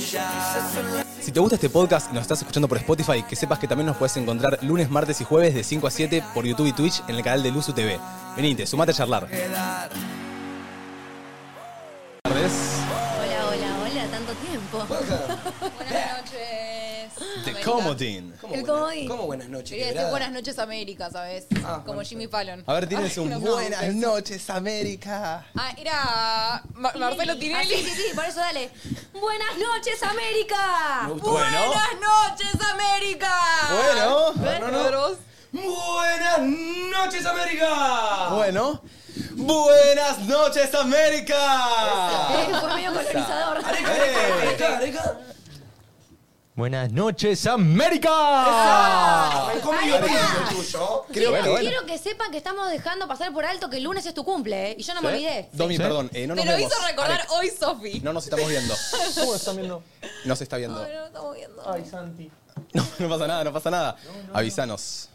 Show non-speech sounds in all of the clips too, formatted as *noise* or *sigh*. Si te gusta este podcast y nos estás escuchando por Spotify, que sepas que también nos puedes encontrar lunes, martes y jueves de 5 a 7 por YouTube y Twitch en el canal de Luzu TV. Venite, sumate a charlar. Tardes. Hola, hola, hola, tanto tiempo. Buenas noches. The Comodine. El comodín. ¿Cómo buenas noches? Ah, Quería decir quebrada? buenas noches América, ¿sabes? Como Jimmy Fallon. Ah. A ver, tienes un buen. Buenas noches, América. *laughs* Ah, era Ma- Marcelo Ah, sí, Tinelli. sí, sí, por eso dale. Buenas noches, América. Bueno. Buenas noches América. No, Bueno. no, no. Buenas noches, Ah. América. Bueno. Buenas noches, América. Eh, fue medio colonizador. Eh. América. Buenas noches, América. Conmigo, el tuyo. Quiero, bueno, bueno. quiero que sepan que estamos dejando pasar por alto que el lunes es tu cumple, ¿eh? Y yo no me olvidé. Domi, Sí. perdón, eh, no nos Te lo vemos. hizo recordar Alex, hoy Sofi. No nos estamos viendo. ¿Cómo están viendo? No se está viendo. no estamos viendo. Ay, Santi. *laughs* No, no pasa nada, no pasa nada. Avisanos.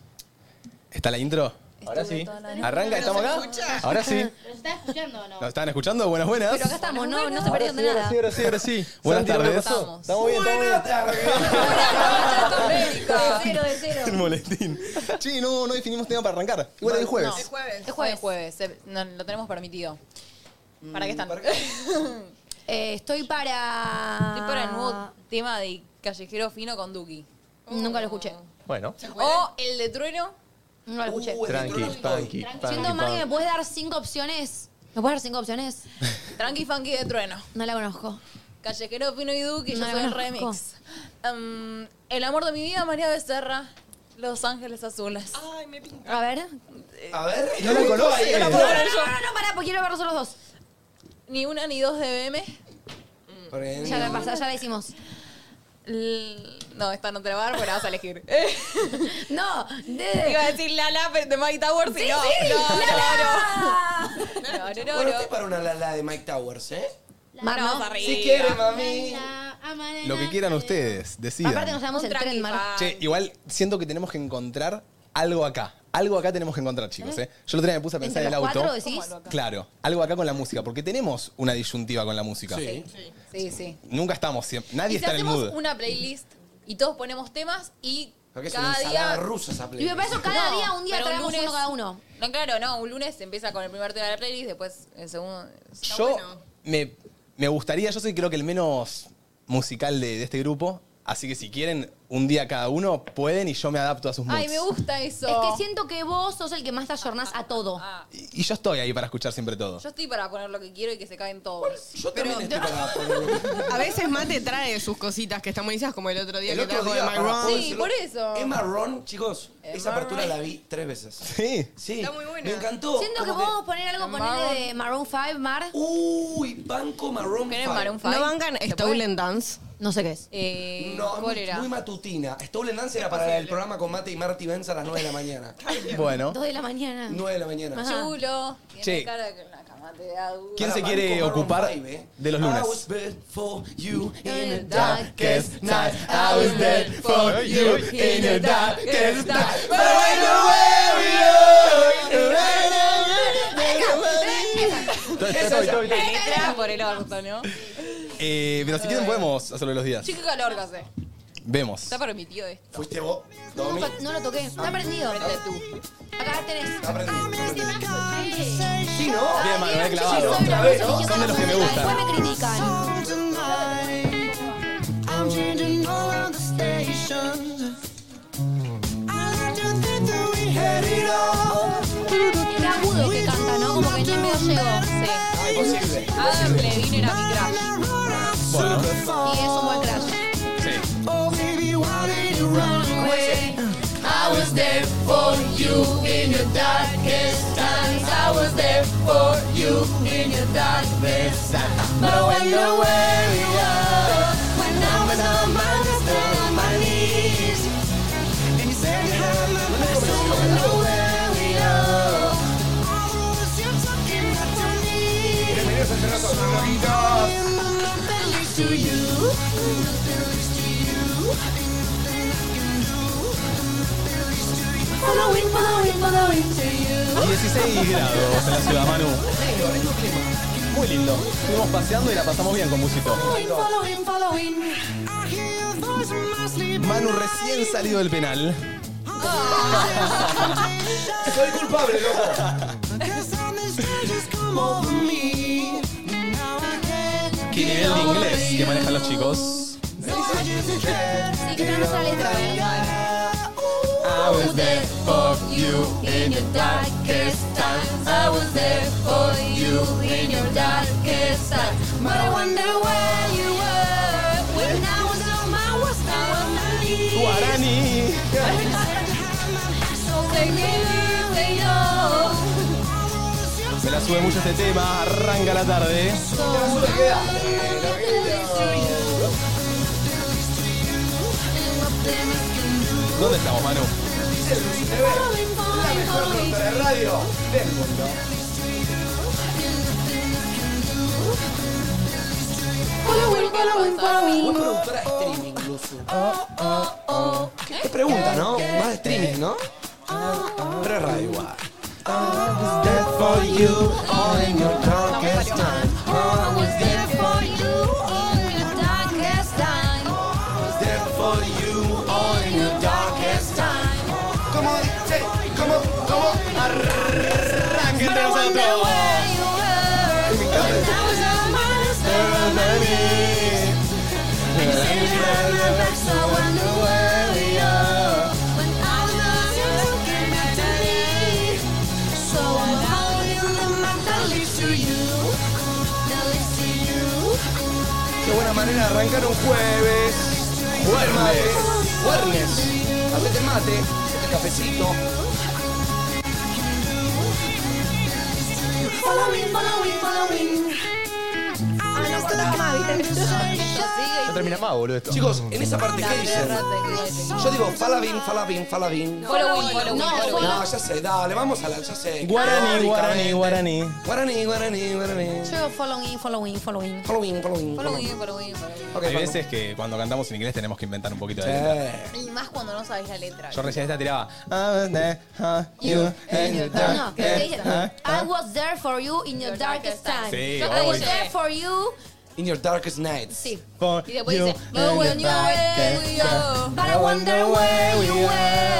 ¿Está la intro? Ahora sí. Arranca, estamos acá. Ahora sí. ¿Los estás escuchando o no? ¿Nos están escuchando? Buenas, buenas. Pero acá estamos, no, no se Ahora perdieron sí, de nada. ahora sí, ahora sí, ahora sí. *laughs* Buenas Santi, ¿no tardes. pasó? Estamos bien, estamos bien. Buenas tardes. De Ah, cero, de El *laughs* cero. boletín. Che, no, no definimos tema para arrancar. Igual el jueves. Es jueves. Es jueves. eh, no, lo tenemos permitido. ¿Para qué están? ¿para Mm, *laughs* Eh, estoy para. Estoy para el nuevo tema de Callejero Fino con Duki. Oh. Nunca lo escuché. Bueno, O el de Trueno. No lo escuché. Uh, el tranqui, trono tranqui, Siento tranqui, mal que me tranqui. puedes dar cinco opciones. ¿Me puedes dar cinco opciones? *laughs* Tranqui Funky de Trueno. No la conozco. Callejero Fino y Duki, yo No la soy el conozco. remix. Um, el amor de mi vida, María Becerra. Los Ángeles Azules. A ver. A ver, No la conozco. ahí. No la No, no, no, no, no, pará, porque quiero verlos los dos. Ni una ni dos de BM. Prende. Ya la pasada, ya la hicimos. L- No, esta no te la va a dar porque la vas a elegir. *laughs* No, Iba de. a decir Lala pero de Mike Towers y no. No, no, ¡Lala! no, no, no, Bueno, no. estoy para una lala de Mike Towers, ¿eh? Mar, No, no. para arriba. Si quiere, mami. Amarena, amarena, Lo que quieran eh, ustedes, Aparte nos decidan. llamamos Un el tren, Mar. tranqui, Che, igual siento que tenemos que encontrar algo acá. Algo acá tenemos que encontrar, chicos, ¿eh? Yo el otro día me puse a pensar ¿Entre en el los auto. cuatro decís? Claro, algo acá con la música, porque tenemos una disyuntiva con la música. Sí. Sí, sí. Nunca estamos siempre. Nadie Y si está en el hacemos mood. una playlist y todos ponemos temas y Lo que es una cada ensalada día... rusa esa Y me playlist. parece que cada No, día, un día pero un traemos lunes- uno cada uno. No, claro, no. Un lunes empieza con el primer tema de la playlist, después el segundo... Está Yo bueno. me, me gustaría, yo soy creo que el menos musical de, de este grupo, así que si quieren un día cada uno pueden y yo me adapto a sus moods. Ay, me gusta eso. Es que siento que vos sos el que más te ayornás a todo. Ah, Y, y yo estoy ahí para escuchar siempre todo. yo estoy para poner lo que quiero y que se caen todos. Yo también estoy para ponerlo. A veces Mate trae sus cositas que están buenísimas, como el otro día ah, El que otro trajo día, de para Myron. Sí, por eso. Emma Ron, chicos, esa Emma apertura Ron. la vi tres veces. Sí. Sí. Está muy buena. Me encantó. Siento que Como podemos poner algo, ponerle de Maroon 5, Mar. Uy, Banco Marrón. ¿Quieren Five. Maroon ¿No Five? bancan ¿Se Stolen Dance? No sé qué es. Eh, No, es ¿Cuál muy- era? muy matutina. Stolen Dance era para el programa con Mate y Marty Benz a las 9 de la mañana. Bueno. Dos de la mañana. 9 de la mañana. Ajá. Chulo. Tiene Che. cara de que la cama te da duro. ¿Quién Para se quiere Banco Maroon ocupar Five, eh. de los lunes? I was built for you in the darkest darkest night. night. I was dead for you in the darkest night. But I know where we Estoy, estoy, estoy, estoy. Penetra por el orto, ¿no? Eh, pero si quieren podemos hacerlo los días. Sí, qué calor que hace. Vemos. Está permitido esto. Fuiste vos, Domi. Nunca- no lo Ah. toqué. Está prendido. Acá tenés. Aprendí, aprendí. Sí. Sí, ¿no? Bien, Manu, he Yo clavado. soy una otra vez, persona ¿no? Son de los que me musical. gustan. Después me critican. I'm changing all of the stations. I like to think that we had it all. Qué agudo que canta, ¿no? Como que ni medio llego. Ah, Imposible. Adam Levine era mi crush. I rode out Bueno, Y es un buen crash. sí. Oh, baby, why did you run away? I was there for you in your darkest times. I was there for you in your darkest times. But when you were young, when I was on my still on my knees, and you said you had my best, so I know where we are. All the words you're talking back to me. Nothing leads to you. Nothing leads to you. Nothing I can do. Nothing leads to you. Following, following, following to you. 16 grados en la ciudad, Manu. Muy muy lindo. Estuvimos paseando y la pasamos bien con Musito. Following, following. Manu recién salido del penal. Soy culpable, loco. Qué nivel de inglés que manejan los chicos. Sí, que no nos sale letra, ¿eh? I was there for you in your darkest times. I was there for you in your darkest times. But I wonder where you were when I was on my worst hour of my knees. Guarani. So take me oh. with you. Me la sube mucho este tema. Arranca la tarde. ¿Dónde estamos, Manu? De radio del mundo. Following, following, Vos following. productora de streaming, Luzu. Oh, ¿Qué, qué pregunta, no? Más de streaming, ¿no? Pero es radio igual. I was there for you in your darkest time. ¿Cómo dice? ¿Cómo? ¿Cómo? Arranca entre nosotros. Where you were when I was on my worst hour of my knees. And you said you had my back, so I wonder where we are. When I was lost, you took me back to me. So I'm following the map that leads to you. That leads to you. Qué buena manera de arrancar un jueves. Jueves. Jueves. Hacete mate, hacete cafecito. Following, following, following. I know what Ya termina más, boludo, esto. Chicos, en esa parte, ¿qué dicen? Yo digo, falabín, falabín, falabín. Following, following, following. No, ya sé, dale, vamos a la, ya sé. Guaraní, guaraní, Claramente. guaraní. Guaraní, guaraní, guaraní. Yo following, following, following. Following, following. Following, following, following. Ok, Hay vamos. veces que cuando cantamos en inglés tenemos que inventar un poquito de letra. Eh. Y más cuando no sabes la letra. Yo recién esta tiraba. "I was there for you ah". in your No, no, pero ¿qué dice? darkest time". I was there for you in your darkest time. Sí, I obvio. was there for you. In your darkest nights. Sí. For Y después you dice, in "Oh, your when you were darkest with you". But I wonder where you were.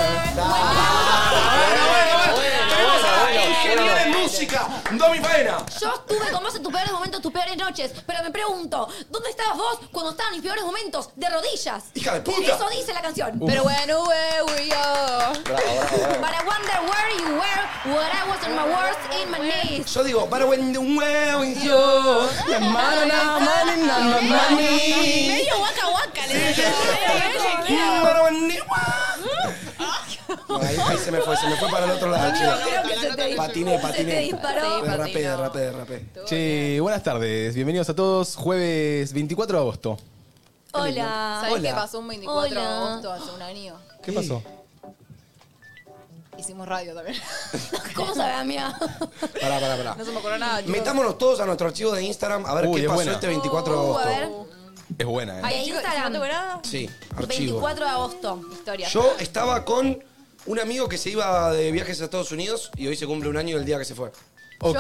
¡Qué bien en música! ¡Domi Faena! Yo estuve con vos en tus peores momentos, tus peores noches, pero me pregunto, ¿dónde estabas vos cuando estaban mis peores momentos? De rodillas. ¡Hija de puta! Eso dice la canción. Pero bueno, where we are. But I wonder where you were, what I was on my worst in my knees. Yo digo, para when the well is yo, la mano na mani na na mani. Medio guaca guaca, le digo. Para when the well. No, ahí, ahí se me fue, se me fue para el otro lado, chicos. que se te, Patiné, patiné. se te disparó. Derrapé, derrapé, derrapé. Che, buenas tardes. Bienvenidos a todos. Jueves 24 de agosto. Hola. ¿Sabes Hola. qué pasó un 24 de Hola. agosto hace un año? ¿Qué pasó? Hicimos radio también. *laughs* ¿Cómo sabe, amiga? Pará, pará, pará. No se me ocurrió nada. Ah, chicos. Metámonos todos a nuestro archivo de Instagram a ver Uy, qué es pasó buena. este 24 de Uh, a ver. agosto. Es buena, ¿eh? Ay, Ay, chicos, Instagram. ¿No te nada? Sí, archivo. 24 de agosto. Historia. Yo estaba con un amigo que se iba de viajes a Estados Unidos y hoy se cumple un año del día que se fue. Ok.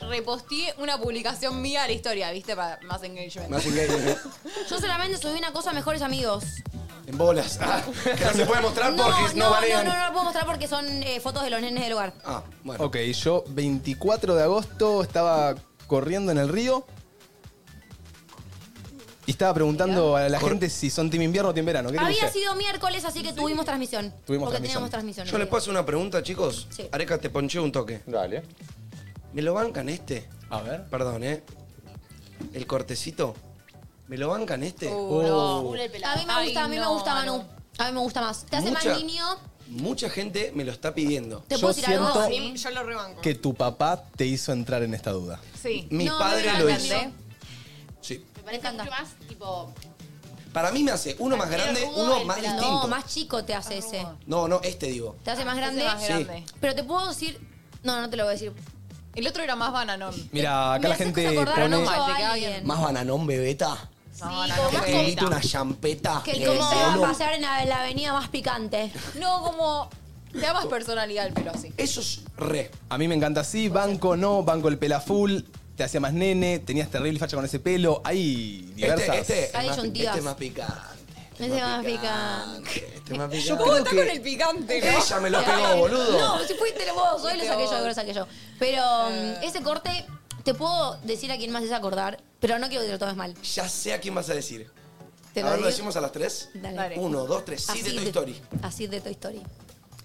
Yo reposté una publicación mía a la historia, ¿viste? Para más engagement. Más engagement. Yo solamente subí una cosa a mejores amigos. En bolas. *laughs* Ah, que no se puede mostrar porque no, no, no, valen. no, no lo puedo mostrar porque son eh, fotos de los nenes del hogar. Ah, bueno. Ok, yo 24 de agosto estaba corriendo en el río. Y estaba preguntando a la gente si son team invierno o team verano. ¿Qué te Había gusta? sido miércoles, así que tuvimos transmisión. Tuvimos porque transmisión. teníamos transmisión. Yo les puedo hacer una pregunta, chicos. Sí. Areca, te ponché un toque. Dale. ¿Me lo bancan este? A ver. Perdón, ¿eh? El cortecito. ¿Me lo bancan Uh, este? Uh. A mí me gusta, a mí me gusta, Manu. A mí me gusta más. Te hace Mucha- más niño. Mucha gente me lo está pidiendo. ¿Te Yo puedo decir algo? siento- Sí, Yo lo rebanco. Que tu papá te hizo entrar en esta duda. Sí. Mi No, padre me lo encanta, hizo. ¿eh? Sí. Me parece mucho más. Para mí me hace uno más grande, uno más distinto. No, más chico te hace ese. No, no, este digo. Te hace más grande. Ese más Sí. grande. Pero te puedo decir. No, no te lo voy a decir. El otro era más bananón. Mira, acá Me la haces gente acordar pone. mucho a Te queda alguien. Más bananón, bebeta. Sí, bananón. como- Te invito una champeta. que Eh, como se va a solo. pasear en la, la avenida más picante. No, como. Te da más personalidad el pelo así. Eso es re. A mí me encanta así, banco no, banco el pela full. te hacía más nene, tenías terrible facha con ese pelo. Hay diversas. Este, este, Ay, es más, son pi- divas. este es más picante. Me se más picante. Este es más picante. ¿Cómo está con el picante? no? Ella me lo pegó, boludo. No, si fuiste vos, hoy lo saqué yo, hoy lo saqué yo. Pero Ah. um, ese corte, te puedo decir a quien más es acordar, pero no quiero que te lo tomes mal. Ya sé a quién vas a decir. Te a ver, lo digo. decimos a las tres. Dale. Dale. Uno, dos, tres. Sí, de tu historia. Así de Toy Story.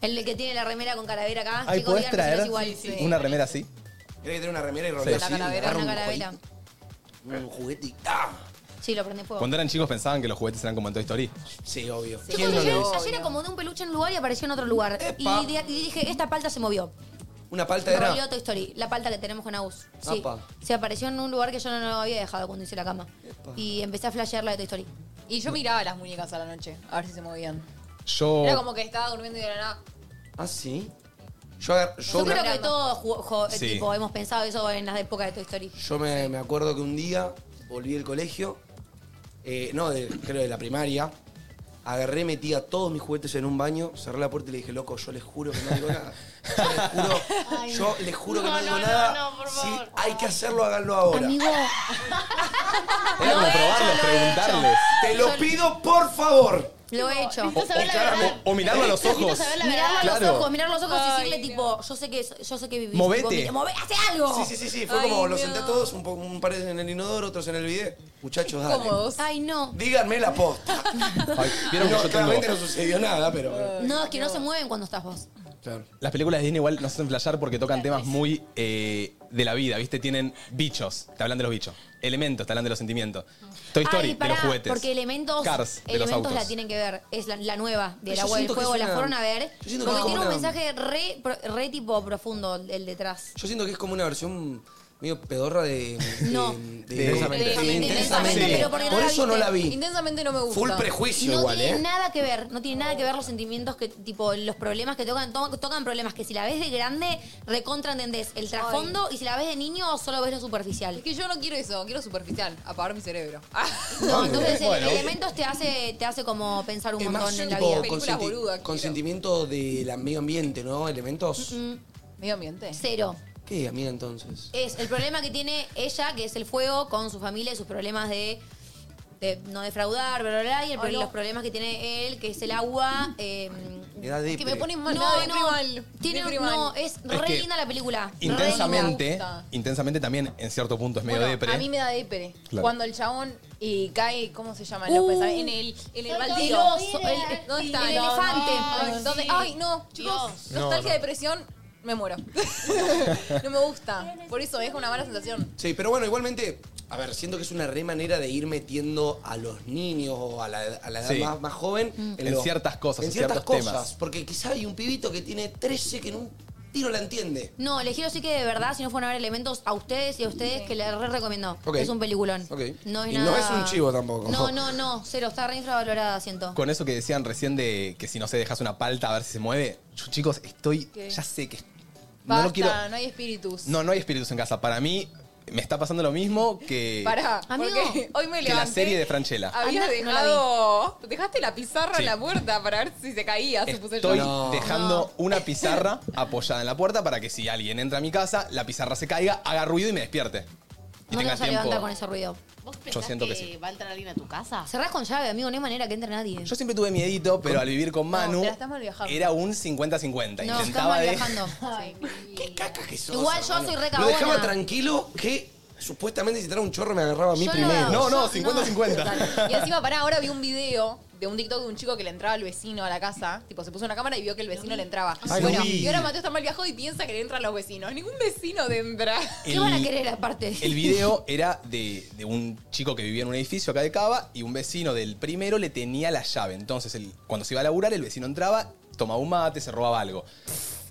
El que tiene la remera con calavera acá. Ay, Chicos, díganme ¿podés si no traer es igual. una remera así? Creo que tiene una remera y rodear Sí. así. La Calavera, agarra una un calavera. juguete- Un juguete y- ¡Ah! Sí, lo prende fuego. Cuando eran chicos pensaban que los juguetes eran como en Toy Story. Sí, obvio. Chicos, ayer, ayer acomodé un peluche en un lugar y apareció en otro lugar. Epa. Y, di- y dije, esta palta se movió. Una palta Roleó era. Toy Story, la palta que tenemos con Agus. Sí. Apa. Se apareció en un lugar que yo no lo había dejado cuando hice la cama. Y empecé a flashear la de Toy Story. Y yo miraba las muñecas a la noche, a ver si se movían. Yo. Era como que estaba durmiendo y de la nada. Ah, sí. Yo, agar- yo, Yo una- creo que todos ju- jo- eh, Sí. tipo, hemos pensado eso en las épocas de Toy Story. yo me, me acuerdo que un día volví del colegio, eh, no, de- creo de la primaria, agarré, metí a todos mis juguetes en un baño, cerré la puerta y le dije, loco, yo les juro que no digo nada. Yo les juro, yo les juro que no, No, digo no, no, nada. no, por si favor. hay que hacerlo, háganlo ahora. Amigo, *laughs* Era como probarlos, preguntarles. Te lo pido, por favor. lo he hecho. O, o saber la cara- verdad. o- o mirarlo a los ojos. Mirarlo a los Claro. ojos, mirarlo a los ojos y Ay, decirle, Dios. tipo, yo sé que, yo sé que vivís. Movete. Tipo, mira, move- ¡Hace algo! Sí, sí, sí, sí. Fue Ay, como los no. senté a todos, un, po- un par en el inodoro, otros en el bidet. Muchachos, dale. Cómodos. Ay, no. Díganme *laughs* la posta. Ay, Vieron que No, yo claramente tengo- no sucedió nada, pero. No, es que no se mueven cuando estás vos. Claro. Las películas de Disney igual nos hacen flashear porque tocan temas muy eh, de la vida, ¿viste? Tienen bichos, te hablan de los bichos. Elementos, te hablan de los sentimientos. Toy Story, Ay, pará, de los juguetes. Porque elementos, Cars, de los elementos autos. la tienen que ver. Es la, la nueva de Yo la web del siento que juego. es La una- fueron a ver. yo siento que Porque tiene es como un una- mensaje re, pro- re tipo profundo el detrás. Yo siento que es como una versión medio pedorra de. No. De, De- de- de- de- Intensamente, pero porque no Ah, Por la eso no viste. la vi. Intensamente no me gusta. Full prejuicio, no igual, tiene ¿eh? nada que ver, no tiene nada que ver los sentimientos que, tipo, los problemas que tocan, to- tocan problemas que si la ves de grande, recontra entendés el trasfondo y si la ves de niño, solo ves lo superficial. Es que yo no quiero eso, quiero superficial, apagar mi cerebro. No, entonces el Bueno. elementos te hace, te hace como pensar un Es Eh, más, montón yo en la tipo vida. Películas consenti- boludas, quiero. consentimiento del medio ambiente, ¿no? Elementos. Medio ambiente. Cero. ¿Qué, amiga, entonces? Es el problema que tiene ella, que es el fuego, con su familia y sus problemas de, de no defraudar, bla, bla, bla, y el- Ay, no. los problemas que tiene él, que es el agua. eh, Me da Es que me depre. ponen mal. nada, depre mal, tiene, depre mal. no, es re Es que linda la película. re Intensamente, Me gusta. intensamente también en cierto punto es medio Bueno, depre. A mí me da depre. Claro. Cuando el chabón y cae, ¿cómo se llama? En, los Uh. pensamientos? en el, en el linda. El baldío. oso, el, ¿Dónde está? el No, elefante. Ay, ¿dónde- ay, no, chicos, nostalgia, depresión, me *laughs* muero. no me gusta. Por eso es una mala sensación. Sí, pero bueno, igualmente, a ver, siento que es una re manera de ir metiendo a los niños o a la, a la edad Sí. más, más joven En lo- ciertas cosas, en en ciertas ciertos cosas. temas. Porque quizá hay un pibito que tiene 13 que en un tiro la entiende. No, les quiero decir que de verdad, si no fueron a ver elementos a ustedes y a ustedes, que les re recomiendo. Ok. Es un peliculón. Ok. No es Y nada... no es un chivo Oh. tampoco. No, no, no. Cero, está re infravalorada, siento. Con eso que decían recién de que si no se dejas una palta a ver si se mueve. Yo, chicos, estoy. Ya sé que. Basta, no no, lo quiero. hay espíritus. No, no hay espíritus en casa. Para mí me está pasando lo mismo que. Pará, Amigo, porque hoy me eh, que la levanté. Ah, serie de Franchella. Había Anda, no la dejado. dejaste la pizarra Sí. en la puerta para ver si se caía, supuse yo. Estoy No. dejando *laughs* una pizarra apoyada en la puerta para que si alguien entra a mi casa, la pizarra se caiga, haga ruido y me despierte. Y no te tenga vas a tiempo. levantar con ese ruido. ¿Vos pensás siento que que, sí. va a entrar alguien a tu casa? Cerrás con llave, amigo. No hay manera que entre nadie. Yo siempre tuve miedito, pero al vivir con Manu te la estás mal viajando. era un 50-50. no, estás Intentaba mal *laughs* de... viajando. ¿Qué caca Ah, que sos, Igual yo hermano? soy re Lo cagona. dejaba tranquilo que supuestamente si traía un chorro me agarraba a mí Yo primero. No, no, Yo no. *laughs* 50-50. Y encima, pará, ahora vi un video de un TikTok de un chico que le entraba al vecino a la casa. Tipo, se puso una cámara y vio que el vecino le entraba. Ay, bueno, lo vi. y ahora Mateo está mal viajado y piensa que le entran los vecinos. Ningún vecino te entra. ¿Qué van a querer aparte? El *laughs* video era de, de un chico que vivía en un edificio acá de Cava y un vecino del primero le tenía la llave. Entonces, el- cuando se iba a laburar, el vecino entraba, tomaba un mate, se robaba algo.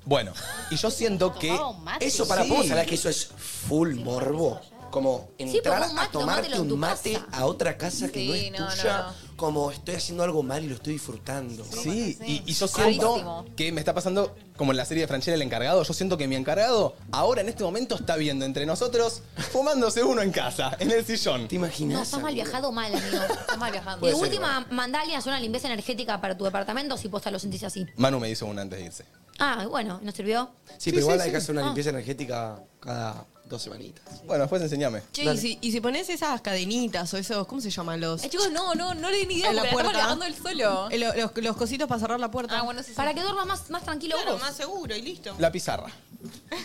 Bueno, y yo siento que... Tomaba un mate. Eso para Sí. vos, ¿sabés que eso es full morbo? Como Sí, entrar pero un mate, a tomarte tomátelo en un tu mate casa. a otra casa que Sí, no es no, no, tuya. no. Como estoy haciendo algo mal y lo estoy disfrutando. Sí, y, y yo siento Clarísimo. que me está pasando como en la serie de Franchella El Encargado. Yo siento que mi encargado ahora en este momento está viendo entre nosotros fumándose uno en casa, en el sillón. ¿Te imaginas? No, estás mal amigo? viajado mal, amigo. Está mal viajando. De última, mandale a hacer una limpieza energética para tu departamento si posta lo sentís así. Manu me hizo uno antes de irse. Ah, bueno, ¿nos sirvió? Sí, pero igual sí, Ah. hay que sí. hacer una limpieza energética cada Dos semanitas. Bueno, después enseñame. Che, y si, y si pones esas cadenitas o esos, ¿cómo se llaman los? Ay, Eh, chicos, no, no, no le di ni idea En la porque la puerta. estamos levantando el Eh, solo. lo- los, los cositos para cerrar la puerta. Ah, bueno, sí, sí. Para que duermas más, más tranquilo Claro, vos. más seguro y listo. La pizarra.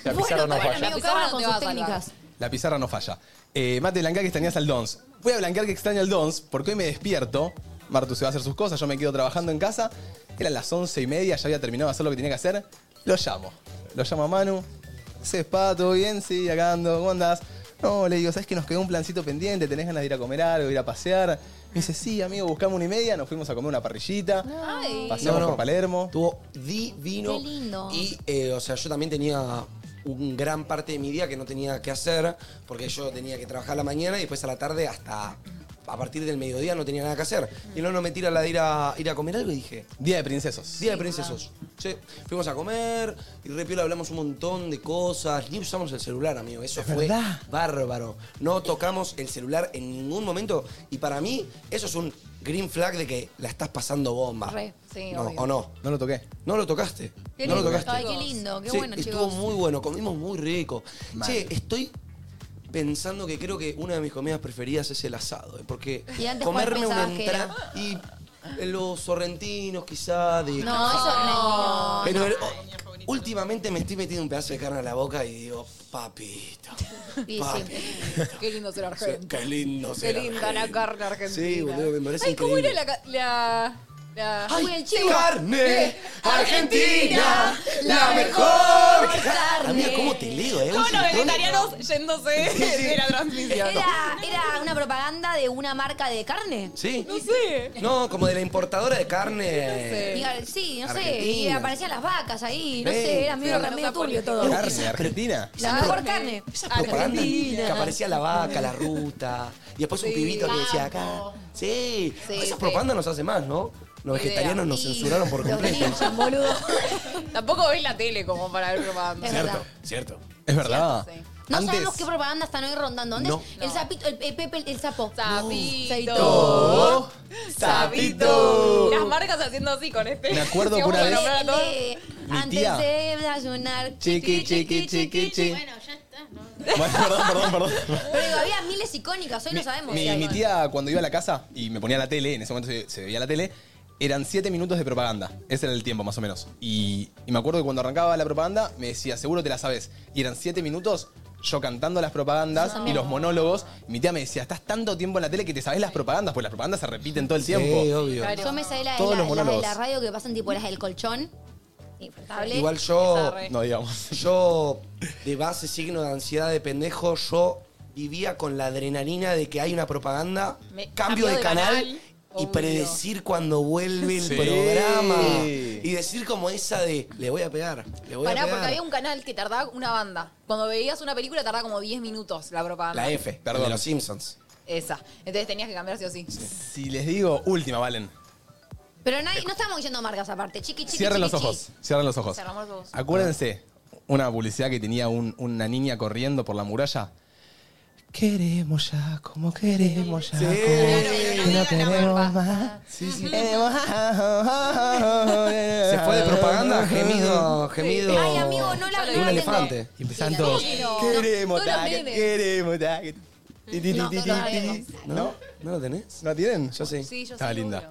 La pizarra no está bien, falla. Cada uno amigo. Cada uno con sus te va a salvar. *laughs* técnicas. La pizarra no falla. Eh, Mate, blanquea que extrañas al Dons. Voy a blanquear que extraño al Dons porque hoy me despierto. Martu se va a hacer sus cosas, yo me quedo trabajando en casa. Eran las once y media, ya había terminado de hacer lo que tenía que hacer. Lo llamo. Lo llamo a Manu. Sepa, ¿todo bien? Sí, acá ando, ¿cómo andás? No, le digo, ¿sabes que nos quedó un plancito pendiente? ¿Tenés ganas de ir a comer algo, ir a pasear? Me dice, sí, amigo, buscamos una y media. Nos fuimos a comer una parrillita. Ay. Paseamos No, no. por Palermo. Estuvo divino. Qué lindo. Y, eh, o sea, yo también tenía un gran parte de mi día que no tenía que hacer, porque yo tenía que trabajar a la mañana y después a la tarde hasta a partir del mediodía no tenía nada que hacer. Y no, no me tira la de ir a, ir a comer algo y dije, Día de princesos. Día de Princesos. Sí, fuimos a comer y re piola hablamos un montón de cosas. Ni usamos el celular, amigo. Eso fue verdad. bárbaro. No tocamos el celular en ningún momento. Y para mí, eso es un green flag de que la estás pasando bomba. Re, sí, no, obvio. ¿O no? No lo toqué. No lo tocaste. Qué no lo lindo. tocaste. Ay, qué lindo, qué Sí, bueno, estuvo chicos. muy bueno, comimos muy rico. Mal. Che, estoy pensando que creo que una de mis comidas preferidas es el asado, eh, porque *laughs* ¿Y antes cuál comerme una pensabas que era? entrada y eh, los sorrentinos quizá de No, eso no es mío. pero oh, últimamente me estoy metiendo un pedazo de carne a la boca y digo, papito. Sí, sí. Qué lindo ser argentino. Qué lindo Qué ser linda la argentino. carne argentina. Sí, boludo, me parece Ay, ¿cómo increíble. era la... ca- la, la... Ay, Uy, el chivo. carne argentina, la mejor carne. Amiga, ¿cómo te leo, eh? Un Todos los cinturón. vegetarianos yéndose de la transmisión. Era, era una propaganda de una marca de carne. ¿Sí? No sé. No, como de la importadora de carne. sé. Diga, Sí, no sé. Argentina. Y aparecían las vacas ahí. No Ven, sé, era medio, sí. medio turbio todo. Carne argentina. La mejor carne. Esa propaganda Argentina. que aparecía la vaca, la ruta, y después un pibito que decía acá. Sí, Sí, esas sí. propagandas nos hacen más, ¿no? Los Idea. vegetarianos nos Y censuraron por los completo. ninjas, boludo. *laughs* Tampoco veis la tele como para ver Es propaganda. verdad. cierto. Es verdad. Cierto, sí. No Antes, sabemos qué propaganda están hoy rondando. ¿Dónde No. es? El sapito, el, el Pepe, el sapo. Sapito. Todo sapito. Las marcas haciendo así con este. Me acuerdo que una Vamos a vez- nombrar a todos. Eh, Mi antes tía. de desayunar. Chiqui, chiqui, chiqui, chiqui. Bueno, ya está. ¿no? Bueno, perdón, perdón, perdón. Pero digo, había miles icónicas, hoy no sabemos. si Mi, hay. mi tía, cuando iba a la casa y me ponía la tele, en ese momento se, se veía la tele, eran siete minutos de propaganda. Ese era el tiempo, más o menos. Y, y me acuerdo que cuando arrancaba la propaganda, me decía, seguro te la sabes. Y eran siete minutos yo cantando las propagandas y los monólogos. Y Mi tía me decía, estás tanto tiempo en la tele que te sabes las propagandas, pues las propagandas se repiten todo el tiempo. Sí, obvio. Yo me sabía la de Todos la, los la de monólogos. la radio que pasan tipo las del colchón. Infaltable. Igual yo, Esa re. No digamos. *laughs* yo, de base signo de ansiedad de pendejo, yo vivía con la adrenalina de que hay una propaganda, Me- cambio de canal. Y obvio. predecir cuando vuelve el Sí. programa. Y decir como esa de, le voy a pegar, le voy a Pará, pegar. porque había un canal que tardaba una banda. Cuando veías una película tardaba como 10 minutos la propaganda. La F, Perdón. perdón. De los Simpsons. Esa. Entonces tenías que cambiar sí o sí. Si les digo, última, Valen. Pero nadie, no estamos diciendo marcas aparte. Chiqui, chiqui, Cierren chiqui, los ojos, cierren los ojos. Cerramos los ojos. Acuérdense, una publicidad que tenía un- una niña corriendo por la muralla. Queremos ya, como queremos ya. como no queremos más. Eh, Eh, Queremos- Se fue de propaganda, gemido, gemido. chiqui. Ay, amigo, no la Un no la elefante. entendí. Y empezaron todos. No, Queremos todos los target, nenes. queremos target". Ti, ti, ti, No, ti, no ti, la ti. vemos. ¿No? ¿No lo tenés? ¿No tienen? Yo sí. Sí, yo Estaba sí, linda. obvio.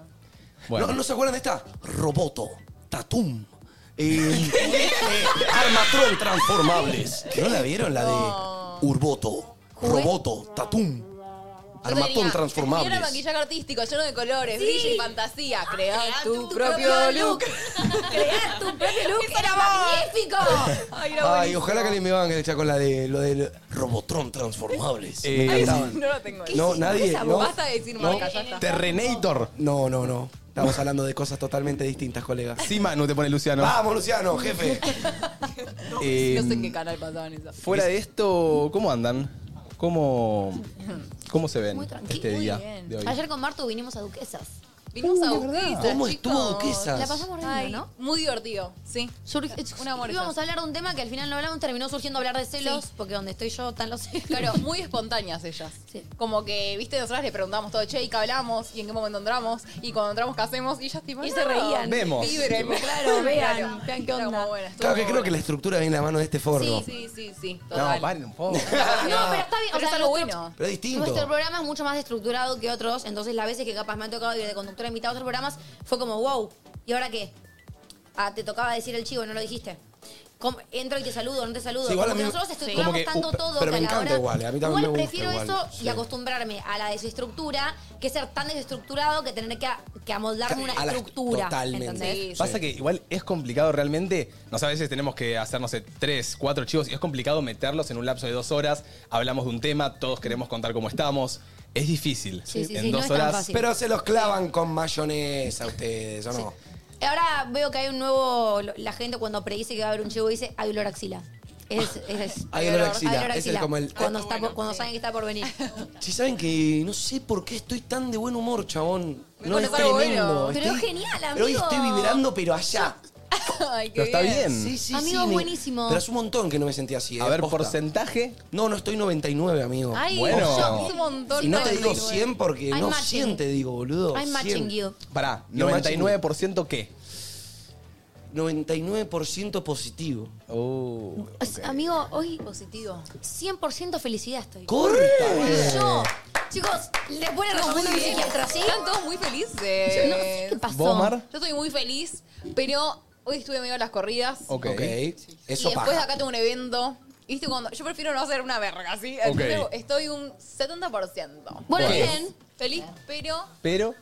Bueno, ¿No, no se acuerdan de esta? Roboto, Tatum. eh, *laughs* eh, Armatron transformables. ¿No la vieron? La de Urboto, Roboto, Tatum. Yo tenía- Armatón Era transformables. maquillaje artístico, lleno de colores, brillo y fantasía. Crear tu, Ah, tu propio, propio look. *laughs* Crear tu propio look era Esa era magnífico. Ay, era Ay, buenísimo. ojalá que le me van a echar con la de lo del Robotron transformables. Eh, Ahí estaban. No lo tengo. No, nadie, Esa no. Basta de decir marca, ya está. Terrenator. No, no, no. Estamos hablando de cosas totalmente distintas, colegas. Sí, Manu, te pone Luciano. Vamos, Luciano, jefe. Eh, No sé en qué canal pasaban esas. Fuera de esto, ¿cómo andan? ¿Cómo, cómo se ven Muy tranquilo. este día bien. de hoy? Ayer con Martu vinimos a Duquesas. Vinimos a Uh, de verdad. Duquesas, ¿Cómo estuvo chicos. Duquesas? La pasamos re bien, Ay, ¿no? Muy divertido, sí. Un amor eso. Íbamos a hablar de un tema que al final no hablamos, terminó surgiendo hablar de celos, porque donde estoy yo están los celos. Claro, muy espontáneas ellas. Como que, viste, nosotras le preguntamos todo, che, ¿y qué hablamos? ¿Y en qué momento entramos? ¿Y cuando entramos, qué hacemos? Y ellas tipo, Y no, se reían. Vemos. vibren. Claro, vean, Claro. vean qué onda. Estuvo muy buena, estuvo Claro que muy creo que la estructura viene en la mano de este forro. buena. Sí, sí, sí, no, total. paren un poco. No, pero está bien. Pero o sea, es algo nuestro- bueno. Pero es distinto. Nuestro programa es mucho más estructurado que otros, entonces las veces que capaz me ha tocado ir de conductora invitada a otros programas, fue como, wow, ¿y ahora qué? Ah, te tocaba decir el chivo, no lo dijiste. Com- Entro y te saludo, no te saludo. Sí, igual Como a mí- que nosotros como estructuramos que, tanto uh, pe- todo que pero me a la encanta hora- igual, a mí también me gusta prefiero igual, eso sí. y acostumbrarme a la desestructura que ser tan desestructurado que tener que, que amoldarme una A la- estructura. totalmente. ¿entendés? Sí, Pasa que igual es complicado realmente. No sé, a veces tenemos que hacer, no sé, tres, cuatro chivos y es complicado meterlos en un lapso de dos horas. Hablamos de un tema, todos queremos contar cómo estamos. Es difícil. Sí, sí, en sí, no dos es tan horas. fácil. Pero se los clavan con mayonesa ustedes, ¿o no? Ahora veo que hay un nuevo. La gente cuando predice que va a haber un chivo dice hay olor a axila. Es, es, Hay olor a axila, ese es como el- Cuando, Ah, está por- cuando saben que está por venir. Si saben que no sé por qué estoy tan de buen humor, chabón. No Bueno, es es algo tremendo. bueno. Pero Estoy- es genial, Pero hoy amigo. estoy vibrando, pero allá. *laughs* Ay, qué Pero está bien. Sí, sí, Amigo, sí, me- buenísimo. Pero hace un montón que no me sentí así. A eh, ver, posta. porcentaje. No, no estoy 99, amigo. Ay, Bueno. yo- Es un montón. y no te digo 99. 100 porque I'm no matching. 100 te digo, boludo. I'm 100. matching you. Pará, Yo 99% qué. 99% positivo. Uh, Es- Pues, Amigo, hoy Positivo. 100% felicidad estoy. ¡Corta! Eh, Yo. Chicos, le ponen los buenos psiquiatra, ¿sí? Están todos muy felices. No sé qué pasó. ¿Vos, Mar? Yo estoy muy feliz, pero hoy estuve medio a las corridas. Ok. Ok. Eso y pasa. después acá tengo un evento. ¿Viste cuando? Yo prefiero no hacer una verga, ¿sí? Entonces Ok. estoy un 70%. Bueno, ¿Qué? bien. Feliz, pero Pero.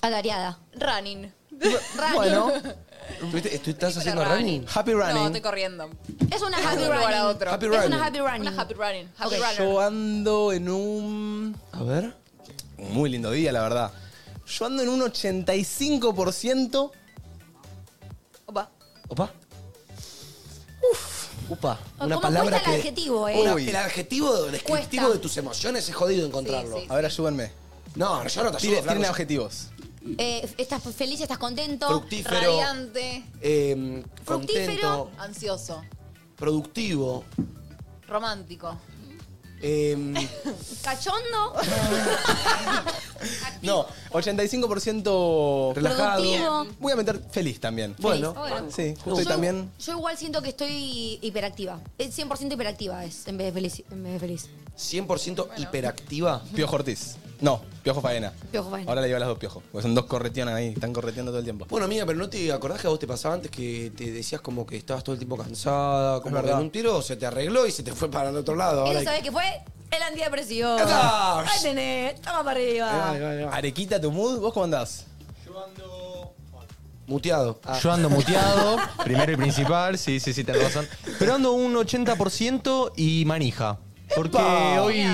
Atareada. running. Bueno, ¿Estuviste- estu- ¿Estás Película haciendo Running. running? happy No, running. estoy corriendo. Es una De happy un lugar a running. otro. Happy Es running. una happy running. Una happy running. Happy Ok. runner. Yo ando en un. A ver. un Muy lindo día, la verdad. Yo ando en un 85%. Opa. Opa. Uf. Upa. Ah, Una ¿cómo palabra cuesta el que- adjetivo, eh? Una- Uy. el adjetivo descriptivo Cuesta. de tus emociones es jodido encontrarlo. Sí, sí. A ver, ayúdenme. No, yo no te ayudo. Tiren, Flaco. tiren adjetivos. Eh, estás feliz, estás contento. Fructífero. Radiante. eh, Fructífero. contento. Ansioso. Productivo. Romántico. eh, Cachondo. No, 85% relajado. Productivo. Voy a meter feliz también. Bueno. Sí, justo Yo- y también. Yo igual siento que estoy hiperactiva. Es 100% hiperactiva es en vez de feliz. En vez de feliz. 100% hiperactiva. Piojo Ortiz. No, Piojo Faena. Piojo Faena. Ahora le digo a las dos Piojo. Porque son dos corretionas ahí, están correteando todo el tiempo. Bueno, amiga, pero ¿no te acordás que a vos te pasaba antes que te decías como que estabas todo el tiempo cansada, como que verdad. en un tiro se te arregló y se te fue para el otro lado? Ahora Eso hay- sabés que fue el antidepresivo. ¡Epa! Ahí tenés, toma para arriba. Ahí va, ahí va, ahí va. Arequita, tu mood, ¿vos cómo andás? Muteado. Ah, Yo ando *laughs* muteado, primero y principal, sí, sí, sí, tenés razón. Pero ando un 80% y manija. Porque ¡Epa! hoy,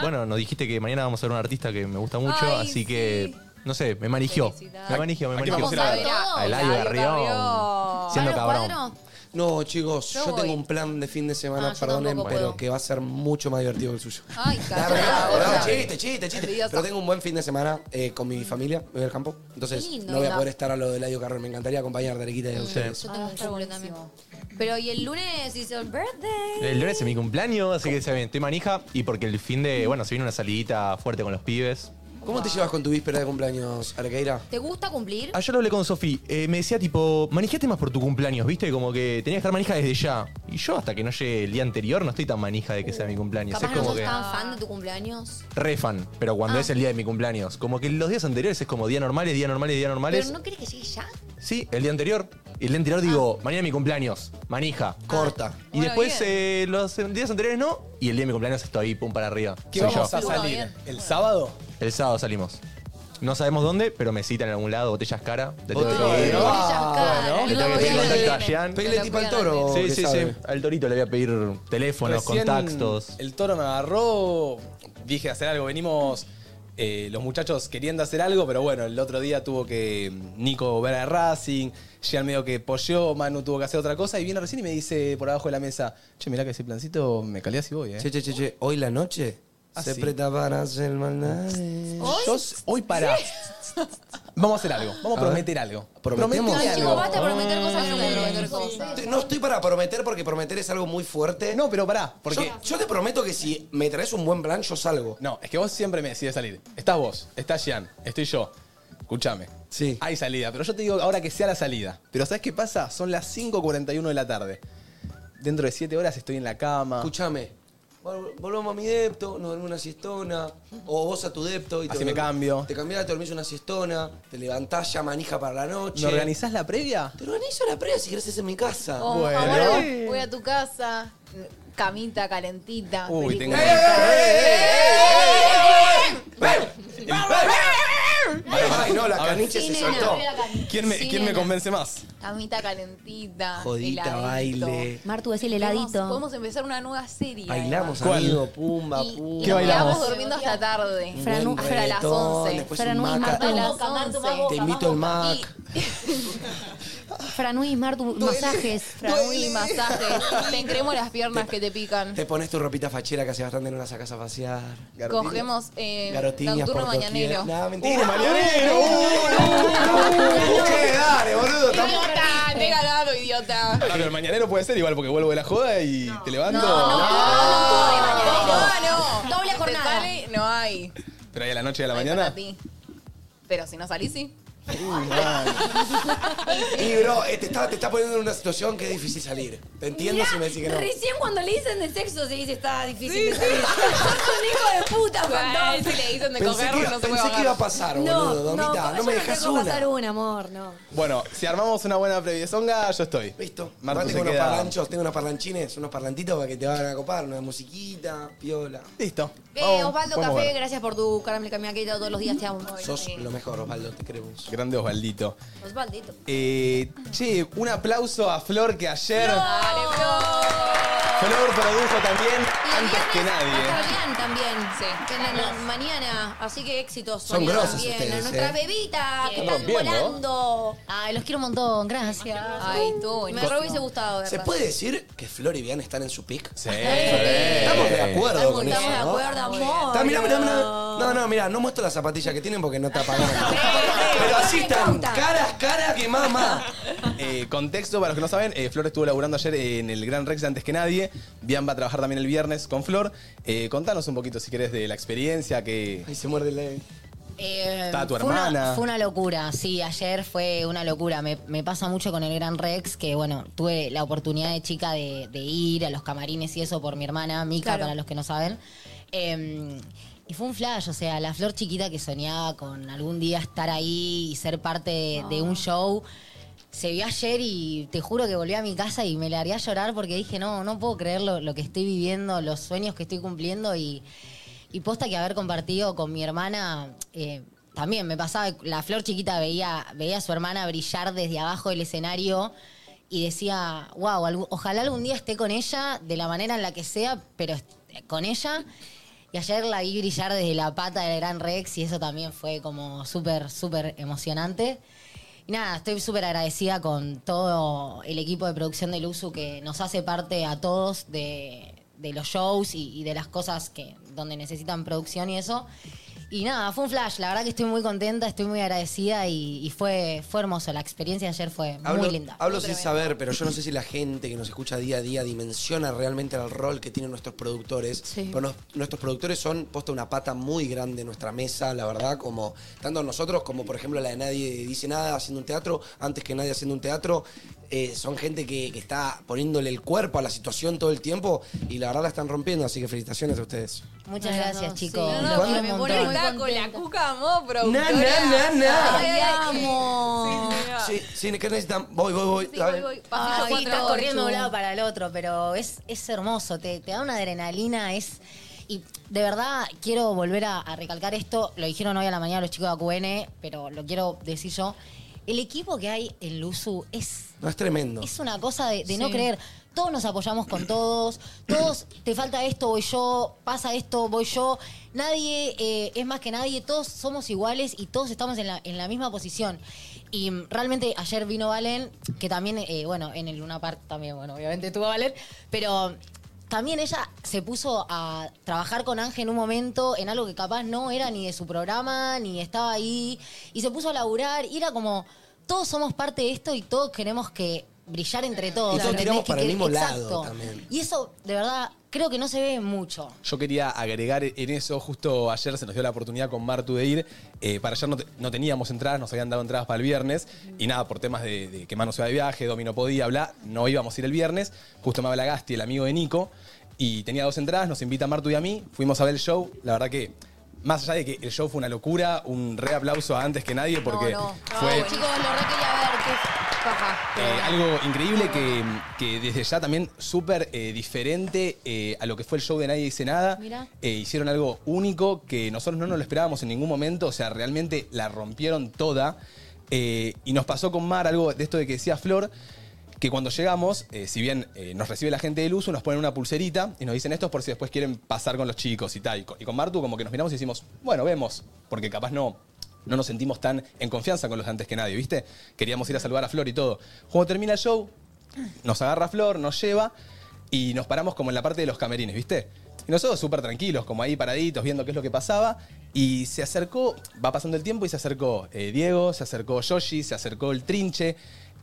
bueno, nos dijiste que mañana vamos a ver un artista que me gusta mucho, Ay, así que, sí. no sé, me manigió. Felicidades. Me manigió, me ¿A quién manigió. vamos a ver? A Eladio Eladio Carrión. Carrión. Siendo ¿Pablo cabrón. Cuadro? No, chicos, yo, Yo voy. tengo un plan de fin de semana, Ah, yo perdonen, tampoco pero puedo. que va a ser mucho más divertido que el suyo. Ay, La carajo. verdad, Otra. boludo, chiste, chiste, chiste. Envidiosa. Pero tengo un buen fin de semana eh, con mi familia, me voy al campo. Entonces, Qué lindo. no voy a poder estar a lo del Eladio Carrión. Me encantaría acompañar de Arequita y a ustedes. Yo tengo Ah, un está cumple también. buenísimo. Pero y el lunes hizo el birthday. El lunes es mi cumpleaños, así que saben, estoy manija y porque el fin de, bueno, se viene una salidita fuerte con los pibes. ¿Cómo te llevas con tu víspera de cumpleaños, Arequeira? ¿Te gusta cumplir? Ayer hablé con Sofi, eh, me decía tipo, manejate más por tu cumpleaños, ¿viste? Como que tenía que estar manija desde ya. Y yo hasta que no llegue el día anterior no estoy tan manija de que sea mi cumpleaños. Capaz es no como sos que tan Ah. fan de tu cumpleaños. re fan, pero cuando es el día de mi cumpleaños. Como que los días anteriores es como día normales, día normales, día normales. Pero no crees que llegue ya. Sí, el día anterior. Y el día anterior digo, mañana es mi cumpleaños, manija. Corta. Y Bueno, después bien. eh, los días anteriores no. Y el día de mi cumpleaños estoy pum para arriba. ¿Qué Soy vamos yo. a salir? Bueno, bien. ¿El sábado? El sábado salimos. No sabemos dónde, pero me citan en algún lado, botellas cara. Le tengo que Botella pedir- Cara. Bueno, le tengo que pedir Botella contacto a Cara. Jean. Pele tipo al toro. Sí, que sí, sabe. sí. Al torito le voy a pedir teléfonos, Recién contactos. El toro me agarró, dije hacer algo. Venimos eh, los muchachos queriendo hacer algo, pero bueno, el otro día tuvo que mm, Nico ver a Racing, Gian medio que polleó, Manu tuvo que hacer otra cosa y viene recién y me dice por abajo de la mesa, che, mirá que ese plancito me calé así voy, ¿eh? Che, che, che, che, hoy la noche Ah, se sí. preta para hacer maldades. Yo s- hoy para. Vamos a hacer algo. Vamos a, A ver. prometer algo. ¿Prometemos? Prometeme Ay, algo. Chicos, basta de prometer cosas que no pueden prometer cosas. No estoy para prometer porque prometer es algo muy fuerte. No, pero pará, porque. yo, yo te prometo que si me traes un buen plan, yo salgo. No, es que vos siempre me decides salir. Estás vos, está Gian, estoy yo. Escúchame. Sí. Hay salida, pero yo te digo ahora que sea la salida. Pero ¿sabes qué pasa? Son las 5.41 de la tarde. Dentro de 7 horas estoy en la cama. Escúchame. vol- Volvamos a mi depto, nos dormimos una siestona. O vos a tu depto y Así me cambio. Te cambiás, te dormís una siestona, te levantás ya manija para la noche. ¿Me organizás la previa? Te organizo la previa si querés es en mi casa. Oh, Bueno. ahora voy- voy a tu casa, camita calentita. Uy, tengo. película. ¡Eh, eh, eh, eh, eh, eh, eh! ¡Ven! Ay, no, la A ver. caniche se Sí, soltó. nena. ¿Quién me, Sí, quién me nena. convence más? Camita calentita. Jodita, heladito. baile. Martu, es el Podemos, heladito. podemos empezar una nueva serie. Bailamos, ¿Cuál? amigo, pumba, además. Y, y pumba. ¿Qué nos bailamos? quedamos durmiendo hasta tarde. Un Franu- buen hasta las reggaetón, 11. Después un Franu y maca. Marta. Hasta las Vamos, 11. Te invito el Mac. Franuis, Martu, masajes. Fraúl y masajes. Te encremos las piernas que te pican. Te pones tu ropita fachera que hace bastante no la sacas a pasear. Cogemos eh, Garotiñas por nocturno doquier. mañanero. No, mentira. mañanero! ¡Che, dale, boludo! tampoco- ¡Idiota! ¡Te he ganado, idiota! Ah, pero el mañanero puede ser igual porque vuelvo de la joda y te levanto. no, no, no. Doble Si te jornada. sale, no hay. Pero ahí a la noche y a la No hay mañana. para ti. Pero si no salís, sí. Y, bro, eh, te está, te está poniendo en una situación que es difícil salir. Te entiendo si me decís que no. Recién cuando le dicen de sexo se dice está difícil de salir. *laughs* Sos un hijo de puta, Ah, fantasma. Si le dicen de Pensé coger, que, no se puede pensé que bajar. iba a pasar, boludo. Domita, no, me dejas dejo una. pasar una, amor, no. *laughs* Bueno, si armamos una buena previesonga, yo estoy. Listo. Martu Aparte se tengo unos queda- parlanchos, tengo unos parlanchines, unos parlantitos para que te vayan a copar, una musiquita, piola. Listo. Eh, Vamos, Osvaldo podemos Café, ver. gracias por tu caramel que me ha quedado todos los días, te amo. Sos lo mejor, Osvaldo, te queremos. Grande Osvaldito. Osvaldito. Eh, che, un aplauso a Flor que ayer. Dale, bro. Flor produjo también Y el antes que viernes nadie. Está bien también. Sí. Que en la- en la mañana, así que éxitos. Son mañana grosas también. ustedes, A Nuestras eh. bebitas que Están están rompiendo. volando. Ay, los quiero un montón, gracias. Ay, tú. Me re hubiese gustado, ¿verdad? ¿Se puede decir que Flor y Bian están en su pick? Sí. *laughs* Estamos de acuerdo Estamos, con estamos de eso, ¿no? acuerdo, amor. Está, mirá, mirá, mirá. No, no, mirá, no muestro las zapatillas que tienen porque no está pagando. Pero así están, Conta. caras, caras que mamá. Eh, contexto, para los que no saben, eh, Flor estuvo laburando ayer en el Gran Rex de antes que nadie. Bian va a trabajar también el viernes con Flor. Eh, contanos un poquito, si querés, de la experiencia que Ay, se muerde la... Eh, está tu fue una- hermana. Fue una, locura, sí, ayer fue una locura. Me, me pasa mucho con el Gran Rex, que bueno, tuve la oportunidad de chica de, de ir a los camarines y eso por mi hermana, Mica, Claro. para los que no saben. Eh, y fue un flash, o sea, la flor chiquita que soñaba con algún día estar ahí y ser parte de, de un show. Se vio ayer y te juro que volví a mi casa y me largué a llorar porque dije, no, no puedo creer lo, lo que estoy viviendo, los sueños que estoy cumpliendo y, y posta que haber compartido con mi hermana, eh, también me pasaba, la flor chiquita veía, veía a su hermana brillar desde abajo del escenario y decía, wow, ojalá algún día esté con ella, de la manera en la que sea, pero est- con ella. Y ayer la vi brillar desde la pata del Gran Rex y eso también fue como súper, súper emocionante. Y nada, estoy súper agradecida con todo el equipo de producción del USU que nos hace parte a todos de, de los shows y, y de las cosas que donde necesitan producción y eso. Y nada, fue un flash. La verdad que estoy muy contenta, estoy muy agradecida y, y fue, fue hermoso. La experiencia de ayer fue Hablo, muy linda. hablo sin saber, pero yo no sé si la gente que nos escucha día a día dimensiona realmente el rol que tienen nuestros productores. Pero nos- nuestros productores son posta una pata muy grande en nuestra mesa, la verdad, como tanto nosotros como por ejemplo la de Nadie Dice Nada haciendo un teatro, antes que nadie haciendo un teatro. eh, son gente que, que está poniéndole el cuerpo a la situación todo el tiempo y la verdad la están rompiendo, así que felicitaciones a ustedes. Muchas No, no, gracias, no, chicos. sí, Los no, No, quiero no, un me montón. pone está con la cuca, mo, productora. na, na, na. Ay, ay, ay. amo. Sí, Sí, sí, ¿qué necesitan? Voy, voy, voy. Ah. sí, A voy, ver. voy. Pasito Ay, cuatro, estás corriendo de un ocho. lado para el otro, pero es, es hermoso, te, te da una adrenalina, es... Y de verdad quiero volver a, a recalcar esto, lo dijeron hoy a la mañana los chicos de AQN, pero lo quiero decir yo. El equipo que hay en Luzu es No es tremendo. es una cosa de, de no creer. Todos nos apoyamos con todos. Todos, te falta esto, voy yo. Pasa esto, voy yo. Nadie eh, es más que nadie. Todos somos iguales y todos estamos en la, en la misma posición. Y mm, realmente ayer vino Valen, que también, eh, bueno, en el Luna Park también, bueno, obviamente tuvo Valen. Pero también ella se puso a trabajar con Ángel en un momento en algo que capaz no era ni de su programa, ni estaba ahí, y se puso a laburar, y era como, todos somos parte de esto y todos queremos que brillar entre todos. Y todos ¿entendés? tiramos Que para el quer- mismo Exacto. lado también. Y eso, de verdad, creo que no se ve mucho. Yo quería agregar en eso, justo ayer se nos dio la oportunidad con Martu de ir. eh, para ayer no, te- no teníamos entradas, nos habían dado entradas para el viernes. Y nada, por temas de, de que Manu se va de viaje, Domi no podía, bla, no íbamos a ir el viernes. Justo me habla Gasti, el amigo de Nico, y tenía dos entradas, nos invita a Martu y a mí, fuimos a ver el show. La verdad que, más allá de que el show fue una locura, un re aplauso a antes que nadie, porque No, no. fue Ay, chicos, lo re quería ver. Qué paja. eh, algo increíble que, que desde ya también súper eh, diferente eh, a lo que fue el show de Nadie Dice Nada. Mirá. Eh, hicieron algo único que nosotros no nos lo esperábamos en ningún momento. O sea, realmente la rompieron toda. Eh, y nos pasó con Mar algo de esto de que decía Flor, que cuando llegamos, eh, si bien eh, nos recibe la gente del uso, nos ponen una pulserita y nos dicen esto es por si después quieren pasar con los chicos y tal. Y con, y con Martu como que nos miramos y decimos, bueno, vemos, porque capaz no, no nos sentimos tan en confianza con los de antes que nadie, ¿viste? Queríamos ir a saludar a Flor y todo. Cuando termina el show, nos agarra Flor, nos lleva y nos paramos como en la parte de los camerines, ¿viste? Y nosotros súper tranquilos, como ahí paraditos, viendo qué es lo que pasaba. Y se acercó, va pasando el tiempo y se acercó eh, Diego, se acercó Yoshi, se acercó el Trinche.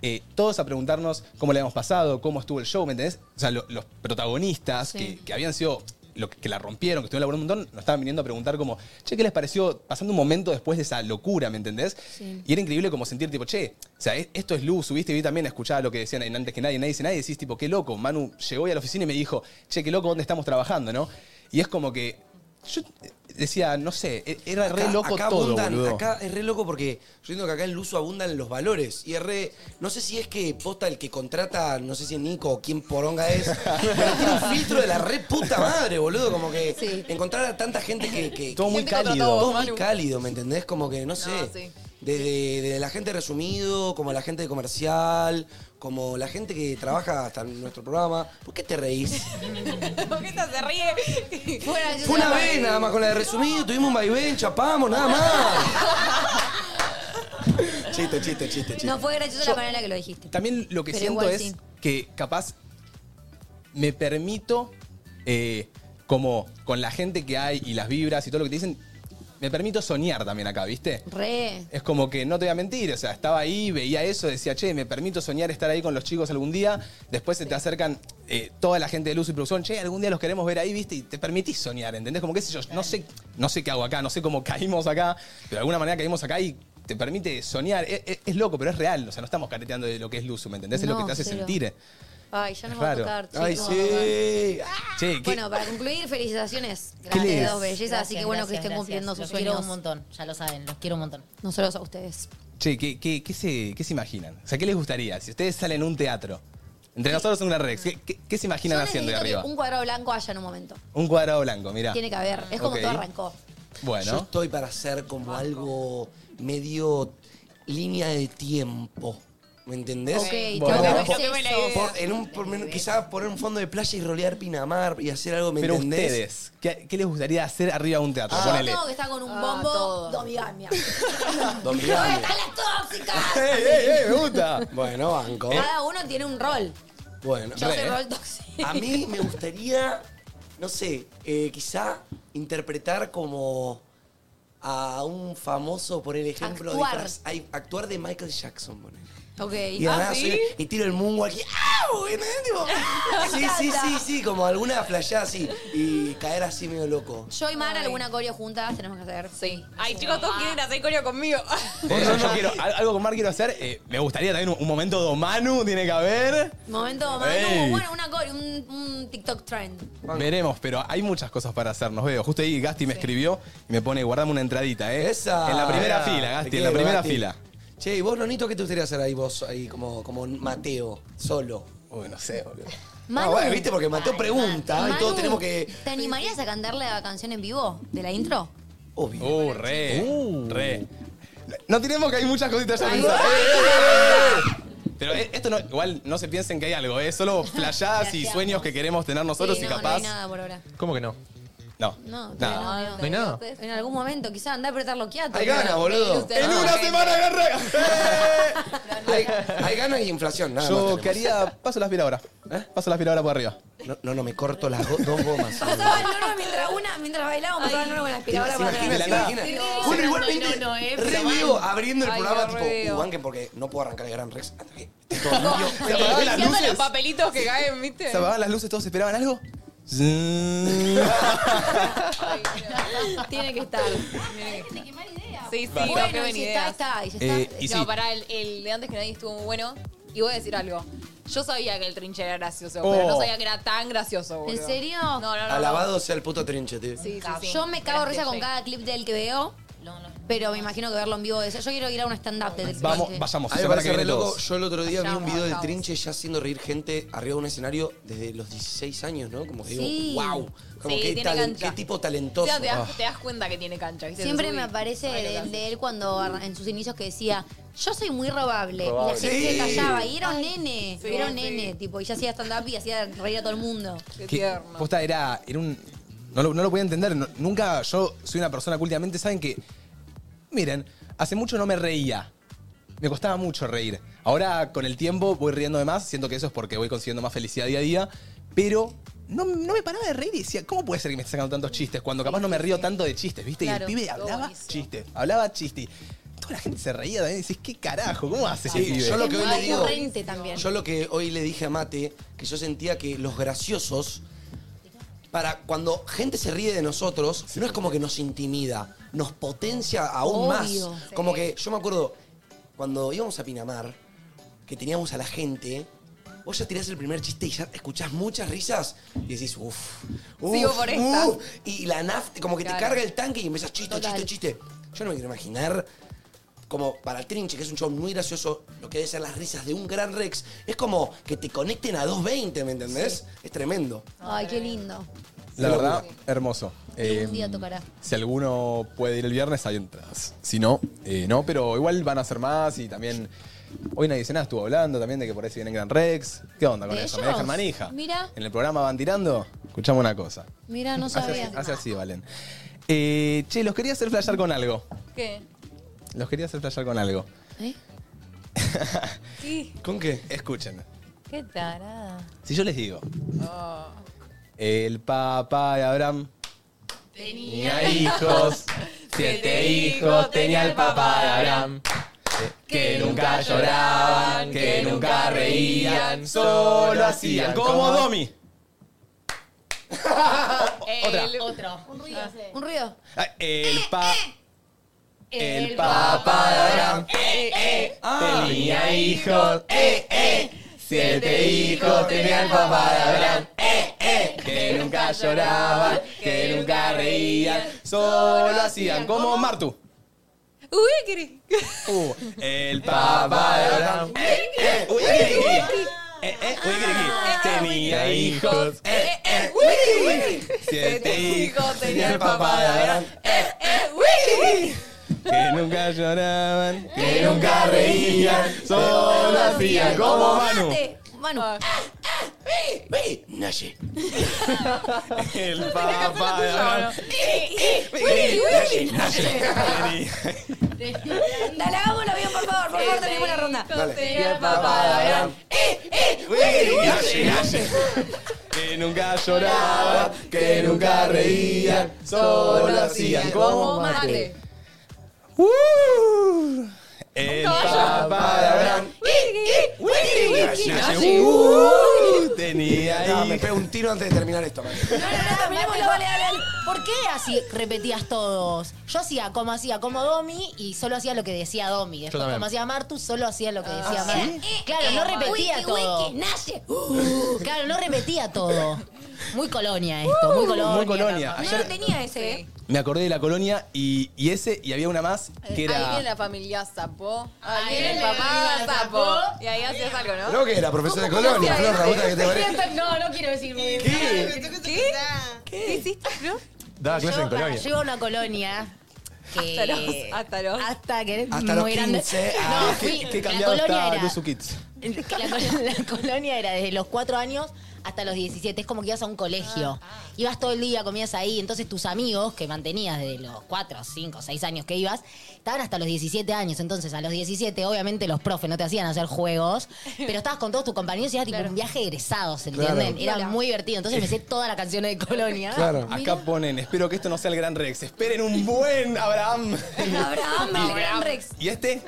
eh, todos a preguntarnos cómo le habíamos pasado, cómo estuvo el show, ¿me entendés? O sea, lo- los protagonistas que, que habían sido lo que, que la rompieron, que estuvieron laburando un montón, nos estaban viniendo a preguntar como, che, ¿qué les pareció pasando un momento después de esa locura, ¿me entendés? Y era increíble como sentir, tipo, che, o sea, e- esto es luz, subiste y vi también, escuchaba lo que decían en antes que nadie, nadie dice nadie, decís, tipo, qué loco, Manu llegó hoy a la oficina y me dijo, che, qué loco, ¿dónde estamos trabajando, no? Y es como que, yo eh, decía, no sé, e- era re Acá- loco acá todo, abundan- boludo. Acá es re loco porque yo entiendo que acá en Luso abundan los valores. Y es re. No sé si es que posta el que contrata, no sé si es Nico o quién poronga *laughs* es, pero tiene un filtro de la re puta madre, boludo. Como que encontrar a tanta gente que. que- todo muy que- cálido. Todo muy cálido, ¿me entendés? Como que, no sé. sí. Desde, desde la gente de resumido, como la gente de comercial, como la gente que trabaja hasta en nuestro programa. ¿Por qué te reís? ¿Por qué esta se ríe? Fuera, yo Fue soy una la vez madre. nada más con la de resumido, tuvimos un vaivén, chapamos, nada más. *laughs* chiste, chiste, chiste, chiste. No fue gracioso la manera en la que lo dijiste. También lo que Pero siento igual es sí. que capaz me permito, eh, como con la gente que hay y las vibras y todo lo que te dicen, me permito soñar también acá, ¿viste? Re. Es como que no te voy a mentir, o sea, estaba ahí, veía eso, decía, che, me permito soñar estar ahí con los chicos algún día. Después se te acercan eh, toda la gente de Luz y Producción, che, algún día los queremos ver ahí, viste, y te permitís soñar, ¿entendés? Como que sé yo, no sé, no sé qué hago acá, no sé cómo caímos acá, pero de alguna manera caímos acá y te permite soñar. Es, es- es loco, pero es real, o sea, no estamos careteando de lo que es Luz, ¿me entendés? es lo No, que te hace cero. sentir. Ay, ya nos Es va a raro. tocar, chicos. Ay, nos va a tocar. sí. Che, ¿qué- Bueno, para concluir, felicitaciones. ¿Qué Grandes les- dos bellezas, así que Gracias, gracias, bueno que estén gracias. cumpliendo Los sus quiero sueños. un montón, ya lo saben, los quiero un montón. Nosotros a ustedes. Che, ¿qué, qué- qué se, qué se imaginan? O sea, ¿qué les gustaría? Si ustedes salen a un teatro, entre nosotros en una Rex, ¿qué, qué- qué se Yo imaginan haciendo ahí necesito que arriba? un Un, cuadrado blanco haya en un momento. cuadrado blanco, mirá. Tiene que haber. Es como Ok. todo arrancó. Yo Bueno, estoy para hacer como algo medio línea de tiempo. ¿Me entendés? Ok, te Bueno. hago Yo tengo la eso. idea. Por- en un, por- quizás poner un fondo de playa y rolear Pinamar y hacer algo, ¿me pero entendés? ustedes, ¿qué, qué les gustaría hacer arriba de un teatro? Yo Ponele. tengo que estar con un Ah, bombo. *laughs* todo. domigamia. Don ¡No Piame. están las *laughs* tóxicas! *laughs* ¡Ey, ey, ey! ¡Me gusta! Bueno, banco. Cada uno tiene un rol. Bueno. Yo Eh, Re, soy ¿eh? rol tóxico. A mí me gustaría, no sé, eh, quizá interpretar como a un famoso, por el ejemplo, Actuar. ah, disfraz- ay, actuar de Michael Jackson, ponele. Ok. Y, de nada soy- y tiro el moonwalk y ¡au! ¿me entendés? *laughs* Tipo, sí, sí, sí, sí, como alguna flasheada así y caer así medio loco. Yo y Mar, alguna coreo juntas tenemos que hacer. Sí. Ay, chicos, Ah. todos quieren hacer coreo conmigo. *laughs* Eh, yo, yo quiero, al- algo con Mar quiero hacer. eh, me gustaría también un, un momento Don Manu, tiene que haber. Momento, Manu. Ey. Bueno, una coreo, un, un TikTok trend. Veremos, pero hay muchas cosas para hacer, nos veo. Justo ahí Gasti me escribió y me pone, guardame una entradita, ¿eh? Esa. En la primera fila, Te Gasti, en quiero, la primera Gasti. fila. Che, ¿y vos, Nonito, qué te gustaría hacer ahí vos, ahí como, como Mateo, solo? Uy, no sé, boludo. Manu. Ah, bueno, viste, porque Mateo pregunta y todos Manu, tenemos que... ¿Te animarías a cantarle la canción en vivo de la intro? Obvio. Uh, re, re. No tenemos que hay muchas cositas ya Ay, pensadas. ¡Eh, eh, eh! Pero eh, esto no, igual no se piensen que hay algo, es *laughs* solo flashadas y Gracias. sueños que queremos tener nosotros Sí, y no, no capaz. hay nada por ahora. ¿Cómo que no? No, No, todavía nada. no, ¿No hay nada? En algún momento, quizás andá a apretarlo quieto. Hay pero- ganas, boludo. En una semana agarré. Hay, hay ganas y inflación, nada más. Yo tenemos. quería. Paso la aspiradora. Paso la aspiradora por arriba. No, no, no, me corto las go- dos gomas. Pasaba el nono mientras, una, mientras bailábamos, pasaba el nono con la aspiradora ¿Se para imagina? ¿Se atrás. imagina? Sí, Bueno, sí, igualmente, no, no, no, eh, re pero veo van. abriendo el Ay, programa lo tipo, reveo. uh, banquen porque no puedo arrancar el Gran Rex hasta que esté todo *laughs* limpio. Se apagaban las Limpiando luces. los papelitos que caen, ¿viste? Se apagaban las luces, todos esperaban *laughs* algo. *laughs* Tiene que estar. Sí, sí, Basta. bueno, Bueno, y si está, está. Y si está. Eh, y no, sí. pará, el, el de antes que nadie estuvo muy bueno. Y voy a decir algo. Yo sabía que el trinche era gracioso, pero Oh. no sabía que era tan gracioso, boludo. ¿En serio? No, no, no. no. Alabado sea el puto trinche, tío. Sí, sí, sí. Yo me cago Gracias, risa con Jay. cada clip del que veo, pero me imagino que verlo en vivo de eso. Yo quiero ir a un stand-up del Vamos, vayamos. A mí me semana que parece re viene loco. todos. Yo el otro día vi un Vamos, video de vamos. Trinche ya haciendo reír gente arriba de un escenario desde los 16 años, ¿no? Como que Sí. digo, wow. Como Sí, qué, tiene talen- cancha. qué tipo O talentoso. sea, te, Ah. das, te das cuenta que tiene cancha, ¿viste? Siempre me Uy, aparece ay, de, lo que de él cuando arran- en sus inicios que decía, yo soy muy robable. Y la Robable. gente Sí. callaba. Y era un nene, Sí, era un sí. nene, tipo, y ya hacía stand-up y hacía reír a todo el mundo. hace. Qué Que tierno. Posta era, era un. No lo, no lo podía entender. no- nunca yo soy una persona que últimamente saben que. Miren, hace mucho no me reía. Me costaba mucho reír. Ahora con el tiempo voy riendo de más. Siento que eso es porque voy consiguiendo más felicidad día a día. Pero no, no me paraba de reír y decía, ¿cómo puede ser que me esté sacando tantos chistes? Cuando capaz no me río tanto de chistes, ¿viste? Claro, y el pibe todo hablaba buenísimo. chistes. Hablaba chistes. y Toda la gente se reía también. Decís, ¿qué carajo? ¿Cómo hace ese Sí, pibe? yo lo Es que hoy muy le digo. ocurrente también. Yo lo que hoy le dije a Mate, que yo sentía que los graciosos, para cuando gente se ríe de nosotros, no es como que nos intimida, nos potencia aún Obvio. más. Como que yo me acuerdo, cuando íbamos a Pinamar, que teníamos a la gente. Vos ya tirás el primer chiste y ya escuchás muchas risas y decís, uff, Sigo por esta. Y la nafta, como que te Claro. carga el tanque y empezás chiste, Total. chiste, chiste. Yo no me quiero imaginar como para el Trinche, que es un show muy gracioso, lo que debe ser las risas de un gran Rex, es como que te conecten a 2.20, ¿me entendés? Es tremendo. Ay, qué lindo. La verdad, hermoso. Algún Eh, día tocará. Si alguno puede ir el viernes, hay entradas. Si no, eh, no, pero igual van a hacer más y también. Hoy nadie dice nada, estuvo hablando también de que por ahí se vienen Gran Rex. ¿Qué onda con ¿De eso? ¿Me ellos? dejan manija? Mira. En el programa van tirando. Escuchamos una cosa. *laughs* Mira, no Hace sabía. así, hace así, Valen. Eh, che, los quería hacer flashear con algo. ¿Qué? Los quería hacer flashear con algo. *laughs* ¿Eh? Sí. ¿Con qué? Escuchen. Qué tarada. Si yo les digo. Oh. El papá de Abraham tenía hijos. Siete hijos tenía el papá de Abraham. Que nunca lloraban, que nunca reían, solo hacían como Domi. Otra. Otro. Un ruido. Ah, El pa. El papá papá de Abraham tenía hijos. eh, eh. Siete hijos tenía el papá de Abraham. eh, eh. Que nunca lloraban, que nunca reían, solo hacían como Martu. Uy, qué Uh, el papá de Abraham. Eh, eh, uy, eh, eh, eh, eh, uy, eh, eh, Tenía hijos. eh, eh, uy, Siete hijos tenía el papá de Abraham. eh, eh, uy, Que nunca lloraban, que nunca reían, solo hacían como Manu. Mate, Manu. Ah. ¡Ve! ¡Naye! El papá de Abraham. Eh, Dale, hagámoslo bien, por favor. Por favor, tenemos una ronda. Dale. el papá de Abraham. eh. Que nunca lloraban, que nunca reían, solo hacían como mate. Uh, el papá de Abraham. Uh, tenía Ah, me hijos. pego un tiro antes de terminar esto, man. No, no, no, terminémoslo, dale, dale, dale. ¿eh? ¿Por qué así repetías todos? Yo hacía como hacía como Domi y solo hacía lo que decía Domi. Después, también. como hacía Martu, solo hacía lo que decía Eh, Martu. eh, Claro, eh, no repetía wiki, todo. wiki, nace. *laughs* Claro, no repetía todo. Muy colonia esto, muy colonia. Muy colonia. No, no Ayer tenía ese, ¿eh? me acordé de la colonia y, y ese, y había una más que Ahí viene era. la familia sapo. Ahí viene el papá sapo. Y ahí hacías algo, ¿no? Creo que era profesor de colonia, Flor, la puta que te parece. No, no quiero decir muy ¿Qué? ¿Qué hiciste, Flor? Daba clase en Colonia. Llego a una colonia que... Hasta los- hasta los- Hasta que eres Hasta los muy grande. 15. No, Ah, fui- que la cambiado colonia está era... Luzu Kids. *laughs* La, col- la colonia era desde los cuatro años hasta los 17. Es como que ibas a un colegio. Ibas todo el día, comías ahí. Entonces tus amigos que mantenías de los 4, 5, 6 años que ibas, estaban hasta los 17 años. Entonces a los 17, obviamente los profes no te hacían hacer juegos, pero estabas con todos tus compañeros y era tipo un viaje de egresados, ¿entienden? Claro. Era muy divertido. Entonces me sé toda la canción de Colonia. Acá ponen, espero que esto no sea el Gran Rex. Esperen *laughs* un buen Abraham. Abraham, el Gran Rex. *laughs* ¿Y este?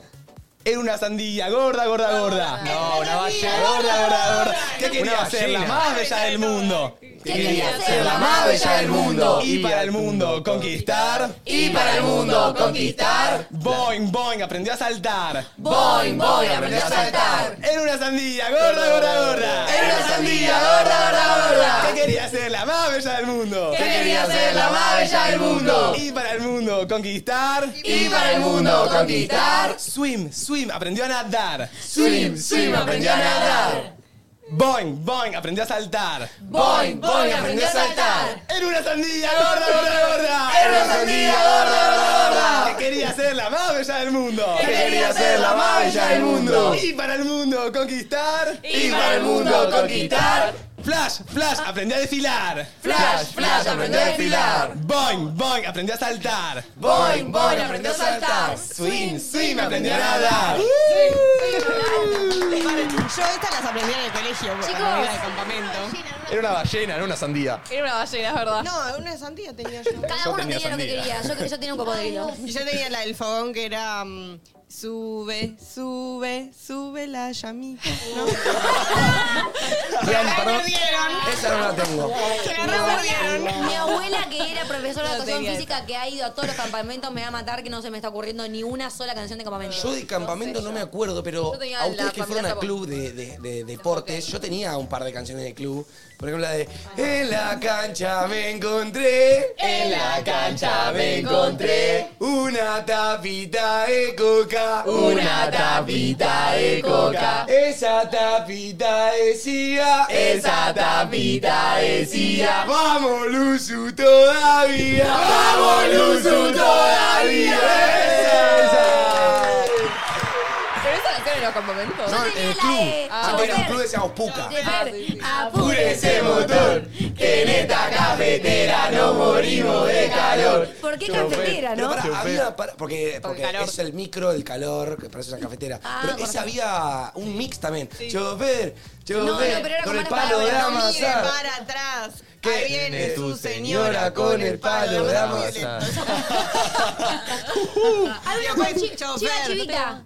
Era una sandía, gorda, gorda, gorda. No, una sandía. valla, gorda, gorda, gorda. ¿Qué Una quería hacer? La ballena. más bella del mundo. ¿Qué quería hacer? La más bella del mundo. Y para el mundo conquistar. Y para el mundo conquistar. Boing, boing, aprendió a saltar. Boing, boing, aprendió a saltar. Era una sandía, gorda, gorda, gorda. Era una sandía, gorda, gorda, gorda. ¿Qué quería hacer? La más bella del mundo. ¿Qué quería hacer? La más bella del mundo. Y para el mundo conquistar. Y para el mundo conquistar. Swim, swim, aprendió a nadar. Swim, swim, aprendió a nadar. Boing, boing, aprendió a saltar. Boing, boing, aprendió a saltar. Era una sandía, gorda, gorda, gorda. Era una sandía, gorda, gorda, gorda. Que quería ser la más bella del mundo. Que quería ser la más bella del mundo. Y para el mundo conquistar. Y para el mundo conquistar. Flash, flash, aprendí a desfilar. Flash, flash, aprendió a desfilar. Boing, boing, aprendí a saltar. Boing, boing, aprendió a saltar. Swim, swim, aprendí a nadar. Yo estas las aprendí en el colegio, por Chicos. la movida de campamento. Era una ballena, era una sandía. Era una ballena, es verdad. No, una sandía tenía yo. Cada uno tenía tenía lo que sandía. quería. Yo, yo tenía un cocodrilo. *laughs* Y Yo tenía la del fogón que era mm, sube, sube, sube la llamita. ¿No? Bien, la perdón. perdieron. Esa no la tengo. Se la reperdieron. Mi abuela, que era profesora de No educación tenía física, que ha ido a todos los campamentos, me va a matar que no se me está ocurriendo ni una sola canción de campamento. Yo de campamento no me acuerdo, pero Yo tenía a la ustedes que fueron familia al club de, de- de deportes, yo tenía un par de canciones de club. Por ejemplo, la de En la cancha me encontré. En la cancha me encontré. Una tapita de coca. Una tapita de coca. Esa tapita decía. Esa tapita decía. Vamos, Luzu, todavía. Vamos, Luzu, todavía. Esa. Pero esa canción en los campamentos. Ah, No, Yo tenía en el la club. de- Ah, Yo en el tenía- club decíamos puca. De ver, pues. Apure ese motor, que en esta cafetera no morimos de calor. ¿Por qué cafetera, Pero no? pará, había, pará, porque, porque calor. es el micro, el calor, que parece una cafetera. Ah, pero con ese había un mix también. Chofer, No, no, chofer, pero era con como el una palo de palabra, Mire amasar. para atrás. Que Ahí viene su señora con el palo de amasar. *laughs* Hay una con chi- chiva chivita.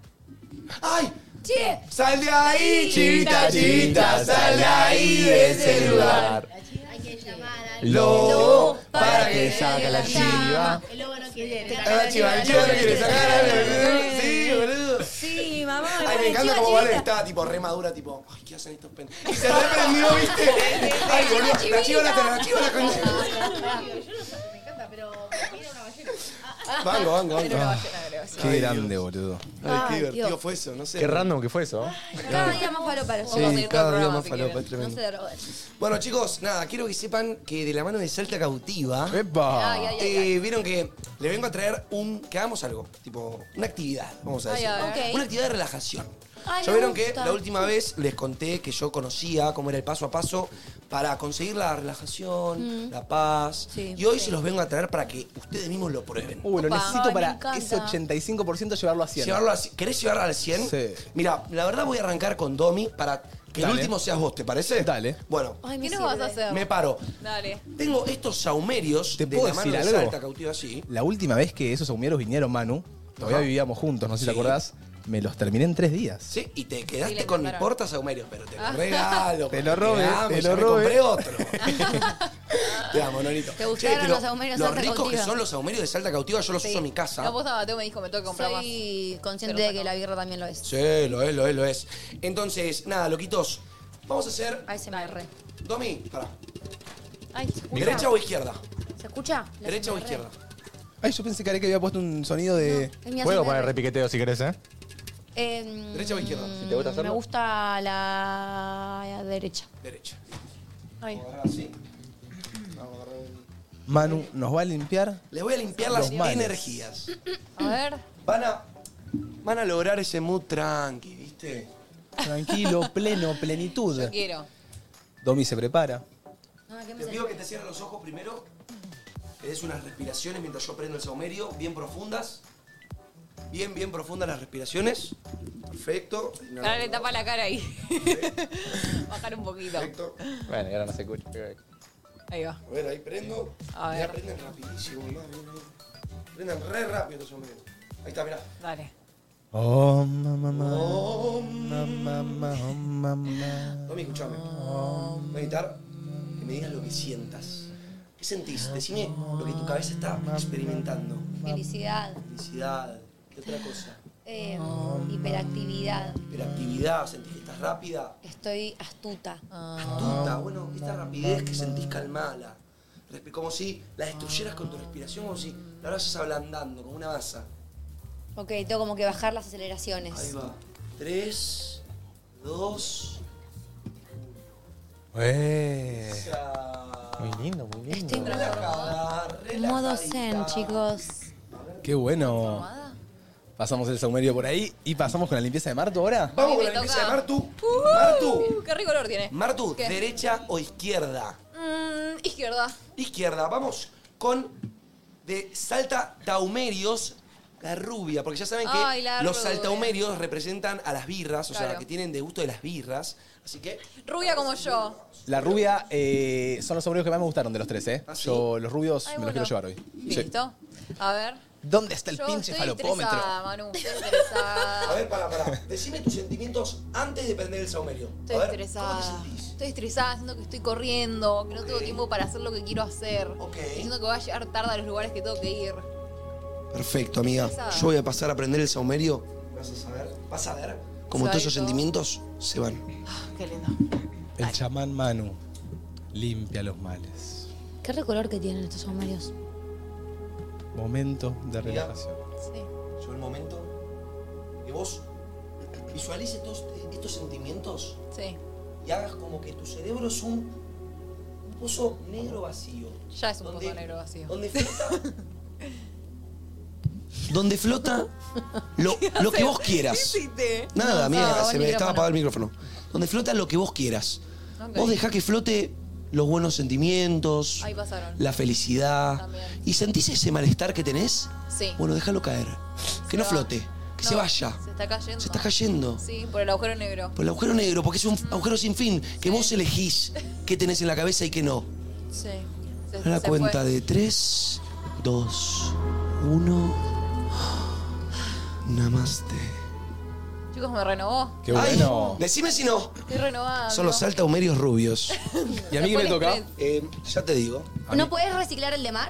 ¡Ay! Che, ¡Sal de ahí, chivita, Chivita, chivita! ¡Sal de ahí de ese lugar! Hay que llamar al Lobo, para que saca la chiva. chiva. El lobo no quiere. La chiva, el chivo no quiere sacar a la- Sí, boludo. sí, mamá. Ay, me ponen encanta chiva como Valen chivita. estaba tipo re madura, tipo, ay, ¿qué hacen estos pendejos? Y se reprendió, *laughs* *laughs* ¿viste? Ay, boludo, la chiva la la chiva la concha. *laughs* Vango, vango, vango. Qué grande, boludo. Ay, qué divertido Dios. fue eso, no sé. Qué random que fue eso. Cada día más falóparos. Sí, cada día más falopa, es No se tremendo. deroguen. Bueno, chicos, nada, quiero que sepan que de la mano de Salta Cautiva, ¡Epa! Ay, ay, ay, ay. eh, vieron que le vengo a traer un, que hagamos algo, tipo, una actividad, vamos a Ay, decir. ver. a Ok. Una actividad de relajación. Ay, ya me vieron que gusta. la última vez les conté que yo conocía cómo era el paso a paso para conseguir la Mm. relajación, la paz. Sí. y hoy se los vengo a traer para que ustedes mismos lo prueben. Uy, lo Opa. necesito Ay, me para encanta. ese 85% llevarlo a 100. Llevarlo al ci- ¿Querés llevar al 100? Sí. Mira, la verdad voy a arrancar con Domi para que Dale. el último seas vos, ¿te parece? Dale. Bueno, Ay, me ¿Qué nos sirve. vas a hacer? me paro. Dale. Tengo estos saumerios ¿Te de puedo la mano decir de algo? Salta Cautiva así. La última vez que esos saumieros vinieron, Manu, todavía Ajá. vivíamos juntos, no sé si Sí. te acordás, me los terminé en tres días. Sí, y te quedaste Y le con mi compraron. porta saumerios, pero te lo Ah. *laughs* regalo. Te lo porque robé, amo y te ya lo me robé. compré *laughs* otro. te amo, Norito. ¿Te gustaron pero los saumerios de Los Salta ricos Cautiva? que son los saumerios de Salta Cautiva, yo los uso en mi casa. No, vos a Mateo me dijo, me tengo que comprar más. Soy consciente de que la birra también lo es. Sí, lo es, lo es, lo es. Entonces, nada, loquitos. Vamos a hacer. Ay, se me re. Domi, pará. Ay, ¿se escucha? ¿Derecha o izquierda? ¿Se escucha? La ¿Derecha o ASMR. izquierda? Ay, yo pensé que Areca había puesto un sonido de. Es mi Puedo ASMR. poner repiqueteo si querés, ¿eh? Eh, ¿Derecha o izquierda? mm, Si te gusta hacerlo. Me gusta la, la derecha. Derecha. Ay. Vamos a agarrar así. Manu, ¿nos va a limpiar? Les voy a limpiar Los las males. energías. A ver. Van a, van a lograr ese mood tranqui, ¿viste? *laughs* Tranquilo, pleno, plenitud. Quiero. Domi se prepara. Te pido que te cierres los ojos primero, que des unas respiraciones mientras yo prendo el saumerio, bien profundas. Bien, bien profundas las respiraciones. Perfecto. Inhalando. Ahora le tapa la cara ahí. Bajar un poquito. Bueno, y ahora no se escucha. Ahí va. A ver, ahí prendo. A ver. Ya prenden rapidísimo, madre mía. Prenden re rápido los sombreros. Ahí está, mirá. Dale. Oh, mamá. Tommy, escuchame. Voy a gritar que me digas lo que sientas. ¿Qué sentís? Decime lo que tu cabeza está experimentando. Felicidad, Felicidad, ¿qué otra cosa? eh, hiperactividad. Hiperactividad, sentís que estás rápida, Estoy astuta. Ah. astuta. Bueno, esta rapidez que sentís calmala. Respi- Como si la destruyeras con tu respiración, como si la vayas ablandando, como una masa. Ok, tengo como que bajar las aceleraciones. Ahí va. Tres, dos. Eh. Muy lindo, muy lindo. Estoy en Relajada, modo relajadita. zen, chicos. Qué bueno. Pasamos el saumerio por ahí y pasamos con la limpieza de Marto ahora. Vamos A mí con me la limpieza de toca. Martu. Uh, Martu. ¡Qué rico olor tiene! Martu, ¿Qué? ¿derecha o izquierda? Mm, izquierda. Izquierda. Vamos con de Salta Taumerios. La rubia, porque ya saben que Ay, la los rubia. saltaumerios representan a las birras, o sea, Claro. que tienen de gusto de las birras. Así que, Rubia como yo. La rubia eh, son los sombreros que más me gustaron de los tres, ¿eh? ¿Ah, sí? Yo los rubios Ay, me bueno. los quiero llevar hoy. Sí. Listo. A ver. ¿Dónde está el yo pinche estoy falopómetro? interesada, Manu. Estoy a interesada. ver, para, para. Decime tus sentimientos antes de prender el saumerio. Estoy a ver, estresada. ¿Cómo te sentís? Estoy estresada, siento que estoy corriendo, que no tengo Ok. tiempo para hacer lo que quiero hacer. Ok. Siento que voy a llegar tarde a los lugares que tengo que ir. Perfecto, amiga. Estresada. Yo voy a pasar a prender el saumerio. Vas a saber. Vas a ver cómo Se va todos a ir esos todo. sentimientos se van. Qué lindo. El chamán Manu limpia los males. Qué recolor que tienen estos somarios. Momento de Mira. relajación. Sí. Llegó el momento que vos visualices todos estos sentimientos Sí. y hagas como que tu cerebro es un, un pozo negro vacío. Ya es un pozo negro vacío. Donde flota. donde flota *laughs* lo, lo que vos quieras. ¿eh? Nada, mierda, apagó se el me micrófono. estaba apagado el micrófono. Donde flota lo que vos quieras. Ok. Vos dejá que flote los buenos sentimientos, *laughs* Ahí pasaron. la felicidad. También. ¿Y sentís ese malestar que tenés? Sí. Bueno, déjalo caer. Que Se no va. flote, que se No, vaya. Se está cayendo. Se está cayendo. Sí, por el agujero negro. Por el agujero negro, porque es un agujero sin fin, que vos elegís qué tenés en la cabeza y qué no. Sí. Se, A la se cuenta fue. de 3, 2, 1. Namaste. Chicos, me renovó. Qué Ay, bueno. decime si no. Estoy renovada. Son los saltahumerios rubios. ¿Y a mí qué me pones toca? tres. Eh, ya te digo. A ¿No mí- puedes reciclar el de mar?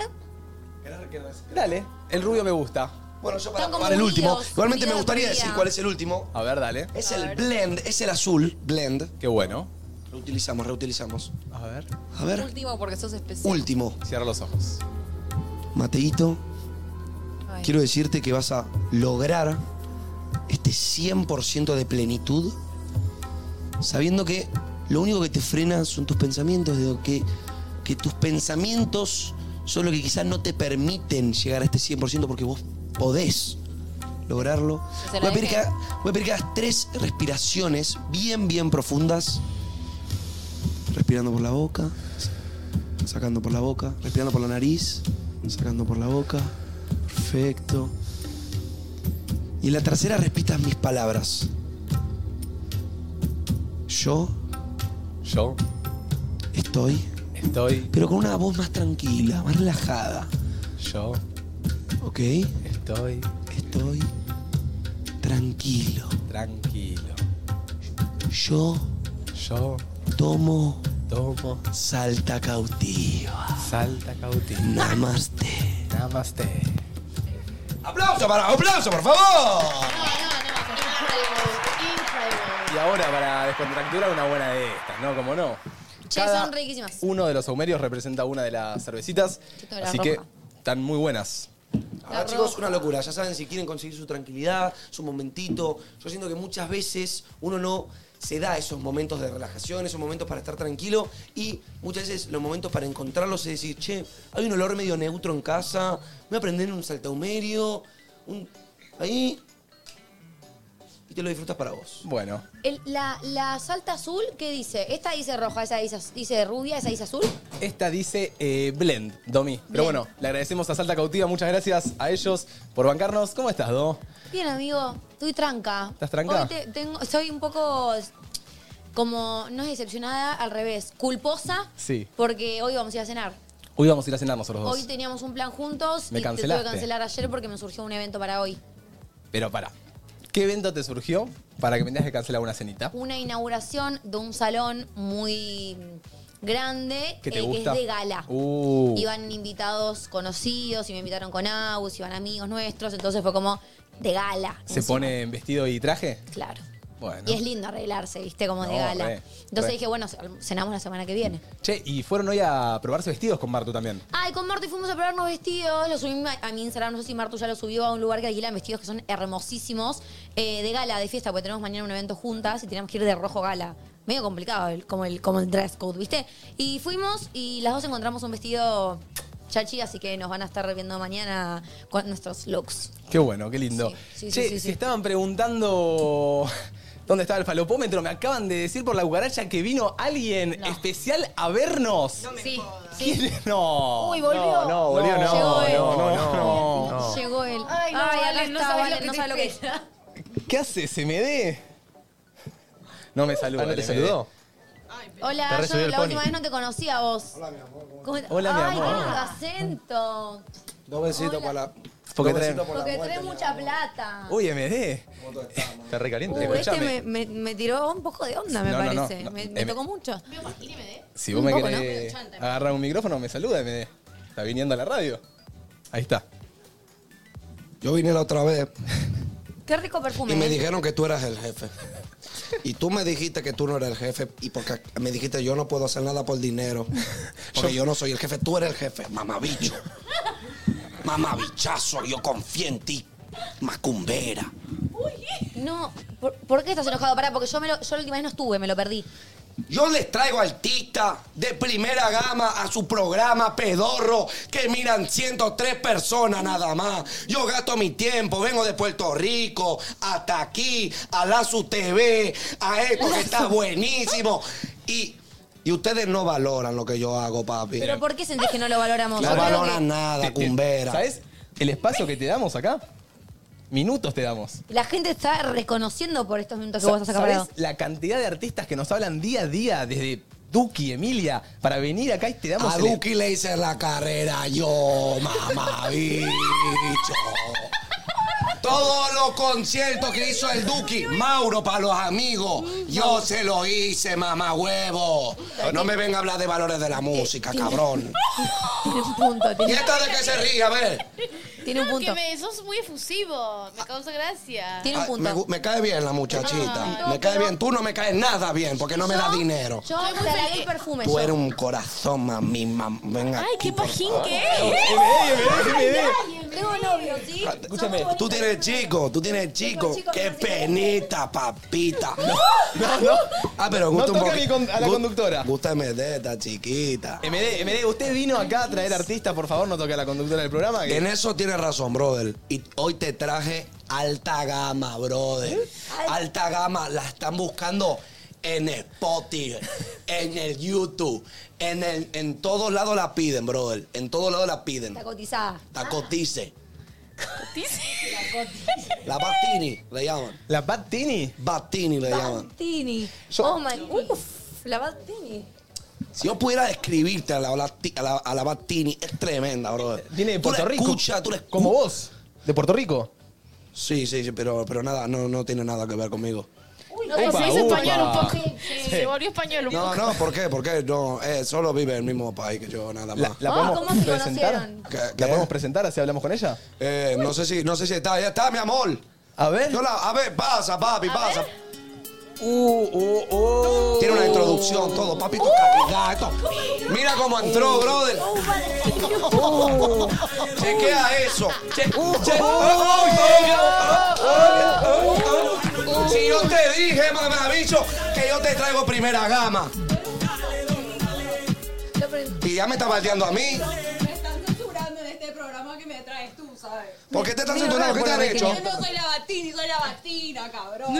Dale, el rubio me gusta. Bueno, yo para, Están como para el último. unidos, Igualmente me unidos gustaría por vida. decir cuál es el último. A ver, dale. Es A el ver. blend, es el azul, blend. Qué bueno. Reutilizamos, reutilizamos. A ver. A ver, Último porque sos especial. último. Cierra los ojos. Mateito, Ay. quiero decirte que vas a lograr este 100% de plenitud sabiendo que lo único que te frena son tus pensamientos, de que, que tus pensamientos son lo que quizás no te permiten llegar a este 100% porque vos podés lograrlo. Se la Voy a, pedir que, dejé. ha- voy a pedir que hagas tres respiraciones bien, bien profundas. Respirando por la boca, sacando por la boca, respirando por la nariz, sacando por la boca. Perfecto. Y en la tercera repitas mis palabras. Yo Yo estoy, estoy. pero con una voz más tranquila, más relajada. Yo ¿Ok? estoy Estoy tranquilo. tranquilo. Yo Yo tomo tomo salta cautiva. salta cautiva. Namaste. Namaste. ¡Aplauso para, aplauso, por favor! ¡Oh! Y ahora para descontracturar una buena de estas, ¿no? Como no. Che, son riquísimas. Uno de los saumerios representa una de las cervecitas. Yo tengo la Así que roja. están muy buenas. Ahora, chicos, una locura. Ya saben, si quieren conseguir su tranquilidad, su momentito. Yo siento que muchas veces uno no se da esos momentos de relajación, esos momentos para estar tranquilo. Y muchas veces los momentos para encontrarlos es decir, che, hay un olor medio neutro en casa, me voy a prender un saltaumerio, un. ahí. Y y te lo disfrutas para vos. Bueno. El- la, la salta azul, ¿qué dice? Esta dice roja, esa dice, dice rubia, esa dice azul. Esta dice eh, Blend, Domi. Pero bueno, le agradecemos a Salta Cautiva. Muchas gracias a ellos por bancarnos. ¿Cómo estás, Do? Bien, amigo, estoy tranca. ¿Estás tranca? Hoy te- tengo, estoy un poco como, no es decepcionada, al revés, culposa Sí. porque hoy vamos a ir a cenar. Hoy vamos a ir a cenar nosotros dos. Hoy teníamos un plan juntos Me y te tuve cancelaste. que cancelar ayer porque me surgió un evento para hoy. Pero para. ¿Qué evento te surgió para que me tengas que cancelar una cenita? Una inauguración de un salón muy grande ¿Qué te eh, gusta? que es de gala. Uh. Iban invitados conocidos y me invitaron con Agus, iban amigos nuestros, entonces fue como de gala. ¿Se encima. pone en vestido y traje? Claro. Bueno. Y es lindo arreglarse, viste, como de No, gala. re, Entonces re. dije, bueno, cenamos la semana que viene. Che, y fueron hoy a probarse vestidos con Martu también. Ay, con Martu fuimos a probarnos vestidos, los subimos a mi Instagram, no sé si Martu ya lo subió a un lugar que alquilan vestidos que son hermosísimos, eh, de gala, de fiesta, porque tenemos mañana un evento juntas y tenemos que ir de rojo gala. Medio complicado, el- como, el, como el dress code, ¿viste? Y fuimos y las dos encontramos un vestido chachi, así que nos van a estar viendo mañana con nuestros looks. Qué bueno, qué lindo. Sí, sí, che, sí, sí, si sí. estaban preguntando *laughs* dónde estaba el falopómetro, me acaban de decir por la cucaracha que vino alguien especial a vernos. sí, *laughs* ¿Quién es? No. Uy, volvió. No, no, volvió, Llegó no. No, él. no, no. Llegó él. Ay, no, acá Valen, no está, sabes Valen, lo que no te sabe lo que es. ¿Qué hace? ¿Se me dé? No me saluda. Ah, ¿no te LMD. saludó? Te Hola, re yo la subió el pony. última vez no te conocí a vos. Hola, mi amor. Hola, mi amor. Ay, qué lindo acento. Dos besitos para la. Porque dos traen- besitos por la Porque muerte, tenés mi mucha amor. plata. Uy, MD. ¿Cómo todo está, amor? Está recaliente. Uh, este escuchame. me, me- me tiró un poco de onda, me No, no, no, parece. no. Me, me Eh, me- tocó mucho. Si vos Un me poco, querés agarrar un micrófono, me saluda, MD. Está viniendo a la radio. Ahí está. Yo vine la otra vez Qué rico perfume. y me ¿eh? dijeron que tú eras el jefe. Y tú me dijiste que tú no eras el jefe y porque me dijiste yo no puedo hacer nada por dinero. Porque yo, no soy el jefe, tú eres el jefe. Mamabicho. Mamabichazo, yo confío en ti. Macumbera. No, ¿por, por qué estás enojado? Pará, porque yo, me lo- yo la última vez no estuve, me lo perdí. Yo les traigo artistas de primera gama a su programa pedorro que miran 103 personas nada más. Yo gasto mi tiempo, vengo de Puerto Rico hasta aquí, a Lazo TV, a esto que está buenísimo. Y, y ustedes no valoran lo que yo hago, papi. Pero ¿por qué sentís que no lo valoramos? No Yo creo valoran que Te- nada, te- cumbera. ¿Sabés el espacio que te damos acá? Minutos te damos. La gente está reconociendo por estos minutos que vos has ¿Sabés acaparado. la cantidad de artistas que nos hablan día a día desde Duki, Emilia, para venir acá y te damos A el- Duki le hice la carrera yo, mamabicho. Todos los conciertos que hizo el Duki, Mauro para los amigos, yo se lo hice, mamá huevo. No me venga a hablar de valores de la música, cabrón. Tiene un punto, ¿Y tiene, esta de que se ríe? A ver. *laughs* tiene un punto. Que me, sos muy efusivo, me causa gracia. Tiene un Ah, me, punto. gu- me cae bien la muchachita. Ay, Me cae bien. Tú no me caes nada bien porque no me das dinero. Yo te halagué el perfume. Tú yo. eres un corazón, mami. mam- Venga. Ay, qué pajín que Tengo novio, ¿sí? Escúchame. Ah, Tú tienes chico, tú tienes chico. chico, Qué pero sí. penita, papita. *laughs* No, no. Ah, pero No gusta un toca poqui- ni con- a la gu- conductora. Gusta de esta chiquita. MD, MD, usted vino acá a traer artistas, por favor, no toque a la conductora del programa. que- En eso tienes razón, brother. Y hoy te traje alta gama, ¿Eh? brother. Alta gama, la están buscando en Spotify, en el YouTube, en, el, en todos lados la piden, brother. En todos lados la piden. Ah. Está cotizada. La cotice. La Batini, le llaman. La Pat Tini. Batini le llaman. Battini. Yo- Oh my. Uf, la Battini. Si yo pudiera describirte a la, a la- a la- a la Battini, es tremenda, brother. Viene de Tú la Puerto Rico. escuchas, tú la escu- Como vos. De Puerto Rico. Sí, sí, sí, pero, pero nada, no, no tiene nada que ver conmigo. No, se hizo upa. español un poco. Se volvió español un No, poco. no, ¿por qué? ¿Por qué? No, eh, solo vive en el mismo país que yo, nada ¿La, más. la Ah, podemos ¿cómo se presentar? conocieron? ¿Qué- qué? ¿La podemos presentar así hablamos con ella? Eh, no sé si, no sé si está, ya está, mi amor. A ver. Yo la- a ver, pasa, papi, pasa. Uh, uh, uh. Tiene una introducción, todo, papi, Uh. tu calidad, esto. Mira cómo entró, brother. Chequea eso. Che- che- Oh, yeah. Oh, yeah. Oh, yeah. Si yo te dije, mamabicho, que yo te traigo primera gama. Y ya me está baldeando a mí. Me están censurando en este programa que me traes tú, sabe. ¿Por qué te estás entonando? ¿Qué te han hecho? Yo no soy la Batini, soy la Batina, cabrón.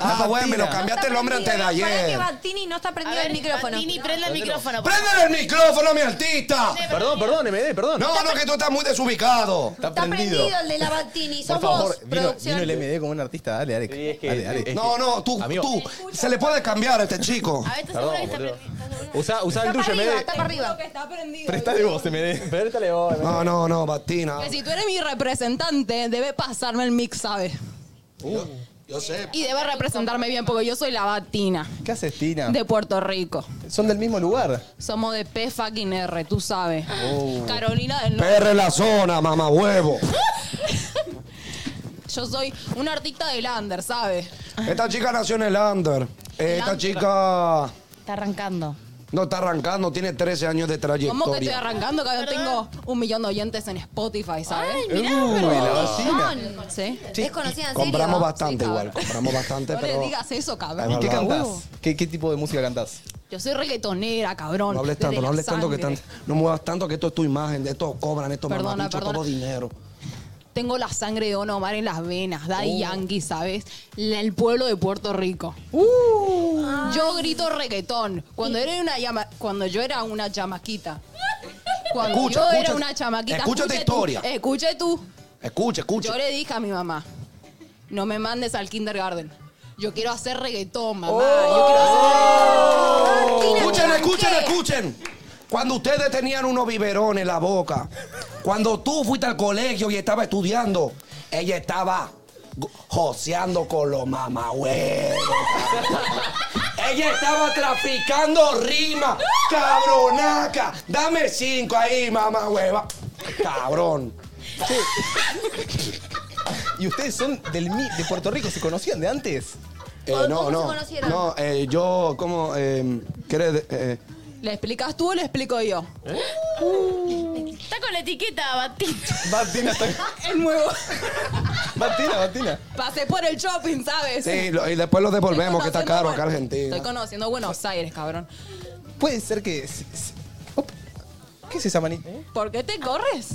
Ah, bueno, me lo cambiaste el nombre Ah, antes de Pará que ayer. Battini no está prendido el micrófono. Batini, prende el micrófono. por ¡Prendele el micrófono, mi artista! Perdón, perdón, MD, perdón. No, no, que tú estás muy desubicado. Está Está prendido. prendido el de la Battini. Sos Por favor, vos, vino, producción. vino el MD como un artista. Dale, Alex. Sí, es que- Dale, Alex. es- No, no, tú, Amigo. tú. Se le puede cambiar a este chico. A ver, ¿estás seguro Perdón, que está boludo. perdido? ¿Estás seguro? Usa, usa el Está tuyo, para arriba, está MD. para arriba. que está prendido. Prestale vos, MD. Pértale vos. eh. MD. No, no, no, Batina. Que si tú eres mi representante, debe pasarme el mix, ¿sabes? Yo, yo sé. Y debe representarme bien, porque yo soy la Batina ¿Qué haces, Tina? de Puerto Rico. Son del mismo lugar. Somos de P fucking R, tú sabes. Carolina del Norte. Perre en la zona, Uh. mamá huevo. Yo soy una artista de Lander, ¿sabes? Esta chica nació en el under. Esta chica Está arrancando. no está arrancando, tiene 13 años de ¿Cómo que estoy trayectoria. arrancando? Que yo tengo un millón de oyentes en Spotify, ¿sabes? Uy, la vecina. ¿Sí? ¿Es conocida en serio? Compramos bastante igual, compramos bastante, *laughs* No le pero digas eso, Es ¿Y cabrón. qué verdad. cantás? ¿Qué, ¿Qué tipo de música cantás? Yo soy reggaetonera, cabrón. no hables desde tanto, no la hables tanto que sangre. tan, no muevas tanto que esto es tu imagen, de esto cobran, estos Perdona, mamabichos, perdona. todo dinero. Tengo la sangre de Don Omar en las venas, Oh. Daddy Yankee, ¿sabes? La- el pueblo de Puerto Rico. Uh. Yo grito reggaetón. Cuando, era una llama- cuando yo era una chamaquita. Cuando Escucha, yo escucha. era una chamaquita. Escucha tu escuche tú, historia. escuche tú. Escucha, escucha. Yo le dije a mi mamá, no me mandes al kindergarten. Yo quiero hacer reggaetón, mamá. Yo quiero Oh. hacer reggaetón. Oh, Escuchen, ¿por escuchen, qué? escuchen. Cuando ustedes tenían unos biberones en la boca, cuando tú fuiste al colegio y estaba estudiando, ella estaba go- joseando con los mamahuevos. ella estaba traficando rima, cabronaca. Dame cinco ahí, mamahueva. Cabrón. ¿Y ustedes son del, mi- de Puerto Rico? ¿Se conocían de antes? Eh, ¿Cómo no, se no. conocieron? No, eh, yo, ¿cómo? Eh, ¿Querés? eh, ¿Le explicas tú o le explico yo? ¿Eh? Está con la etiqueta, Batini. Batina, *laughs* está... *laughs* El nuevo. Batina, Batina. Pasé por el shopping, ¿sabes? sí, lo- y después lo devolvemos, que está Estoy caro conociendo acá en Buen- Argentina. Estoy conociendo Buenos Aires, cabrón. Puede ser que. s- s- op. ¿Qué es esa manita? ¿Por qué te corres?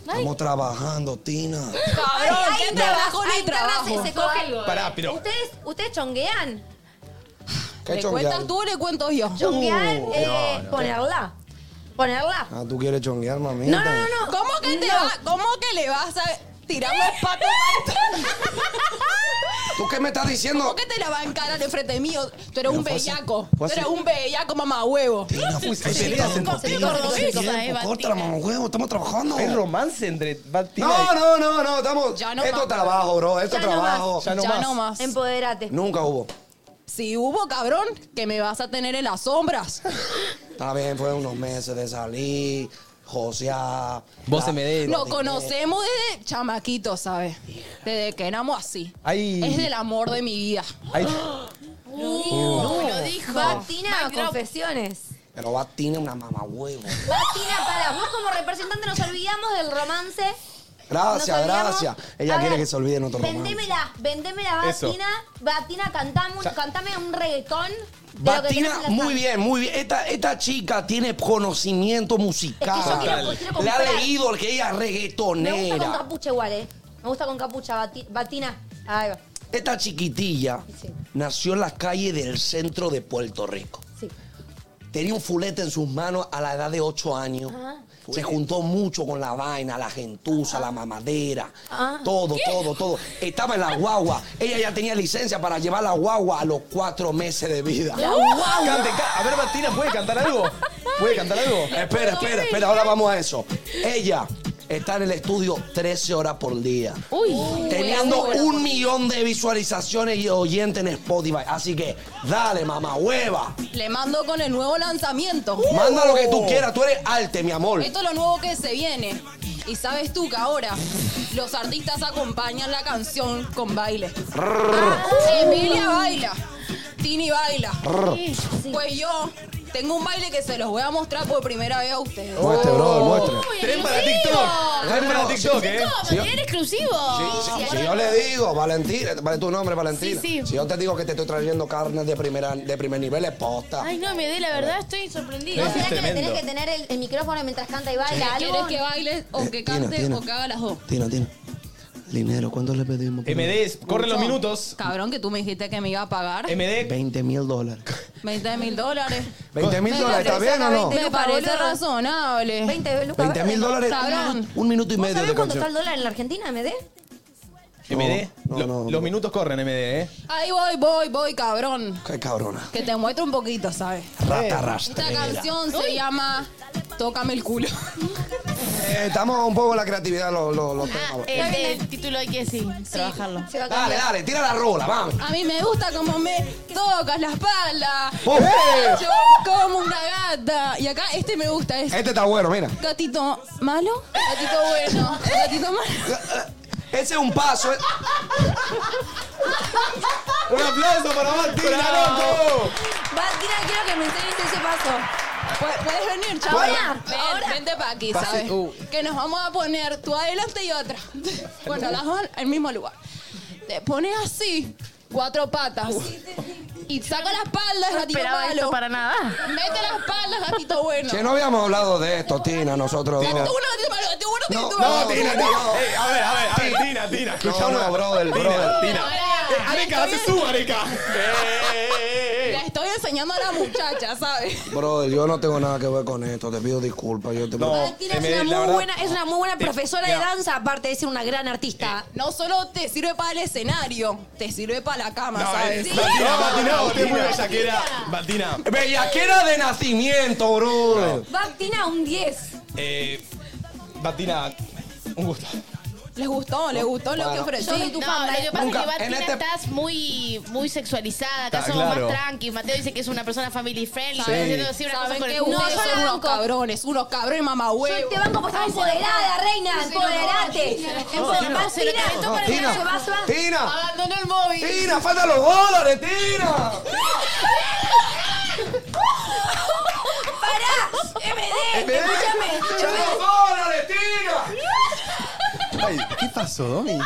Estamos trabajando, Tina. Cabrón, Ahí ¿qué interna- trabajo ahí ni interna trabajo? se- se coge. Pará, pero. ¿Ustedes, ustedes chonguean? ¿Qué ¿Le chonguear? cuentas tú o le cuento yo? ¿Chonguean? eh, Ponerla. Ponerla. Ah, tú quieres chonguear, mamita. No, no, no, no. ¿Cómo que te No. va- ¿Cómo que le vas a tirar los patos a esta- ¿Tú qué me estás diciendo? ¿Cómo que te la va a encarar enfrente mío? Tú eres un fue así- bellaco. fue Tú eres así. un bellaco, mamá huevo. Tina, fue hay peleas en tiempo, Tina, Tina, Tina, hace Tina, tiempo, Córtala, mamá, huevo, estamos trabajando. Hay romance entre Batina No, no, no, no, estamos. Ya no esto más. es trabajo, bro, esto Ya es no trabajo. Ya no ya más. no más. Empoderate. Nunca hubo. Si hubo, cabrón, que me vas a tener en las sombras. Está bien, fue unos meses de salir, josear. Vos MD. Nos conocemos desde chamaquito, ¿sabes? Desde que éramos así. Ay. Es del amor de mi vida. Hay- Lo dijo. Batina, Mic drop. Uh, confesiones. Pero va Tina una mamá huevo. Batina, para. Vos como representante nos olvidamos del romance. Gracias, Nos olvidamos- gracias. Ella A quiere ver, que se olvide en otro romance. Vendémela, vendémela, Eso. Batina. Batina, cantame, un- Ya. cantame un reggaetón. de lo que tenés en Batina, la muy sangre. bien, muy bien. Esta, esta chica tiene conocimiento musical. Es que yo quiero- quiero Le ha comprar. leído el que ella es Me gusta con reggaetonera. capucha igual, ¿eh? Me gusta con capucha, Bati- Batina. Ahí va. Esta chiquitilla Sí. nació en las calles del centro de Puerto Rico. Sí. Tenía un fulete en sus manos a la edad de 8 años. Ah. Se juntó mucho con la vaina, la gentuza, la mamadera, Ah. todo, todo, todo. Estaba en la guagua. Ella ya tenía licencia para llevar la guagua a los cuatro meses de vida. Cante, ca- A ver, Batina, ¿puede cantar algo? ¿Puede cantar algo? Espera, espera, espera, ahora vamos a eso. Ella está en el estudio 13 horas por día. Teniendo un millón de visualizaciones y oyentes en Spotify. Así que, dale, mamá hueva. Le mando con el nuevo lanzamiento. ¡Uh! ¡Oh! Manda lo que Oh. tú quieras, tú eres arte, mi amor. Esto es lo nuevo que se viene. Y sabes tú que ahora los artistas acompañan la canción con baile. Ah. Emilia baila. Tini baila. Pues yo Tengo un baile que se los voy a mostrar por primera vez a ustedes. ¡Oh! Muestre, bro, muestre. Tren para TikTok. Tren para TikTok, eh. Sí. ¡Material exclusivo! Si, si yo le digo, Valentina, vale tu nombre, Valentina. Sí, sí. Si yo te digo que te estoy trayendo carne de, primera, de primer nivel, es posta. Ay, no, me dé la verdad, estoy sorprendida. ¿No será que le tremendo. tenés que tener el, el micrófono mientras canta y baila ¿Quieres algo? que baile Eh, o que Tina, cante Tina. o que haga las dos? Tino, Tino. Dinero, ¿cuánto le pedimos? MD, corren los minutos. Cabrón, que tú me dijiste que me iba a pagar MD, 20 mil dólares. 20 mil dólares. 20 mil dólares, ¿está bien o no? Me parece razonable. 20 lucas. 20 mil dólares, Cabrón. un minuto y ¿Vos medio sabés de cuánto está el canción. dólar en la Argentina, MD? MD. no, Lo- no, no. Los minutos corren, MD, eh. Ahí voy, voy, voy, cabrón. Qué cabrona. Que te muestro un poquito, ¿sabes? Rata Esta rastrera. canción se llama Tócame el culo. Eh, estamos un poco en la creatividad los los- los temas. Ah, eh, bro. el, el título hay que sí, trabajarlo. Se va a Dale, cambiar. dale, tira la rola, vamos. A mí me gusta como me tocas la espalda. ¡Oh! Yo como una gata. Y acá este me gusta, es Este está bueno, mira. gatito malo, gatito bueno, gatito malo. Ese es un paso. eh. Un aplauso para Martina, loco. Ah, Martina, quiero que me enseñes ese paso. Pu- Puedes venir, chaval. Ahora, Ven, ahora. Vente para aquí, ¿sabes? Uh. Que nos vamos a poner tú adelante y *laughs* otra. Bueno, las dos al mismo lugar. Te pones así, cuatro patas. Uh. Y saca la espalda, No gatito esperaba esto malo. para nada. Mete la espalda, gatito bueno. Che, no habíamos hablado de esto, Tina, nosotros Gatito dos. bueno, gatito malo, gatito bueno, No, gatito no, malo. Tina, Tina. Ey, a ver, a ver, a ver, Tina, Tina. No, no, brother, brother. Eh, Areca, hace su Areca. La estoy enseñando a la muchacha, *laughs* ¿sabes? Brother, yo no tengo nada que ver con esto, te pido disculpas. Yo te No. Martina es MD, una, la muy verdad- buena, es una muy buena profesora de mira. danza, aparte de ser una gran artista. Eh, No solo te sirve para el escenario, te sirve para la cama, No, ¿sabes? es- Sí. Martina, Martina, usted es muy bellaquera. Martina, Bellaquera de nacimiento, brother. Martina, un 10. eh, Martina, un gusto. ¿Les gustó? ¿Les gustó lo que ofrecí? Yo soy tu ¿eh? No, fan, lo que pasa Nunca, es que Martina en este- estás muy, muy sexualizada, acá Ah, somos claro. más tranqui. Mateo dice que es una persona family friendly. Sí. diciendo así una cosa ¿Saben con qué? el culo. Ustedes No, yo son la unos banco. cabrones, unos cabrones Yo mamahuevos. te banco porque estás empoderada, reina. Empoderate. Empoderate. se lo calentó Martina, para Martina, Tina, se va, se va. Tina, Abandonó el móvil. Tina, faltan los dólares, Tina. ¡Pará! Eh, ¡MD! Ve, ¡Escúchame! faltan los dólares, Tina. Ay, ¿qué pasó, Domi?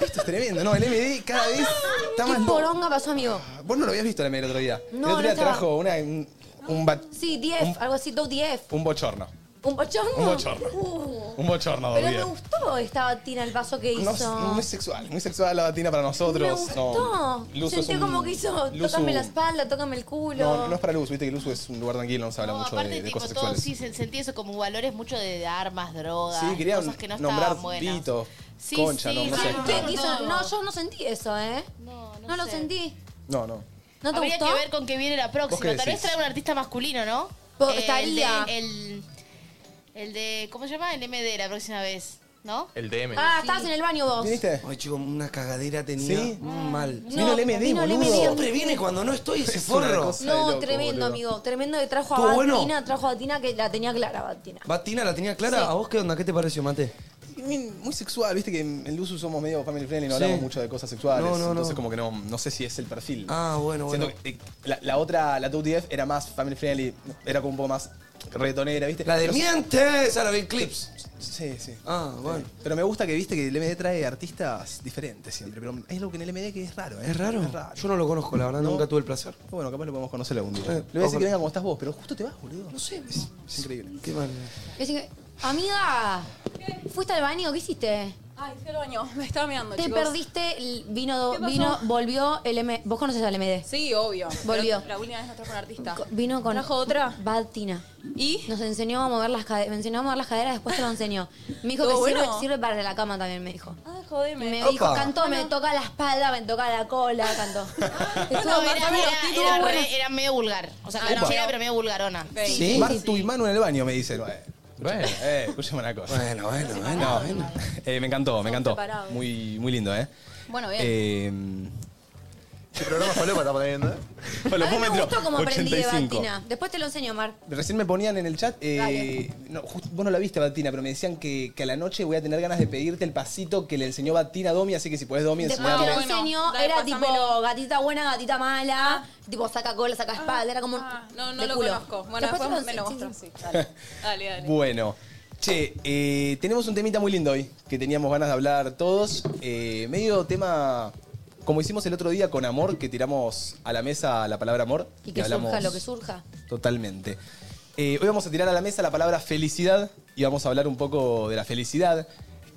Esto es tremendo, ¿no? El MD cada vez está ¿Qué más loco. poronga pasó, amigo? Vos no lo habías visto el MD el otro día. No, el otro no día estaba. trajo una, un, un ba- Sí, 10, algo así, dos 10. un bochorno. ¿Un bochorno? Un bochorno. Uh. Un bochorno, Pero me Domi. gustó esta batina, el paso que hizo. No, es- muy sexual, muy sexual la batina para nosotros. me gustó. No, Luzu es Sentí un- como que hizo, Luzu- tócame la espalda, tócame el culo. No, no es para Luz, viste que Luz es un lugar tranquilo, no se habla No, mucho aparte, de, de tipo, cosas todo, sexuales. sí, se- sentí eso como valores mucho de armas, drogas, Sí, quería cosas que no nombrar estaban buenas. Vito, Sí, Concha, sí, no, no sí, sé. sí. ¿Qué quiso? No, yo no sentí eso, ¿eh? No, no lo sé. sentí. No, no. ¿No te Habría gustó? que ver con qué viene la ¿Vos qué próxima. Tal decís? vez trae un artista masculino, ¿no? Po- El de- estaría. El, el de. ¿Cómo se llama? El MD la próxima vez, ¿no? El DM. Ah, estabas en el baño vos. ¿Viniste? Ay, chico, una cagadera tenía Sí. mal. No, vino el MD, vino el boludo. MD. Siempre viene cuando no estoy ese Es una forro. cosa de No, loco, tremendo, boludo. amigo. Tremendo que trajo a ¿Estuvo bueno? Batina, trajo a Batina que la tenía clara, Batina. Batina, ¿la tenía clara? ¿A vos qué onda? ¿Qué te pareció, Mate? Muy muy sexual, viste que en Luzu somos medio family friendly, no hablamos Sí. mucho de cosas sexuales. No, no, no. entonces, como que no, no sé si es el perfil. Ah, bueno, Siento bueno. que, eh, la, la otra, la TUTF, era más family friendly, era como un poco más reggaetonera, viste. La de Pero- miente, esa la vi en clips. Sí, sí. Ah, bueno. Pero me gusta que viste que el MD trae artistas diferentes siempre. Pero hay algo que en el MD que es raro, ¿eh? ¿Es raro? Es raro. Yo no lo conozco, la verdad, No. nunca tuve el placer. Pero Bueno, capaz lo podemos conocer algún día. Eh, Le voy a decir ojalá. que venga como estás vos, pero justo te vas, boludo. No sé, es, es increíble. Qué mal. Es que, amiga, ¿fuiste al baño? ¿Qué hiciste? Ay, qué baño, me está meando, Te chicos. perdiste, el- vino, ¿Qué pasó? vino, volvió el M. ¿Vos conoces al MD? Sí, obvio. Volvió. Pero La última vez nos trajo un artista. Co- Vino con. ¿Trajo otra? Batina. ¿Y? Nos enseñó a mover las caderas, me enseñó a mover las caderas, después te lo enseñó. Me dijo que ¿Todo sirve, bueno? sirve para la cama también, me dijo. Ah, Y jodeme. Me dijo, cantó, me toca la espalda, me toca la cola, *laughs* cantó. Estuvo No, era, bastante- era- estuvo era bueno. re- era medio vulgar. O sea, Ah, no. canchera, pero medio vulgarona. ¿Sí? Vas tu mano en el baño, me dice. Bueno, Bueno. eh, escúchame una cosa. Bueno, bueno, bueno. No, eh, me encantó, me encantó. preparados. Muy, muy lindo, ¿eh? Bueno, bien. Eh, ¿Qué programa falopa está poniendo? eh? A mí me Falopómetro gustó como aprendí de 85. Batina. Después te lo enseño, Mar. Recién me ponían en el chat, eh, no, justo- vos no la viste, Batina, pero me decían que, que a la noche voy a tener ganas de pedirte el pasito que le enseñó Batina a Domi, así que si podés, Domi, Después te enseñarme. lo *laughs* enseño, dale, era tipo pásamelo. gatita buena, gatita mala, tipo saca cola, saca espalda, era como Ah, No, no de lo culo. conozco. Bueno, después, te me lo enseño. mostró. Sí, dale. dale, dale. Bueno, che, eh, tenemos un temita muy lindo hoy que teníamos ganas de hablar todos. Eh, medio tema, como hicimos el otro día con amor, que tiramos a la mesa la palabra amor. Y que hablamos surja lo que surja. Totalmente. Eh, hoy vamos a tirar a la mesa la palabra felicidad y vamos a hablar un poco de la felicidad.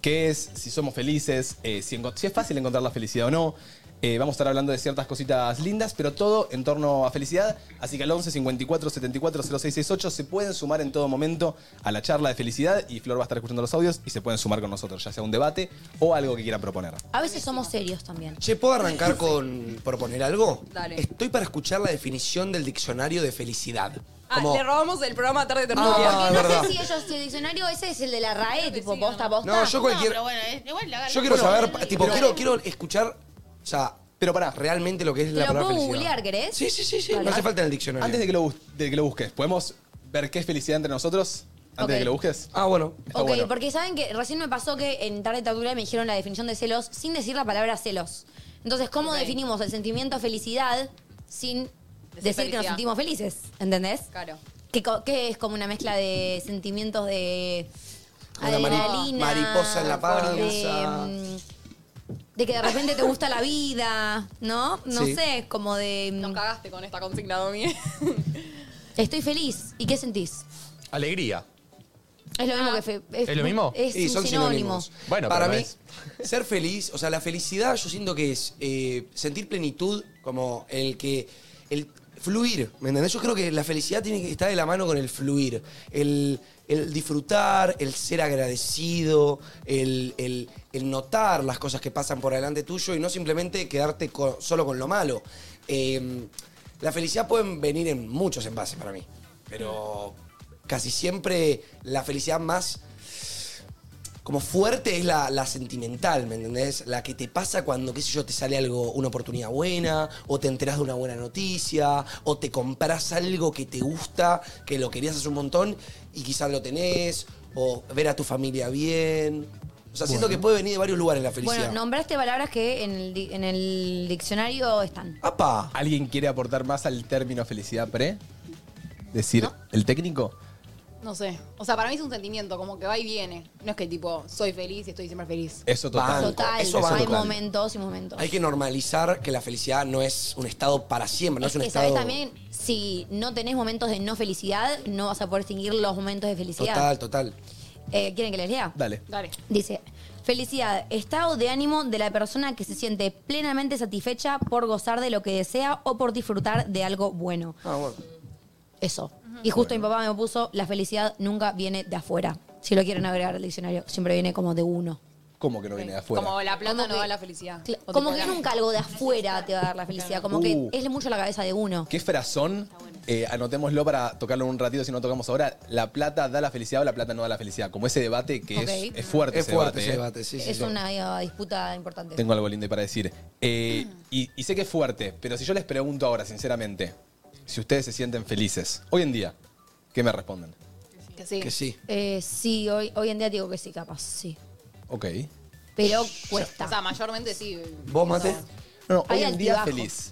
¿Qué es? Si somos felices, eh, si, enco- si es fácil encontrar la felicidad o no. Eh, vamos a estar hablando de ciertas cositas lindas, pero todo en torno a felicidad. Así que al 11 54 74 0668 se pueden sumar en todo momento a la charla de felicidad y Flor va a estar escuchando los audios y se pueden sumar con nosotros, ya sea un debate o algo que quieran proponer. A veces somos serios también. Che, ¿puedo arrancar con proponer algo? Dale. Estoy para escuchar la definición del diccionario de felicidad. Ah, le robamos el programa Tarde de Tertulia. Ah, No verdad. sé si ellos, si el diccionario ese es el de la RAE, tipo posta, posta. No, yo cualquier. Pero bueno, es- igual la Yo quiero Bueno, eh, saber, bueno, tipo, igual. quiero, quiero escuchar, o sea, Pero pará, realmente lo que es Te la lo palabra puedo felicidad. googlear, ¿querés? Sí, sí, sí, sí. Dale. Eh, No hace falta en el diccionario. Antes de que, lo, bus- de que lo busques, ¿podemos ver qué es felicidad entre nosotros? Antes de Ok. que lo busques. Ah, bueno. Está Ok, bueno. porque saben que recién me pasó que en Tarde Tatura me dijeron la definición de celos sin decir la palabra celos. Entonces, ¿cómo Ok. definimos el sentimiento felicidad sin decir Decir que nos felicidad. sentimos felices? ¿Entendés? Claro. Que, co- que es como una mezcla de sentimientos de Una mari- adrenalina, mariposa en la panza. De, mm, de que de repente te gusta la vida, ¿no? No Sí. sé, como de mm, Nos cagaste con esta consigna, Domi. estoy feliz. ¿Y qué sentís? Alegría. Es lo Ah. mismo que fe- ¿Es lo mismo? Es Y un son sinónimo. sinónimos. Bueno, para pero no mí, ser feliz, o sea, la felicidad yo siento que es eh, sentir plenitud, como el que. el fluir, ¿me entendés? Yo creo que la felicidad tiene que estar de la mano con el fluir, el, el disfrutar, el ser agradecido, el, el- el notar las cosas que pasan por adelante tuyo y no simplemente quedarte co- solo con lo malo. Eh, la felicidad pueden venir en muchos envases para mí, pero casi siempre la felicidad más como fuerte es la, la sentimental, ¿me entendés? La que te pasa cuando, qué sé yo, te sale algo, una oportunidad buena, o te enteras de una buena noticia, o te compras algo que te gusta, que lo querías hace un montón y quizás lo tenés, o ver a tu familia bien. O sea, siento que puede venir de varios lugares la felicidad. Bueno, nombraste palabras que en el, di- en el diccionario están. ¡Apa! ¿Alguien quiere aportar más al término felicidad pre? Decir, No. ¿el técnico? No sé. O sea, para mí es un sentimiento, como que va y viene. No es que tipo, soy feliz y estoy siempre feliz. Eso total. Banco. Total, eso hay banco. momentos y momentos. Hay que normalizar que la felicidad no es un estado para siempre, no es, es un que estado... sabes también, si no tenés momentos de no felicidad, no vas a poder distinguir los momentos de felicidad. Total, total. Eh, ¿Quieren que les lea? Dale. Dale. Dice, felicidad, estado de ánimo de la persona que se siente plenamente satisfecha por gozar de lo que desea o por disfrutar de algo bueno. Ah, bueno. Eso. Y justo mi papá me puso, la felicidad nunca viene de afuera. Si lo quieren agregar al diccionario, siempre viene como de uno. ¿Cómo que no viene de afuera? Como la plata Como no que- da la felicidad. Cla- O Como tipo que la- nunca algo de afuera te va a dar la felicidad. Como que Uh. es mucho la cabeza de uno. ¿Qué frazón? Eh, anotémoslo para tocarlo en un ratito si no tocamos ahora. ¿La plata da la felicidad o la plata no da la felicidad? Como ese debate que es- Ok. es, fuerte. Es ese fuerte debate, ese ¿eh? debate, sí, sí, es sí. una eh, disputa importante. Tengo algo lindo para decir. Eh, y, y sé que es fuerte, pero si yo les pregunto ahora, sinceramente, si ustedes se sienten felices, hoy en día, ¿qué me responden? Que sí. Que sí. Eh, sí, hoy, hoy en día digo que sí, capaz, sí. Ok. Pero O sea, cuesta. mayormente sí. ¿Vos, Mate? No, no, Hay hoy en día altibajos. feliz.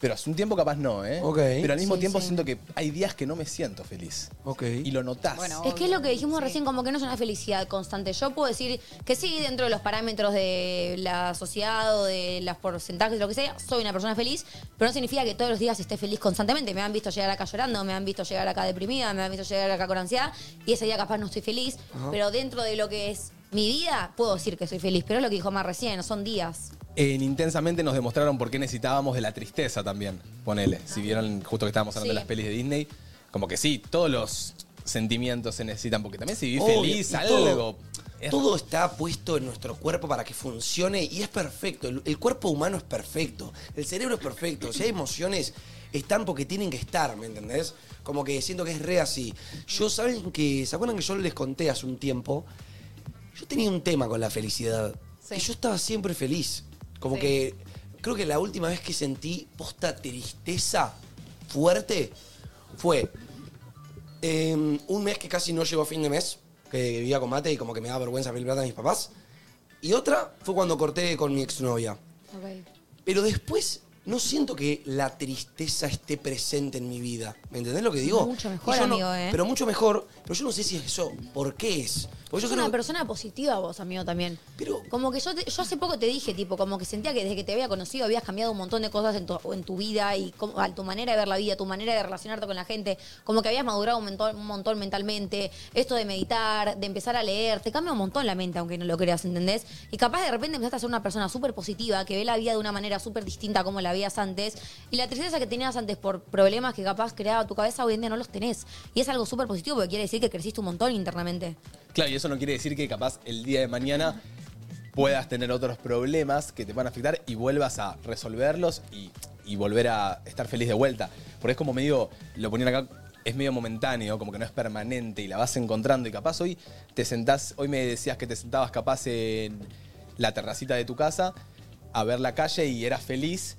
Pero hace un tiempo capaz no, ¿eh? Ok. Pero al mismo Sí, tiempo sí. siento que hay días que no me siento feliz. Ok. Y lo notás. Bueno, Es que es lo que dijimos recién, como que no es una felicidad constante. Yo puedo decir que sí, dentro de los parámetros de la sociedad o de los porcentajes, lo que sea, soy una persona feliz, pero no significa que todos los días esté feliz constantemente. Me han visto llegar acá llorando, me han visto llegar acá deprimida, me han visto llegar acá con ansiedad, y ese día capaz no estoy feliz, pero dentro de lo que es mi vida, puedo decir que soy feliz, pero es lo que dijo más recién, son días. En Intensamente nos demostraron por qué necesitábamos de la tristeza también, ponele. Si vieron justo que estábamos hablando Ah. Sí. de las pelis de Disney, como que sí, todos los sentimientos se necesitan, porque también si vivís Obvio, feliz, y algo... Todo, es- todo está puesto en nuestro cuerpo para que funcione y es perfecto. El, el cuerpo humano es perfecto. El cerebro es perfecto. Si hay emociones, están porque tienen que estar, ¿me entendés? Como que siento que es re así. Yo, ¿saben que ¿Se acuerdan que yo les conté hace un tiempo? Yo tenía un tema con la felicidad. Sí. Y yo estaba siempre feliz. Como Sí. que Creo que la última vez que sentí posta tristeza fuerte fue eh, un mes que casi no llegó a fin de mes, que vivía con mate y como que me daba vergüenza pedir plata a mis papás. Y otra fue cuando corté con mi exnovia. Pero después no siento que la tristeza esté presente en mi vida. ¿Me entendés lo que digo? Mucho mejor, Y yo no- amigo, ¿eh? Pero mucho mejor. Pero yo no sé si es eso. ¿Por qué es? Porque yo Sos una creo que- persona positiva vos, amigo, también. Como que yo, te- yo hace poco te dije, tipo, como que sentía que desde que te había conocido habías cambiado un montón de cosas en tu, en tu vida y como- a tu manera de ver la vida, tu manera de relacionarte con la gente. Como que habías madurado un montón, un montón mentalmente. Esto de meditar, de empezar a leer, te cambia un montón la mente, aunque no lo creas, ¿entendés? Y capaz de repente empezaste a ser una persona súper positiva, que ve la vida de una manera súper distinta a como la veías antes. Y la tristeza que tenías antes por problemas que capaz creaba tu cabeza, hoy en día no los tenés. Y es algo súper positivo porque quiere decir que creciste un montón internamente. Claro, y eso no quiere decir que capaz el día de mañana puedas tener otros problemas que te van a afectar y vuelvas a resolverlos y, y volver a estar feliz de vuelta. Porque es como medio, lo ponían acá, es medio momentáneo, como que no es permanente y la vas encontrando y capaz hoy te sentás, hoy me decías que te sentabas capaz en la terracita de tu casa a ver la calle y eras feliz.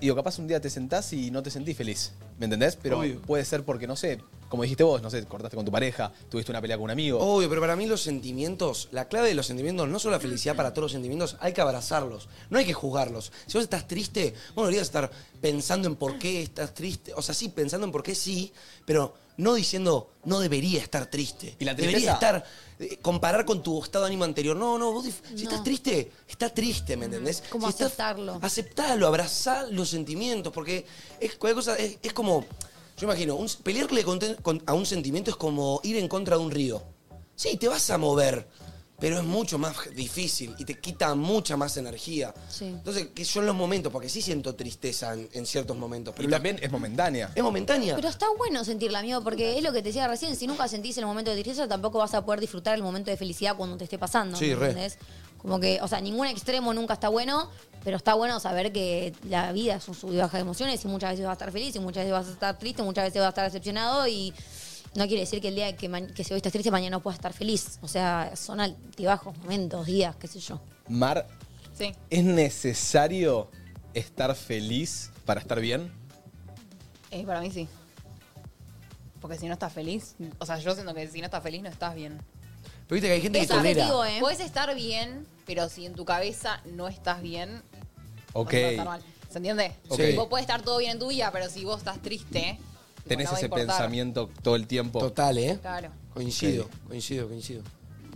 Y Digo, capaz un día te sentás y no te sentís feliz. ¿Me entendés? Pero Obvio. puede ser porque, no sé, como dijiste vos, no sé, cortaste con tu pareja, tuviste una pelea con un amigo. Obvio, pero para mí los sentimientos, la clave de los sentimientos, no solo la felicidad para todos los sentimientos, hay que abrazarlos, no hay que juzgarlos. Si vos estás triste, vos no deberías estar pensando en por qué estás triste. O sea, sí, pensando en por qué sí, pero no diciendo no debería estar triste. ¿Y la debería tristeza? estar, eh, comparar con tu estado de ánimo anterior. No, no, vos dif- si estás triste, está triste, ¿me entendés? Como Si estás- aceptarlo. aceptalo, abrazá los sentimientos, porque es cualquier cosa, es, es como, yo imagino, un- pelearle contra- con- a un sentimiento es como ir en contra de un río. Sí, te vas a mover, pero es mucho más difícil y te quita mucha más energía. Sí. Entonces, que son los momentos, porque sí siento tristeza en, en ciertos momentos. Pero Y también es momentánea. Es momentánea. Pero está bueno sentirla, amigo, porque es lo que te decía recién. Si nunca sentís el momento de tristeza, tampoco vas a poder disfrutar el momento de felicidad cuando te esté pasando. Sí, ¿me re. entendés? Como que, o sea, ningún extremo nunca está bueno, pero está bueno saber que la vida es un sub y baja de emociones y muchas veces vas a estar feliz y muchas veces vas a estar triste, muchas veces vas a estar decepcionado y no quiere decir que el día que, ma- que si hoy estás triste mañana no puedas estar feliz. O sea, son altibajos, momentos, días, qué sé yo. Mar, Sí. ¿es necesario estar feliz para estar bien? Eh, para mí sí. Porque si no estás feliz, o sea, yo siento que si no estás feliz no estás bien. Pero viste que hay gente que Eso ¿eh? tolera. Puedes estar bien, pero si en tu cabeza no estás bien, Ok. vas a estar mal. ¿Se entiende? Ok. Vos puedes estar todo bien en tu vida, pero si vos estás triste, tipo, ¿Tenés no va a ese importar. pensamiento todo el tiempo? Total, ¿eh? Claro. Coincido, coincido, coincido.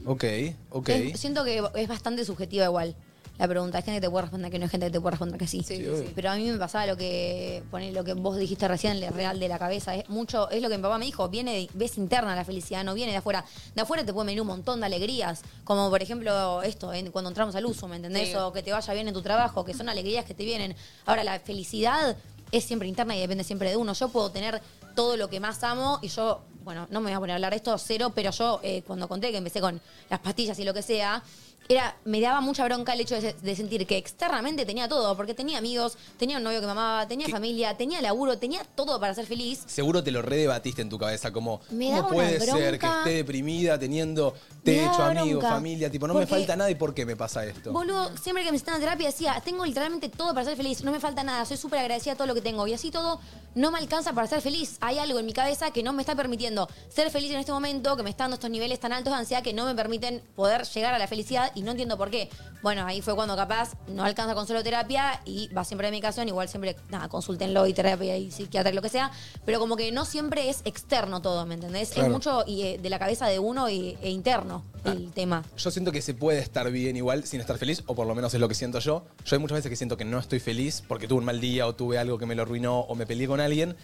Ok, ok. Es- siento que es bastante subjetiva igual la pregunta. Hay gente que te puede responder que no, hay gente que te puede responder que sí. sí, obvio. sí. Pero a mí me pasaba lo que poné, lo que vos dijiste recién, el real de la cabeza. Es mucho, es lo que mi papá me dijo, viene de- ves interna la felicidad, no viene de afuera. De afuera te pueden venir un montón de alegrías, como por ejemplo esto, en- cuando entramos al uso, ¿me entendés? Sí. O que te vaya bien en tu trabajo, que son alegrías que te vienen. Ahora, la felicidad es siempre interna y depende siempre de uno. Yo puedo tener todo lo que más amo y yo, bueno, no me voy a poner a hablar de esto cero, pero yo eh, cuando conté que empecé con las pastillas y lo que sea, era, me daba mucha bronca el hecho de, se- de sentir que externamente tenía todo, porque tenía amigos, tenía un novio que me amaba, tenía familia, tenía laburo, tenía todo para ser feliz. Seguro te lo redebatiste en tu cabeza, como, Me daba ¿cómo una puede ser que bronca. esté deprimida teniendo Me techo, daba amigos, bronca. familia? Tipo, no me Porque- falta nada y ¿por qué me pasa esto? Boludo, siempre que me estaba en terapia decía, tengo literalmente todo para ser feliz, no me falta nada, soy súper agradecida a todo lo que tengo. Y así todo no me alcanza para ser feliz. Hay algo en mi cabeza que no me está permitiendo ser feliz en este momento, que me está dando estos niveles tan altos de ansiedad que no me permiten poder llegar a la felicidad y no entiendo por qué. Bueno, ahí fue cuando capaz no alcanza con solo terapia y va siempre a medicación, igual siempre, nada, consultenlo y terapia y psiquiatra y lo que sea, pero como que no siempre es externo todo, ¿me entendés? Claro. Es mucho y, eh, de la cabeza de uno y- e interno el tema. Yo siento que se puede estar bien igual sin estar feliz, o por lo menos es lo que siento yo. Yo hay muchas veces que siento que no estoy feliz porque tuve un mal día o tuve algo que me lo arruinó o me peleé con alguien,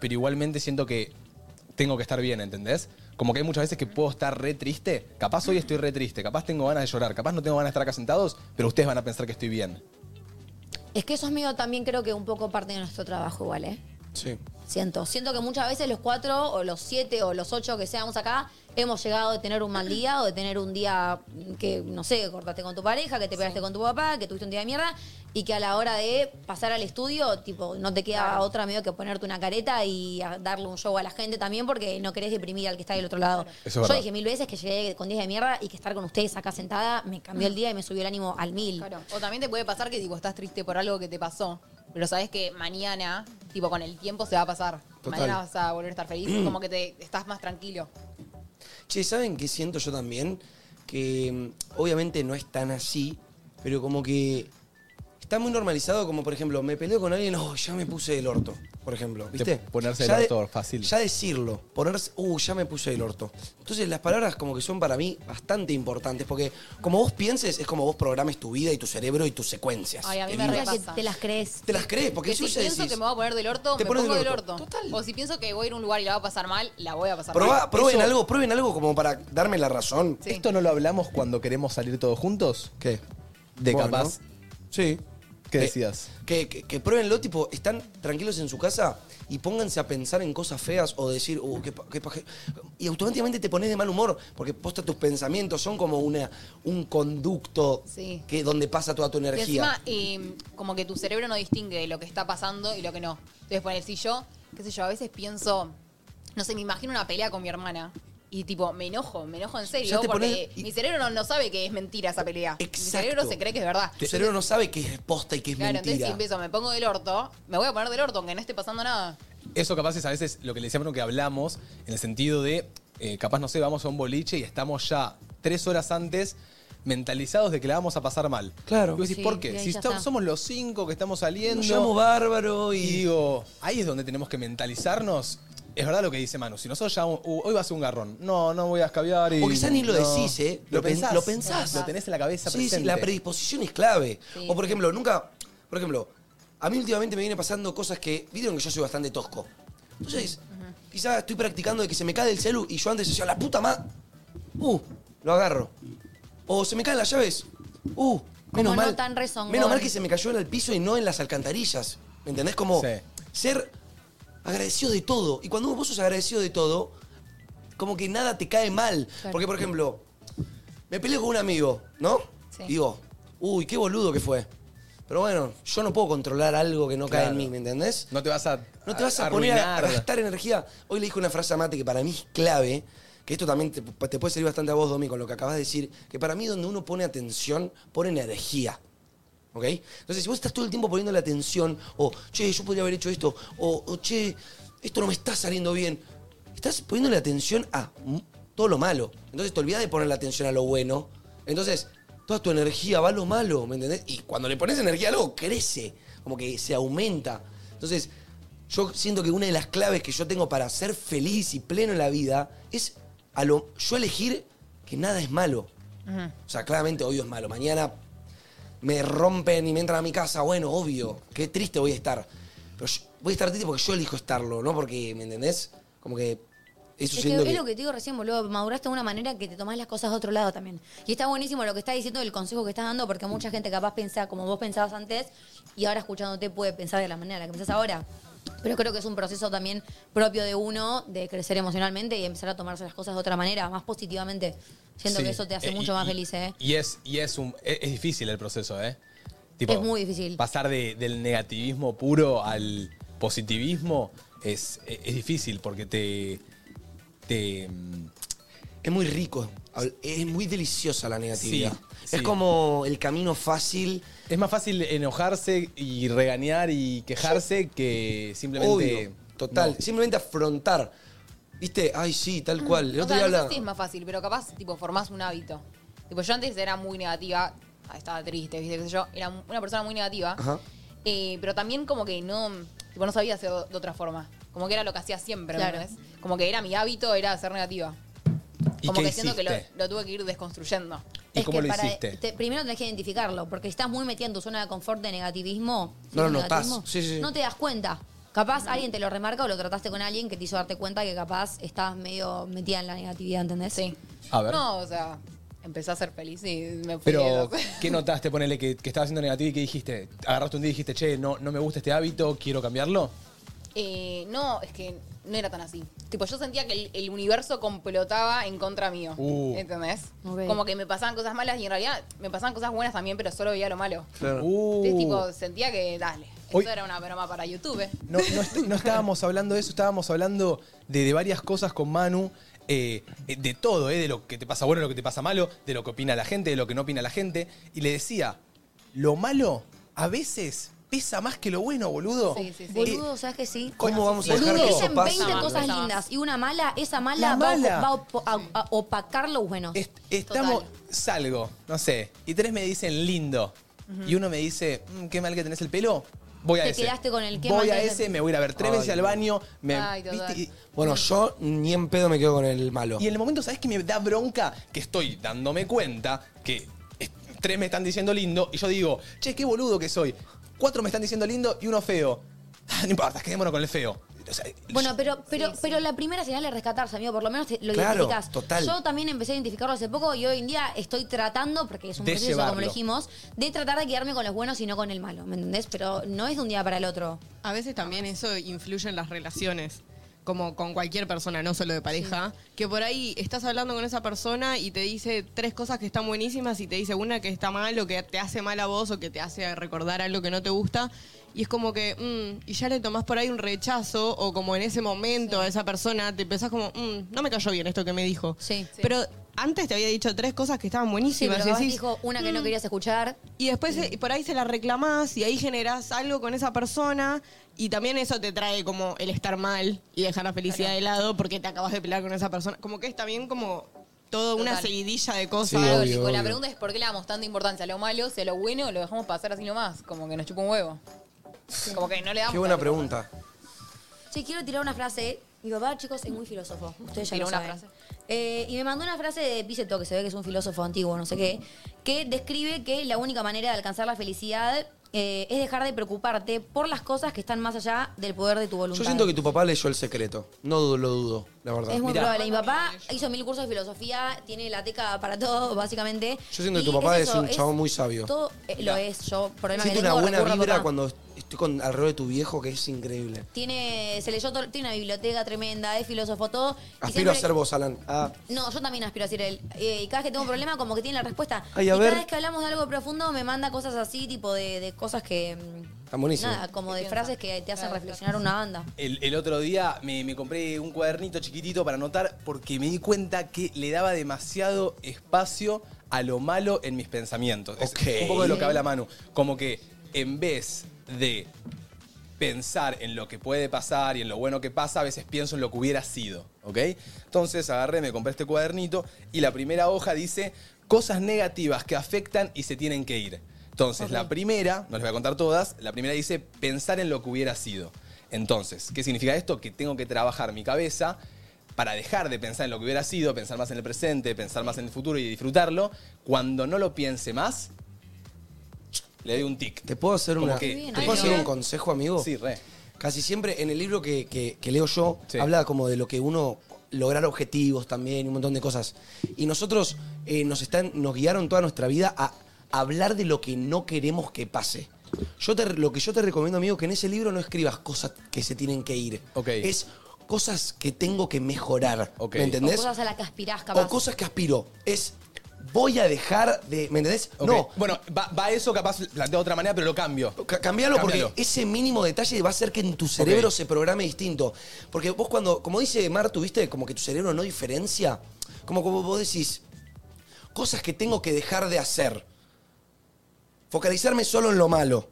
pero igualmente siento que tengo que estar bien, ¿entendés? Como que hay muchas veces que puedo estar re triste. Capaz hoy estoy re triste, capaz tengo ganas de llorar, capaz no tengo ganas de estar acá sentados, pero ustedes van a pensar que estoy bien. Es que eso es medio también creo que un poco parte de nuestro trabajo igual, ¿eh? Sí. Siento. Siento que muchas veces los cuatro o los siete o los ocho que seamos acá hemos llegado de tener un mal día o de tener un día que, no sé, cortaste con tu pareja, que te pegaste con tu papá, que tuviste un día de mierda y que a la hora de pasar al estudio, tipo, no te queda otra medio que ponerte una careta y a- darle un show a la gente también porque no querés deprimir al que está del otro lado. es Yo verdad. dije mil veces que llegué con días de mierda y que estar con ustedes acá sentada me cambió Ah. el día y me subió el ánimo al mil. Claro. O también te puede pasar que tipo estás triste por algo que te pasó, pero sabes que mañana, tipo con el tiempo se va a pasar. Total. Mañana vas a volver a estar feliz, y como que te estás más tranquilo. Che, ¿saben qué siento yo también? Que mm, obviamente no es tan así, pero como que está muy normalizado, como por ejemplo, me peleo con alguien, oh, ya me puse el orto, por ejemplo, ¿viste? ponerse Ya el de- orto fácil. Ya decirlo, ponerse, uh, ya me puse el orto. Entonces las palabras como que son para mí bastante importantes, porque como vos pienses, es como vos programes tu vida y tu cerebro y tus secuencias. Ay, a mí de me vida. repasa. Te las crees. Te las crees, porque Que eso si ya pienso decís. que me voy a poner del orto, Te me pones pongo del del orto. orto. O si pienso que voy a ir a un lugar y la voy a pasar mal, la voy a pasar mal. Probá- prueben Eso- algo, prueben algo como para darme la razón. ¿Esto no lo hablamos cuando queremos salir todos juntos? ¿Qué? De Bueno. capaz. Sí. ¿Qué Eh, decías? Que, que, que pruébenlo, tipo, están tranquilos en su casa y pónganse a pensar en cosas feas o decir, uh, qué, pa- qué paje-". Y automáticamente te pones de mal humor, porque posta tus pensamientos son como una, un conducto Sí. que, donde pasa toda tu Y energía. encima, eh, como que tu cerebro no distingue de lo que está pasando y lo que no. Entonces, por si yo, qué sé yo, a veces pienso, no sé, me imagino una pelea con mi hermana. Y tipo, me enojo, me enojo en Ya serio, te porque ponés- y- mi cerebro no, no sabe que es mentira esa pelea. Exacto. Mi cerebro se cree que es verdad. Tu cerebro no sabe qué es posta y qué es Claro, entonces mentira. si empiezo, me pongo del orto, me voy a poner del orto, aunque no esté pasando nada. Eso capaz es a veces lo que le decíamos que hablamos, en el sentido de, eh, capaz, no sé, vamos a un boliche y estamos ya tres horas antes mentalizados de que la vamos a pasar mal. Claro. Y vos decís, Sí, ¿por y qué? ahí Si ya estamos- está. somos los cinco que estamos saliendo... Nos llamo bárbaro Y y... digo, ahí es donde tenemos que mentalizarnos. Es verdad lo que dice Manu, si nosotros ya un- uh, hoy va a ser un garrón, no, no voy a escabiar y... O quizás ni lo no. decís, ¿eh? Lo, Lo pen- pensás, lo pensás. Lo tenés en la cabeza Sí, presente. sí, la predisposición es clave. O por ejemplo, nunca, por ejemplo, a mí últimamente me viene pasando cosas que, vieron que yo soy bastante tosco. Entonces, quizás estoy practicando de que se me cae el celu y yo antes decía, la puta madre, uh, lo agarro. O se me caen las llaves, uh, menos no mal. tan rezongón. menos mal que se me cayó en el piso y no en las alcantarillas. ¿Me entendés? Como Sí. ser agradecido de todo. Y cuando vos sos agradecido de todo, como que nada te cae mal. Porque, por ejemplo, me peleo con un amigo, ¿no? Digo, uy, qué boludo que fue. Pero bueno, yo no puedo controlar algo que no cae Claro. en mí, ¿me entendés? No te vas a... No te vas a, poner a- a arruinar. gastar energía. Hoy le dije una frase a Mate que para mí es clave, que esto también te, te puede servir bastante a vos, Domi, con lo que acabas de decir, que para mí donde uno pone atención, pone energía. ¿Ok? Entonces, si vos estás todo el tiempo poniendo la atención, o, che, yo podría haber hecho esto, o, o, che, esto no me está saliendo bien, estás poniéndole atención a mm, todo lo malo. Entonces, te olvidas de poner la atención a lo bueno. Entonces, toda tu energía va a lo malo, ¿me entendés? Y cuando le pones energía a algo, crece, como que se aumenta. Entonces, yo siento que una de las claves que yo tengo para ser feliz y pleno en la vida es a lo, yo elegir que nada es malo. O sea, claramente hoy es malo. Mañana me rompen y me entran a mi casa. Bueno, obvio, qué triste voy a estar. Pero yo- voy a estar triste porque yo elijo estarlo, ¿no? Porque, ¿me entendés? Como que eso Es, que siento es que- lo que te digo recién, boludo. Maduraste de una manera que te tomás las cosas de otro lado también. Y está buenísimo lo que estás diciendo, el consejo que estás dando, porque mucha gente capaz piensa como vos pensabas antes y ahora escuchándote puede pensar de la manera en la que pensás ahora. Pero creo que es un proceso también propio de uno de crecer emocionalmente y empezar a tomarse las cosas de otra manera, más positivamente. Siento Sí. que eso te hace Eh, y- mucho más y- feliz, ¿eh? Y es, y es, un, es, es difícil el proceso, ¿eh? Es muy difícil. Pasar de- del negativismo puro al positivismo es, es, es difícil porque te. te mm, Es muy rico. Habl- Es muy deliciosa la negatividad. Sí, Es sí. como el camino fácil. es más fácil enojarse y regañar y quejarse que simplemente. Obvio, total. Simplemente afrontar. ¿Viste? Ay, sí, tal cual. El O otro sea, día no sé hablaba- si es más fácil, pero capaz, tipo, formás un hábito. Tipo, yo antes era muy negativa, ah, estaba triste, viste, qué sé yo, era una persona muy *laughs* negativa, Ajá. Eh, pero también como que no, tipo, no sabía hacer de otra forma. Como que era lo que hacía siempre, ¿me Claro. entendés? Como que era mi hábito, era ser negativa. No. ¿Y Como qué que hiciste? siento que lo, lo tuve que ir desconstruyendo. ¿Y Es cómo que lo para- hiciste? te- primero tenés que identificarlo, porque si estás muy metido en tu zona de confort de negativismo. ¿sí No es lo notás. negativismo? Sí, sí, sí. No te das cuenta. Capaz alguien te lo remarca o lo trataste con alguien que te hizo darte cuenta que capaz estabas medio metida en la negatividad, ¿entendés? Sí. A ver. No, o sea, empecé a ser feliz y me fui. Pero, no sé. ¿qué notaste, ponele, que, que estaba siendo negativo y qué dijiste? ¿Agarraste un día y dijiste, che, no, no me gusta este hábito, quiero cambiarlo? Eh, no, es que no era tan así. Tipo, yo sentía que el, el universo complotaba en contra mío. Uh. ¿Entendés? Ok. Como que me pasaban cosas malas y en realidad me pasaban cosas buenas también, pero solo veía lo malo. Claro. Uh. Entonces, tipo, sentía que, dale, esto Hoy- era una broma para YouTube. No, no est- no estábamos hablando de eso, estábamos hablando de, de varias cosas con Manu. eh, eh, de todo, eh, de lo que te pasa bueno, de lo que te pasa malo, de lo que opina la gente, de lo que no opina la gente. Y le decía, lo malo a veces pesa más que lo bueno, boludo. Boludo, ¿sabes que sí? ¿Cómo vamos a Boludo, dejar que eso dicen pase? 20 No, cosas no. lindas y una mala, esa La mala, va a mala. Este, opo- va a opo- a, a opacar lo bueno. Es- Estamos, salgo, no sé, y tres me dicen lindo. Y uno me dice, "Mm, qué mal que tenés el pelo. Voy a Te ese. quedaste con el qué Voy mal a que- ese, me voy a ir a ver tres veces Ay, al no. baño. me- Ay, total. ¿viste? Y- Bueno, yo ni en pedo me quedo con el malo. Y en el momento, ¿sabes qué me da bronca? Que estoy dándome cuenta que es- tres me están diciendo lindo y yo digo, che, qué boludo que soy. Cuatro me están diciendo lindo y uno feo. *laughs* Ah, No importa, quedémonos con el feo. O sea, Bueno, pero, pero, pero la primera señal es rescatarse, amigo. Por lo menos te- lo Claro, identificás. total. Yo también empecé a identificarlo hace poco y hoy en día estoy tratando, porque es un De proceso, llevarlo. como lo dijimos, de tratar de quedarme con los buenos y no con el malo, ¿me entendés? Pero no es de un día para el otro. A veces también eso influye en las relaciones, como con cualquier persona, no solo de pareja, que por ahí estás hablando con esa persona y te dice tres cosas que están buenísimas y te dice una que está mal o que te hace mal a vos o que te hace recordar algo que no te gusta. Y es como que, mm, y ya le tomás por ahí un rechazo o como en ese momento a esa persona te pensás como, mm, no me cayó bien esto que me dijo. Pero antes te había dicho tres cosas que estaban Sí, pero buenísimas. y capaz decís, dijo una que no "Mm, querías escuchar. y después eh, por ahí se la reclamás y ahí generás algo con esa persona y también eso te trae como el estar mal y dejar la felicidad de lado porque te acabas de pelear con esa persona. Como que es también como toda una Total. seguidilla de cosas. Claro, tipo, la pregunta es por qué le damos tanta importancia a lo malo, si a lo bueno lo dejamos pasar así nomás, como que nos chupa un huevo. Como que no le damos. Qué buena pregunta. Che, quiero tirar una frase. Mi papá, chicos, es muy filósofo. Ustedes ya Tira lo una saben. Eh, y me mandó una frase de Piceto, que se ve que es un filósofo antiguo, no sé qué, que describe que la única manera de alcanzar la felicidad eh, es dejar de preocuparte por las cosas que están más allá del poder de tu voluntad. Yo siento que tu papá leyó el secreto. No du- lo dudo, la verdad. Es muy Mirá, probable. Mi papá hizo mil cursos de filosofía, tiene la teca para todo, *laughs* básicamente. Yo siento que Y tu papá es, es, eso, un es chabón muy sabio. Todo eh, lo es, yo, problema que Siento una tengo, buena recurro a vibra papá. cuando estoy con alrededor de tu viejo, que es increíble. Tiene, se leyó todo, tiene una biblioteca tremenda, es filósofo, todo. y Aspiro a siempre- ser vos, Alan. Ah. No, yo también aspiro a ser él. Eh, y cada vez que tengo un problema, como que tiene la respuesta. Ay, y a ver. cada vez que hablamos de algo profundo, me manda cosas así, tipo de, de cosas que. mm, Está buenísimo. Nada, como de frases que te hacen reflexionar una banda. El, el otro día me, me compré un cuadernito chiquitito para anotar porque me di cuenta que le daba demasiado espacio a lo malo en mis pensamientos. Es un poco de lo que habla Manu. Como que en vez de pensar en lo que puede pasar y en lo bueno que pasa, a veces pienso en lo que hubiera sido, ¿ok? Entonces agarré, me compré este cuadernito y la primera hoja dice cosas negativas que afectan y se tienen que ir. Entonces la primera, no les voy a contar todas, la primera dice pensar en lo que hubiera sido. Entonces, ¿qué significa esto? Que tengo que trabajar mi cabeza para dejar de pensar en lo que hubiera sido, pensar más en el presente, pensar más en el futuro y disfrutarlo. Cuando no lo piense más, le doy un tic. ¿Te puedo hacer, Como una, que- ¿te Ay, puedo hacer no. un consejo, amigo? Sí, re. Casi siempre en el libro que, que- que leo yo, habla como de lo que uno lograr objetivos también, un montón de cosas. Y nosotros eh, nos, están, nos guiaron toda nuestra vida a hablar de lo que no queremos que pase. Yo te, lo que yo te recomiendo, amigo, que en ese libro no escribas cosas que se tienen que ir. Es cosas que tengo que mejorar. ¿Me O entendés? cosas a las que aspirás, capaz. O cosas que aspiro. Es voy a dejar de. ¿Me entendés? Ok. No. Bueno, va, va eso capaz planteado de otra manera, pero lo cambio. Cambialo porque Cámbialo. ese mínimo detalle va a hacer que en tu cerebro Ok. se programe distinto. Porque vos cuando, como dice Martu, viste, como que tu cerebro no diferencia, como, como vos decís, cosas que tengo que dejar de hacer. Focalizarme solo en lo malo.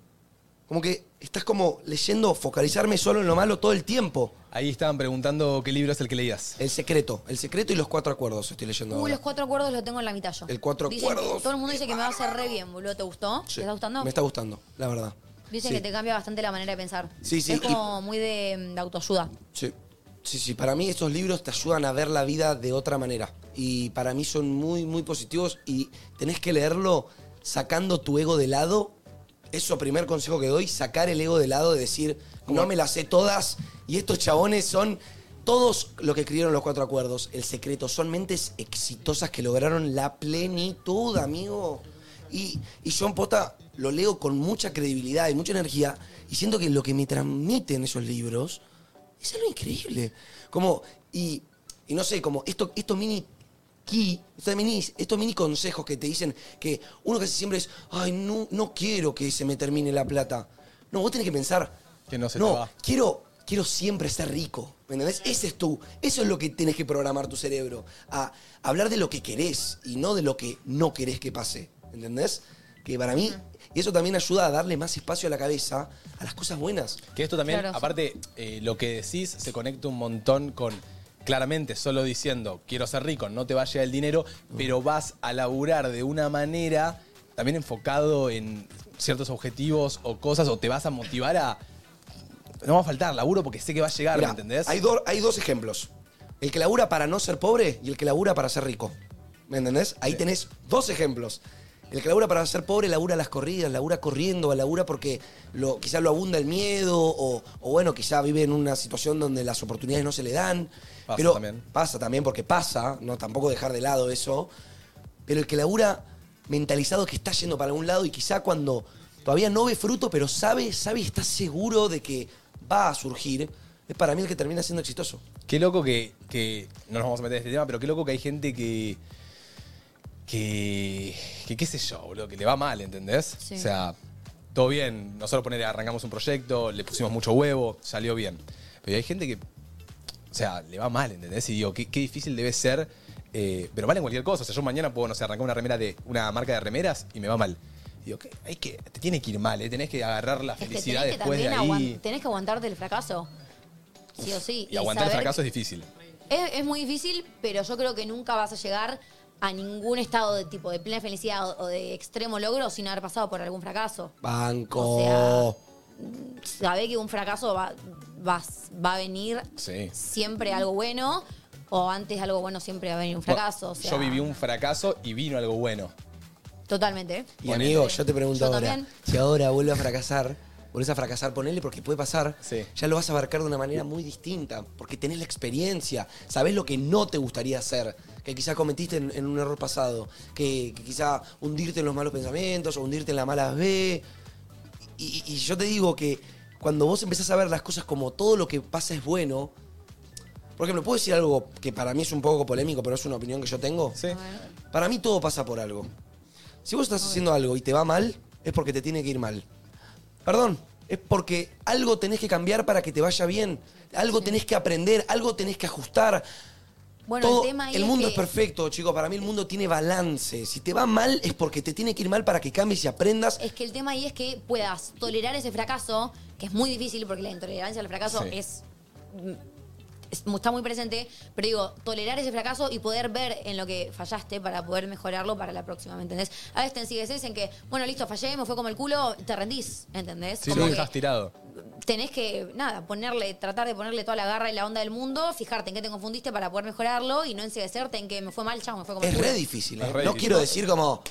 Como que estás como leyendo focalizarme solo en lo malo todo el tiempo. Ahí estaban preguntando Oh, qué libro es el que leías. El secreto, el secreto y los cuatro acuerdos estoy leyendo Uh, ahora. los cuatro acuerdos los tengo en la mitad yo. El cuatro Dicen que- acuerdos. Todo el mundo dice que me va a hacer re bien, boludo. ¿Te gustó? Sí. ¿Te está gustando? Me está gustando, la verdad. Dicen Sí. que te cambia bastante la manera de pensar. Sí, sí, Es y- como muy de, de autoayuda. Sí. Sí, sí, para mí estos libros te ayudan a ver la vida de otra manera. Y para mí son muy, muy positivos y tenés que leerlo sacando tu ego de lado. Eso, primer consejo que doy, sacar el ego de lado de decir, no me las sé todas y estos chabones son todos lo que escribieron los cuatro acuerdos. El secreto, son mentes exitosas que lograron la plenitud, amigo. Y, y yo en posta lo leo con mucha credibilidad y mucha energía y siento que lo que me transmiten esos libros es algo increíble. Como, y, y no sé, como esto, estos mini key, estos mini, estos mini consejos que te dicen que uno casi siempre es, ay, no, no quiero que se me termine la plata. No, vos tenés que pensar, Que no se te no, va. quiero, quiero siempre ser rico. ¿Me entendés? Ese es tú. Eso es lo que tienes que programar tu cerebro. A hablar de lo que querés y no de lo que no querés que pase. ¿Entendés? Que para mí, y eso también ayuda a darle más espacio a la cabeza a las cosas buenas. Que esto también, Claro, sí. aparte, eh, lo que decís se conecta un montón con. Claramente, solo diciendo quiero ser rico, no te va a llegar el dinero, pero vas a laburar de una manera también enfocado en ciertos objetivos o cosas, o te vas a motivar a. No va a faltar laburo porque sé que va a llegar, Mirá, ¿me entendés? Hay, do- hay dos ejemplos. El que labura para no ser pobre y el que labura para ser rico. ¿Me entendés? Ahí tenés dos ejemplos. El que labura para ser pobre labura las corridas, labura corriendo, labura porque lo, quizá lo abunda el miedo o, o bueno, quizá vive en una situación donde las oportunidades no se le dan. Pasa pero también. Pasa también porque pasa, no tampoco dejar de lado eso. Pero el que labura mentalizado que está yendo para algún lado y quizá cuando todavía no ve fruto, pero sabe, sabe y está seguro de que va a surgir, es para mí el que termina siendo exitoso. Qué loco que, que- No nos vamos a meter en este tema, pero qué loco que hay gente que. Que. que qué sé yo, boludo, que le va mal, ¿entendés? Sí. O sea, todo bien. Nosotros poner, arrancamos un proyecto, le pusimos mucho huevo, salió bien. Pero hay gente que. O sea, le va mal, ¿entendés? Y digo, qué, qué difícil debe ser. eh, pero vale en cualquier cosa. O sea, yo mañana puedo, no sé, arrancar una remera de una marca de remeras y me va mal. Digo, ¿qué? Hay que, te tiene que ir mal, ¿eh? tenés que agarrar la Es que felicidad Este, tenés que después también de ahí. aguan- tenés que aguantarte el fracaso. Sí o sí. y aguantar el saber fracaso es difícil. Es, es muy difícil, pero yo creo que nunca vas a llegar a ningún estado de tipo de plena felicidad o, o de extremo logro sin haber pasado por algún fracaso. Banco. Sabés que un fracaso va, va, va a venir Sí. siempre algo bueno o antes algo bueno siempre va a venir un fracaso. o sea, Yo viví un fracaso y vino algo bueno. Totalmente. Y amigo, yo te pregunto Yo ahora, también. si ahora vuelve a fracasar, volvés a fracasar, ponele porque puede pasar, ya lo vas a abarcar de una manera muy distinta, porque tenés la experiencia, sabés lo que no te gustaría hacer, que quizá cometiste en, en un error pasado, que, que quizá hundirte en los malos pensamientos o hundirte en la mala B. Y, y- y yo te digo que cuando vos empezás a ver las cosas como todo lo que pasa es bueno, por ejemplo, ¿puedo decir algo que para mí es un poco polémico, pero es una opinión que yo tengo? Sí. Para mí todo pasa por algo. Si vos estás haciendo algo y te va mal, es porque te tiene que ir mal. Perdón, es porque algo tenés que cambiar para que te vaya bien. Algo tenés que aprender, algo tenés que ajustar. Bueno, Todo- el tema ahí es mundo que- es perfecto, chicos. Para mí el mundo tiene balance. Si te va mal, es porque te tiene que ir mal para que cambies y aprendas. Es que el tema ahí es que puedas tolerar ese fracaso, que es muy difícil porque la intolerancia al fracaso Sí. es, mm, es- está muy presente, pero digo, tolerar ese fracaso y poder ver en lo que fallaste para poder mejorarlo para la próxima, ¿me entendés? A veces te ensigueces en que, bueno, listo, fallé, me fue como el culo, te rendís, ¿entendés? Sí, Como lo que dejas tirado. tenés que, nada, ponerle, tratar de ponerle toda la garra y la onda del mundo, fijarte en qué te confundiste para poder mejorarlo y no enseguecerte en que me fue mal, chao, me fue como Es el culo. re difícil. ¿eh? Es re no difícil. quiero decir como.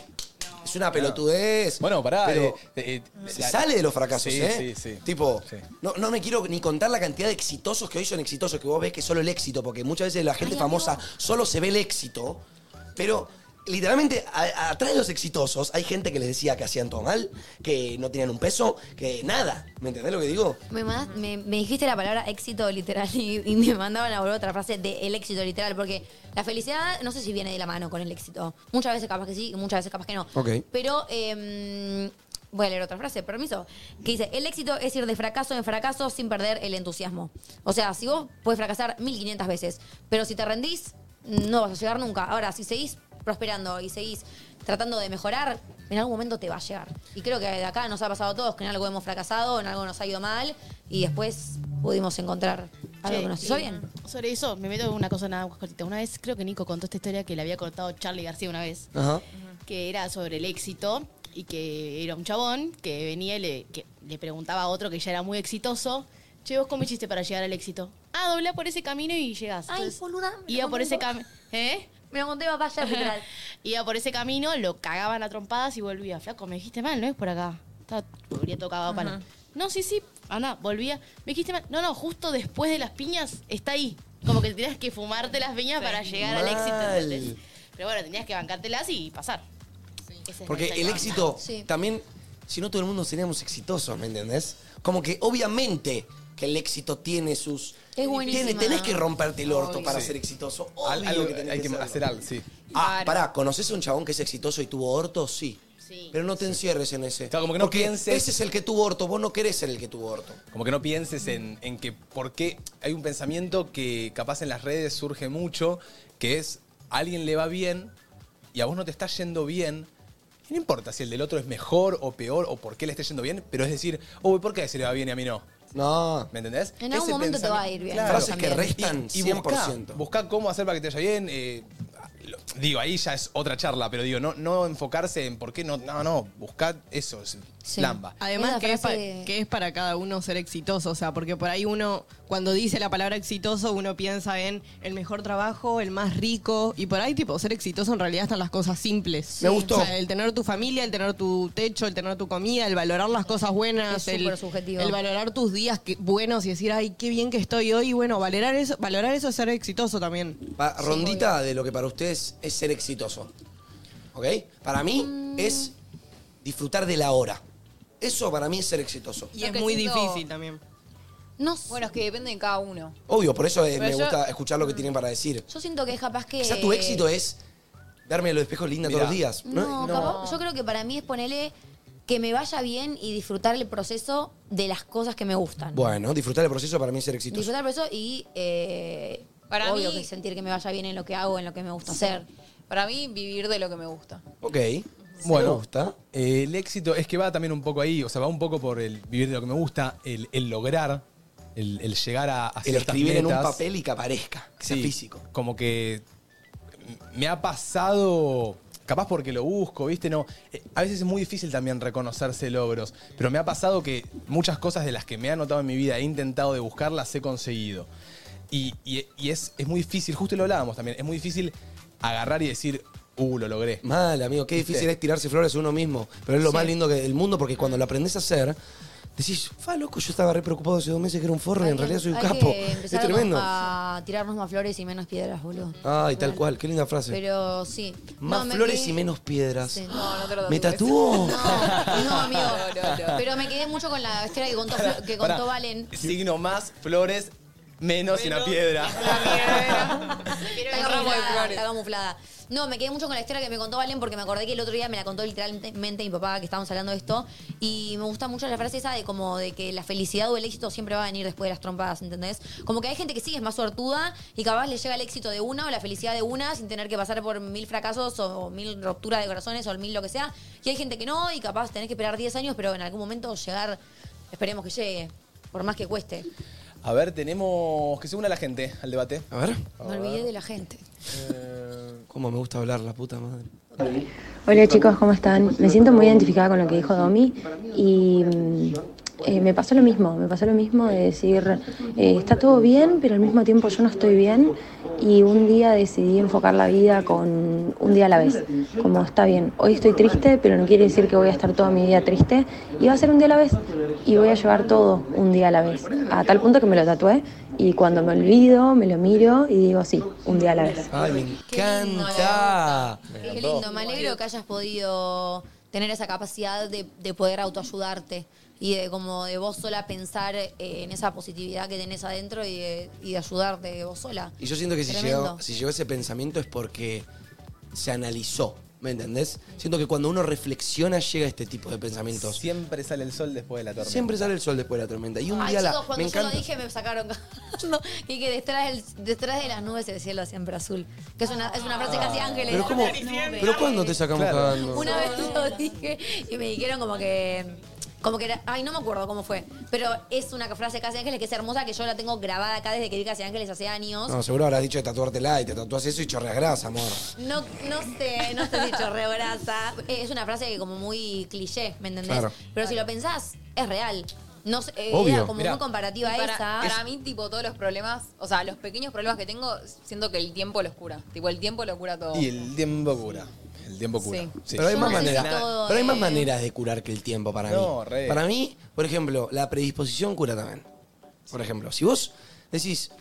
Es una pelotudez. Bueno, pará. Pero eh, eh, se la- sale de los fracasos, Sí, ¿eh? Sí, sí. Tipo, Sí. no, no me quiero ni contar la cantidad de exitosos que hoy son exitosos, que vos ves que solo el éxito, porque muchas veces la gente famosa solo se ve el éxito, pero literalmente a- atrás de los exitosos hay gente que les decía que hacían todo mal, que no tenían un peso, que nada. ¿Me entendés lo que digo? Me, mandás- me- me dijiste la palabra éxito literal y, y me mandaban a volver otra frase de el éxito literal, porque la felicidad no sé si viene de la mano con el éxito. Muchas veces capaz que sí y muchas veces capaz que no. Ok. Pero eh, voy a leer otra frase, permiso, que dice, el éxito es ir de fracaso en fracaso sin perder el entusiasmo. O sea, si vos puedes fracasar 1500 veces, pero si te rendís, no vas a llegar nunca. Ahora, si seguís prosperando y seguís tratando de mejorar, en algún momento te va a llegar. Y creo que de acá nos ha pasado a todos, que en algo hemos fracasado, en algo nos ha ido mal, y después pudimos encontrar algo Che, que nos hizo y bien. Sobre eso, me meto una cosa nada más cortita. Una vez creo que Nico contó esta historia que le había contado Charlie García una vez. Ajá. que era sobre el éxito y que era un chabón que venía y le, que le preguntaba a otro que ya era muy exitoso, che, vos cómo hiciste para llegar al éxito? Ah, doblá por ese camino y llegás. Ay, Entonces, boluda. me Iba lo por ese contó. camino. ¿Eh? Me lo *laughs* conté papá ayer, literal. Iba por ese camino, lo cagaban a trompadas y volvía. Flaco, me dijiste mal, no es por acá. Estaba, habría tocado para. Ajá. No, sí, sí, anda, volvía. Me dijiste mal. No, no, justo después de las piñas está ahí. Como que tenías que fumarte las piñas para llegar al éxito. Mal. ¿entendés? Pero bueno, tenías que bancártelas y pasar. Ese es Porque nuestro el lema. éxito Sí. también, si no todo el mundo seríamos exitosos, ¿me entendés? Como que obviamente que el éxito tiene sus... Es buenísima. tiene- tenés que romperte el orto Obvio. para Sí. ser exitoso. Al- Obvio algo que tenés hay que que hacer algo, sí. Ah, pará, ¿conoces a un chabón que es exitoso y tuvo orto? Sí. Pero no te encierres en ese. como que no Porque pienses- Ese es el que tuvo orto, vos no querés ser el que tuvo orto. Como que no pienses en, en que por qué hay un pensamiento que capaz en las redes surge mucho, que es a alguien le va bien y a vos no te está yendo bien. Y no importa si el del otro es mejor o peor o por qué le esté yendo bien, pero es decir, uy, ¿por qué a ese le va bien y a mí no? No. ¿Me entendés? En algún momento te va a ir bien. Claro. Frases que restan Y, y buscá, 100%. buscá cómo hacer para que te vaya bien. eh, lo- digo, ahí ya es otra charla, pero digo, no, no enfocarse en por qué no, no, no, buscá eso, es lamba. Además, Esa que es, pa- frase- que es para cada uno ser exitoso. O sea, porque por ahí uno, cuando dice la palabra exitoso, uno piensa en el mejor trabajo, el más rico. Y por ahí, tipo, ser exitoso en realidad están las cosas simples. Me gustó. O sea, el tener tu familia, el tener tu techo, el tener tu comida, el valorar las cosas buenas. Es el, súper subjetivo. el valorar tus días que- buenos y decir, ay, qué bien que estoy hoy. Y bueno, valorar eso, valorar eso es ser exitoso también. Va, rondita de lo que para ustedes es ser exitoso. ¿Ok? Para mí Mm. es disfrutar de la hora. Eso para mí es ser exitoso. Y Lo es que muy siento- difícil también. No, Bueno, es que depende de cada uno. Obvio, por eso eh, Pero me yo- Mm. gusta escuchar lo que tienen para decir. yo siento que es capaz que... Quizá Eh. tu éxito es darme los espejos linda todos los días. No, capaz- yo creo que para mí es ponerle que me vaya bien y disfrutar el proceso de las cosas que me gustan. Bueno, disfrutar el proceso para mí es ser exitoso. Disfrutar el proceso y eh, Para obvio mí- que sentir que me vaya bien en lo que hago, en lo que me gusta hacer. Para mí, vivir de lo que me gusta. Ok. Bueno, Me gusta. eh, el éxito es que va también un poco ahí, o sea, va un poco por el vivir de lo que me gusta, el, el lograr, el, el llegar a, a El ciertas escribir en un metas. papel y que aparezca, que sea Sí, físico. Como que me ha pasado, capaz porque lo busco, ¿viste? No, eh, a veces es muy difícil también reconocerse logros, pero me ha pasado que muchas cosas de las que me ha notado en mi vida he intentado de buscar, las he conseguido. Y, y- y es, es muy difícil, justo lo hablábamos también, es muy difícil agarrar y decir, uh, lo logré. Mal, amigo, qué difícil ¿Viste? es tirarse flores a uno mismo. Pero es lo Sí. más lindo que- del mundo porque cuando lo aprendes a hacer, decís, fa, loco, yo estaba re preocupado hace dos meses que era un forro y en realidad soy un Hay capo. que Es empezar tremendo. a tirarnos más flores y menos piedras, boludo. Ay, tal cual, qué linda frase. Pero sí. Ah, Más No, me flores quedé- y menos piedras. Sí. No, no te lo ¿Me tatúes. tatuó? No, amigo. no, no. Pero me quedé mucho con la historia que contó, Flo- que Pará, contó Valen. Signo más, flores, menos, y una piedra. Está camuflada, está camuflada. No, me quedé mucho con la historia que me contó Valen porque me acordé que el otro día me la contó literalmente mi papá que estábamos hablando de esto y me gusta mucho la frase esa de como de que la felicidad o el éxito siempre va a venir después de las trompadas, ¿entendés? Como que hay gente que sí es más suertuda y capaz le llega el éxito de una o la felicidad de una sin tener que pasar por mil fracasos o, o mil rupturas de corazones o mil lo que sea y hay gente que no y capaz tenés que esperar 10 años pero en algún momento llegar, esperemos que llegue, por más que cueste. A ver, tenemos que se una la gente al debate. A ver, Me olvidé de la gente. cómo me gusta hablar, la puta madre. Hola chicos, ¿cómo están? Me siento muy identificada con lo que dijo Domi y mm, eh, me pasó lo mismo, me pasó lo mismo de decir, eh, está todo bien, pero al mismo tiempo yo no estoy bien y un día decidí enfocar la vida con un día a la vez, como está bien, hoy estoy triste, pero no quiere decir que voy a estar toda mi vida triste y va a ser un día a la vez y voy a llevar todo un día a la vez, a tal punto que me lo tatué y cuando me olvido, me lo miro y digo, sí, un día a la vez. Ay, me encanta. Qué lindo, me alegro que hayas podido tener esa capacidad de, de poder autoayudarte y de como de vos sola pensar eh, en esa positividad que tenés adentro y de, y de ayudarte vos sola. Y yo siento que si Tremendo. llegó, si llegó ese pensamiento es porque se analizó, ¿me entendés? Siento que cuando uno reflexiona llega este tipo de pensamientos. Siempre sale el sol después de la tormenta. Siempre sale el sol después de la tormenta. Y un Ay, día chicos, la... Me cuando yo encanta. lo dije me sacaron cagando. *laughs* y que detrás, del- detrás de las nubes el cielo siempre azul. Que es una, es una frase casi ángeles. Ah. Pero cómo... Pero ¿cuándo te sacamos cagando? Una vez lo dije y me dijeron como que. Como que era. Ay, no me acuerdo cómo fue. Pero es una frase de Casi Ángeles que es hermosa, que yo la tengo grabada acá desde que vi Casi Ángeles hace años. No, seguro habrás dicho de tatuártela y te tatuás eso y chorreas grasa, amor. No, no sé, no sé si chorreo grasa. Eh, Es una frase que como muy cliché, ¿me entendés? Claro. Pero si lo pensás, es real. No sé, eh, Obvio. era como Mirá. muy comparativa Y para, esa. para mí, tipo, todos los problemas, o sea, los pequeños problemas que tengo, siento que el tiempo los cura. Tipo, el tiempo lo cura todo. Y el tiempo cura. El tiempo cura. Sí. Sí. Pero hay, Yo más no sé si maneras, todo pero hay más es- maneras de curar que el tiempo para No, mí. re. Para mí, por ejemplo, la predisposición cura también. Por ejemplo, si vos decís,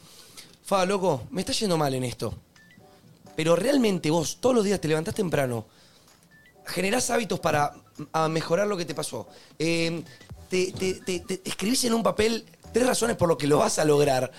Fa, loco, me está yendo mal en esto, pero realmente vos todos los días te levantás temprano, generás hábitos para a mejorar lo que te pasó. Eh, te, te- te- te escribís en un papel tres razones por lo que lo vas a lograr.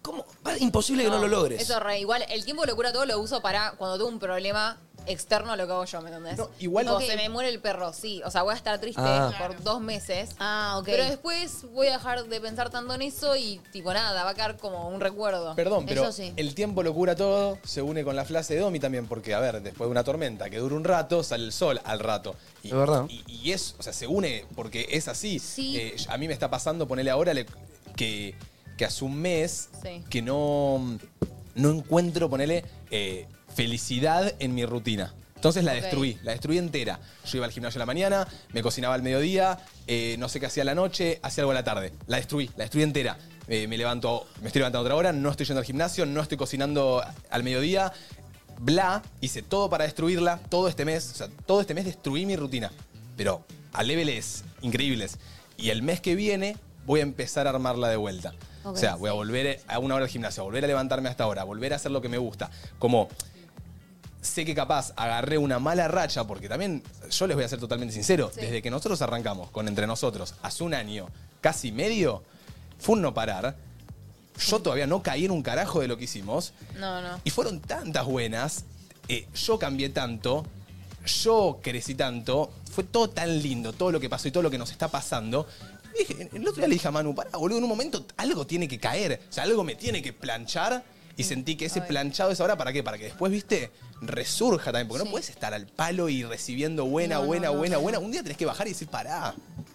¿Cómo? Va- Imposible que no lo logres. Eso es re. Igual, el tiempo lo cura todo, lo uso para cuando tengo un problema externo a lo que hago yo, ¿me entendés? igual- Tipo, Ok. se me muere el perro, sí. O sea, voy a estar triste Ah. por dos meses. Ah, ok. Pero después voy a dejar de pensar tanto en eso y, tipo, nada, va a quedar como un recuerdo. Perdón, pero eh, el tiempo lo cura todo, se une con la frase de Domi también, porque, a ver, después de una tormenta que dura un rato, sale el sol al rato. Y, Es verdad. Y, y es, o sea, se une porque es así. Sí. Eh, a mí me está pasando, ponele ahora, le- que, que hace un mes *laughs* Sí. que no, no encuentro, ponele, eh, felicidad en mi rutina. Entonces la Ok. destruí, la destruí entera. Yo iba al gimnasio a la mañana, me cocinaba al mediodía, eh, no sé qué hacía a la noche, hacía algo a la tarde. La destruí, la destruí entera. Eh, me levanto, me estoy levantando a otra hora, no estoy yendo al gimnasio, no estoy cocinando al mediodía. Bla, hice todo para destruirla todo este mes. O sea, todo este mes destruí mi rutina. Pero a niveles increíbles. Y el mes que viene voy a empezar a armarla de vuelta. Ok. o sea, voy a volver a una hora al gimnasio, a volver a levantarme hasta ahora, a volver a hacer lo que me gusta. Como sé que capaz agarré una mala racha, porque también yo les voy a ser totalmente sincero, desde que nosotros arrancamos con Entre Nosotros hace un año, casi medio, fue un no parar. Yo todavía no caí en un carajo de lo que hicimos. No, no. Y fueron tantas buenas, eh, yo cambié tanto, yo crecí tanto, fue todo tan lindo, todo lo que pasó y todo lo que nos está pasando. Y dije, el otro día le dije a Manu, pará, boludo, en un momento algo tiene que caer, o sea, algo me tiene que planchar. Y sentí que ese planchado es ahora para qué? Para que después, viste, resurja también. Porque no puedes estar al palo y recibiendo buena, No, no, buena, no, buena, no. buena. Un día tenés que bajar y decir, pará.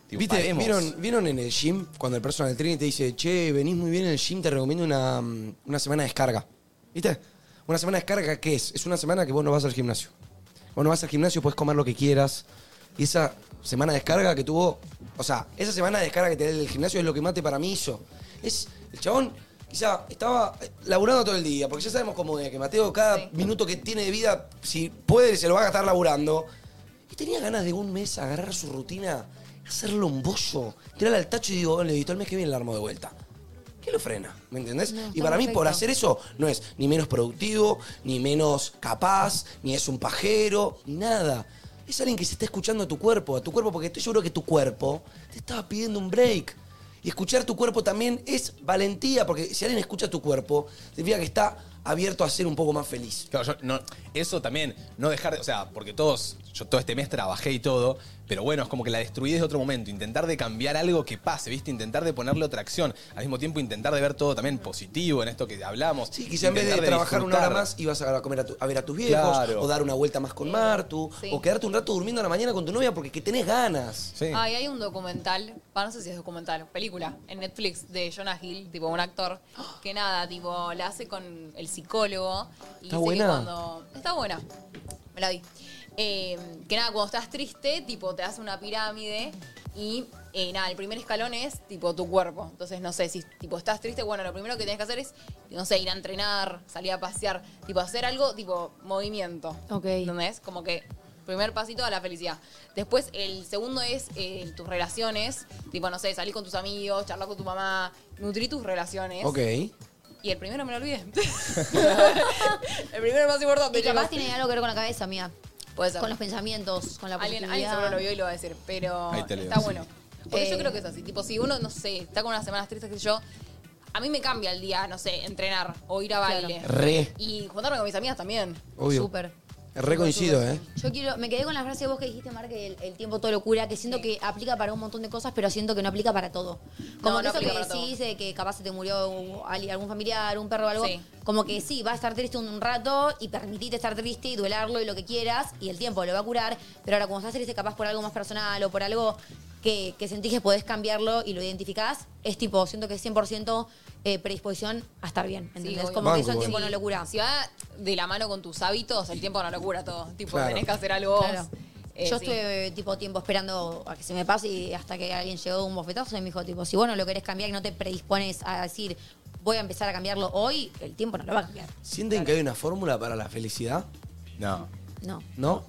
Tipo, ¿Viste? paremos. ¿Vieron, ¿Vieron en el gym cuando el personal trainer te dice, che, venís muy bien en el gym, te recomiendo una, mm, una semana de descarga? ¿Viste? Una semana de descarga, ¿qué es? Es una semana que vos no vas al gimnasio. Vos no vas al gimnasio, puedes comer lo que quieras. Y esa semana de descarga que tuvo, o sea, esa semana de descarga que te da el gimnasio es lo que Mate para mí hizo. Es, el chabón quizá estaba eh, laburando todo el día, porque ya sabemos cómo es, que Mateo cada minuto que tiene de vida, si puede, se lo va a gastar laburando. Y tenía ganas de un mes agarrar su rutina, hacerlo un bollo, tirarla al tacho y digo, le edito el mes que viene la armo de vuelta. ¿Qué lo frena? ¿Me entendés? No, y está para mí, por perfecto. hacer eso, no es ni menos productivo, ni menos capaz, ni es un pajero, ni nada. Es alguien que se está escuchando a tu cuerpo, a tu cuerpo, porque estoy seguro que tu cuerpo te estaba pidiendo un break. Y escuchar tu cuerpo también es valentía, porque si alguien escucha tu cuerpo, significa que está abierto a ser un poco más feliz. Claro, yo no- eso también, no dejar de, o sea, porque todos, yo todo este mes trabajé y todo, pero bueno, es como que la destruí desde otro momento, intentar de cambiar algo que pase, ¿viste? Intentar de ponerle otra acción, al mismo tiempo intentar de ver todo también positivo en esto que hablamos. Sí, quizá en vez de, intentar trabajar una hora disfrutar. más ibas a, comer a, tu- a ver a tus viejos, Claro. o dar una vuelta más con Martu, Sí. o quedarte un rato durmiendo a la mañana con tu novia porque que tenés ganas. Ay, hay un documental, pa, no sé si es documental, película, en Netflix de Jonah Hill, tipo un actor, que nada, tipo, la hace con el psicólogo. Y ¿Está dice que buena? cuando- Está buena. Me la vi. Eh, que nada, cuando estás triste, tipo, te hace una pirámide y eh, nada, el primer escalón es tipo tu cuerpo. Entonces, no sé, si tipo estás triste, bueno, lo primero que tienes que hacer es, no sé, ir a entrenar, salir a pasear, tipo hacer algo, tipo movimiento. Ok. ¿Entendés? Como que primer pasito a la felicidad. Después, el segundo es eh, tus relaciones, tipo, no sé, salir con tus amigos, charlar con tu mamá, nutrir tus relaciones. Ok. Y el primero me lo olvidé. *laughs* el primero más importante. Y capaz chicos. tiene algo que ver con la cabeza, mía. Puede ser. Con los pensamientos, con la Alguien, positividad. alguien seguro lo vio y lo va a decir, pero Ahí te leo, está sí. bueno. Porque yo Eh. creo que es así. Tipo, si uno, no sé, está con unas semanas tristes, que yo, a mí me cambia el día, no sé, entrenar o ir a baile. Re. Y juntarme con mis amigas también. Obvio. Súper. Re coincido, ¿eh? Yo quiero, me quedé con la frase de vos que dijiste, Mar, que el, el tiempo todo lo cura, que siento que aplica para un montón de cosas, pero siento que no aplica para todo. Como No, que eso no que aplica para decís, de que capaz se te murió u- ali- algún familiar, un perro o algo, Sí. como que sí, va a estar triste un, un rato y permitite estar triste y duelarlo y lo que quieras, y el tiempo lo va a curar, pero ahora cuando estás triste capaz por algo más personal o por algo que, que sentís que podés cambiarlo y lo identificás, es tipo, siento que es 100% eh, predisposición a estar bien, ¿entendés? obvio. como que eso el Banco, tiempo eh. no lo cura. Si va de la mano con tus hábitos, el tiempo no lo cura todo. Tipo, Claro. tenés que hacer algo vos. Claro. Eh, Yo sí. estuve tipo tiempo esperando a que se me pase y hasta que alguien llegó de un bofetazo y me dijo, tipo, si vos no lo querés cambiar y no te predispones a decir voy a empezar a cambiarlo hoy, el tiempo no lo va a cambiar. ¿Sienten que hay una fórmula para la felicidad? No. No. ¿No?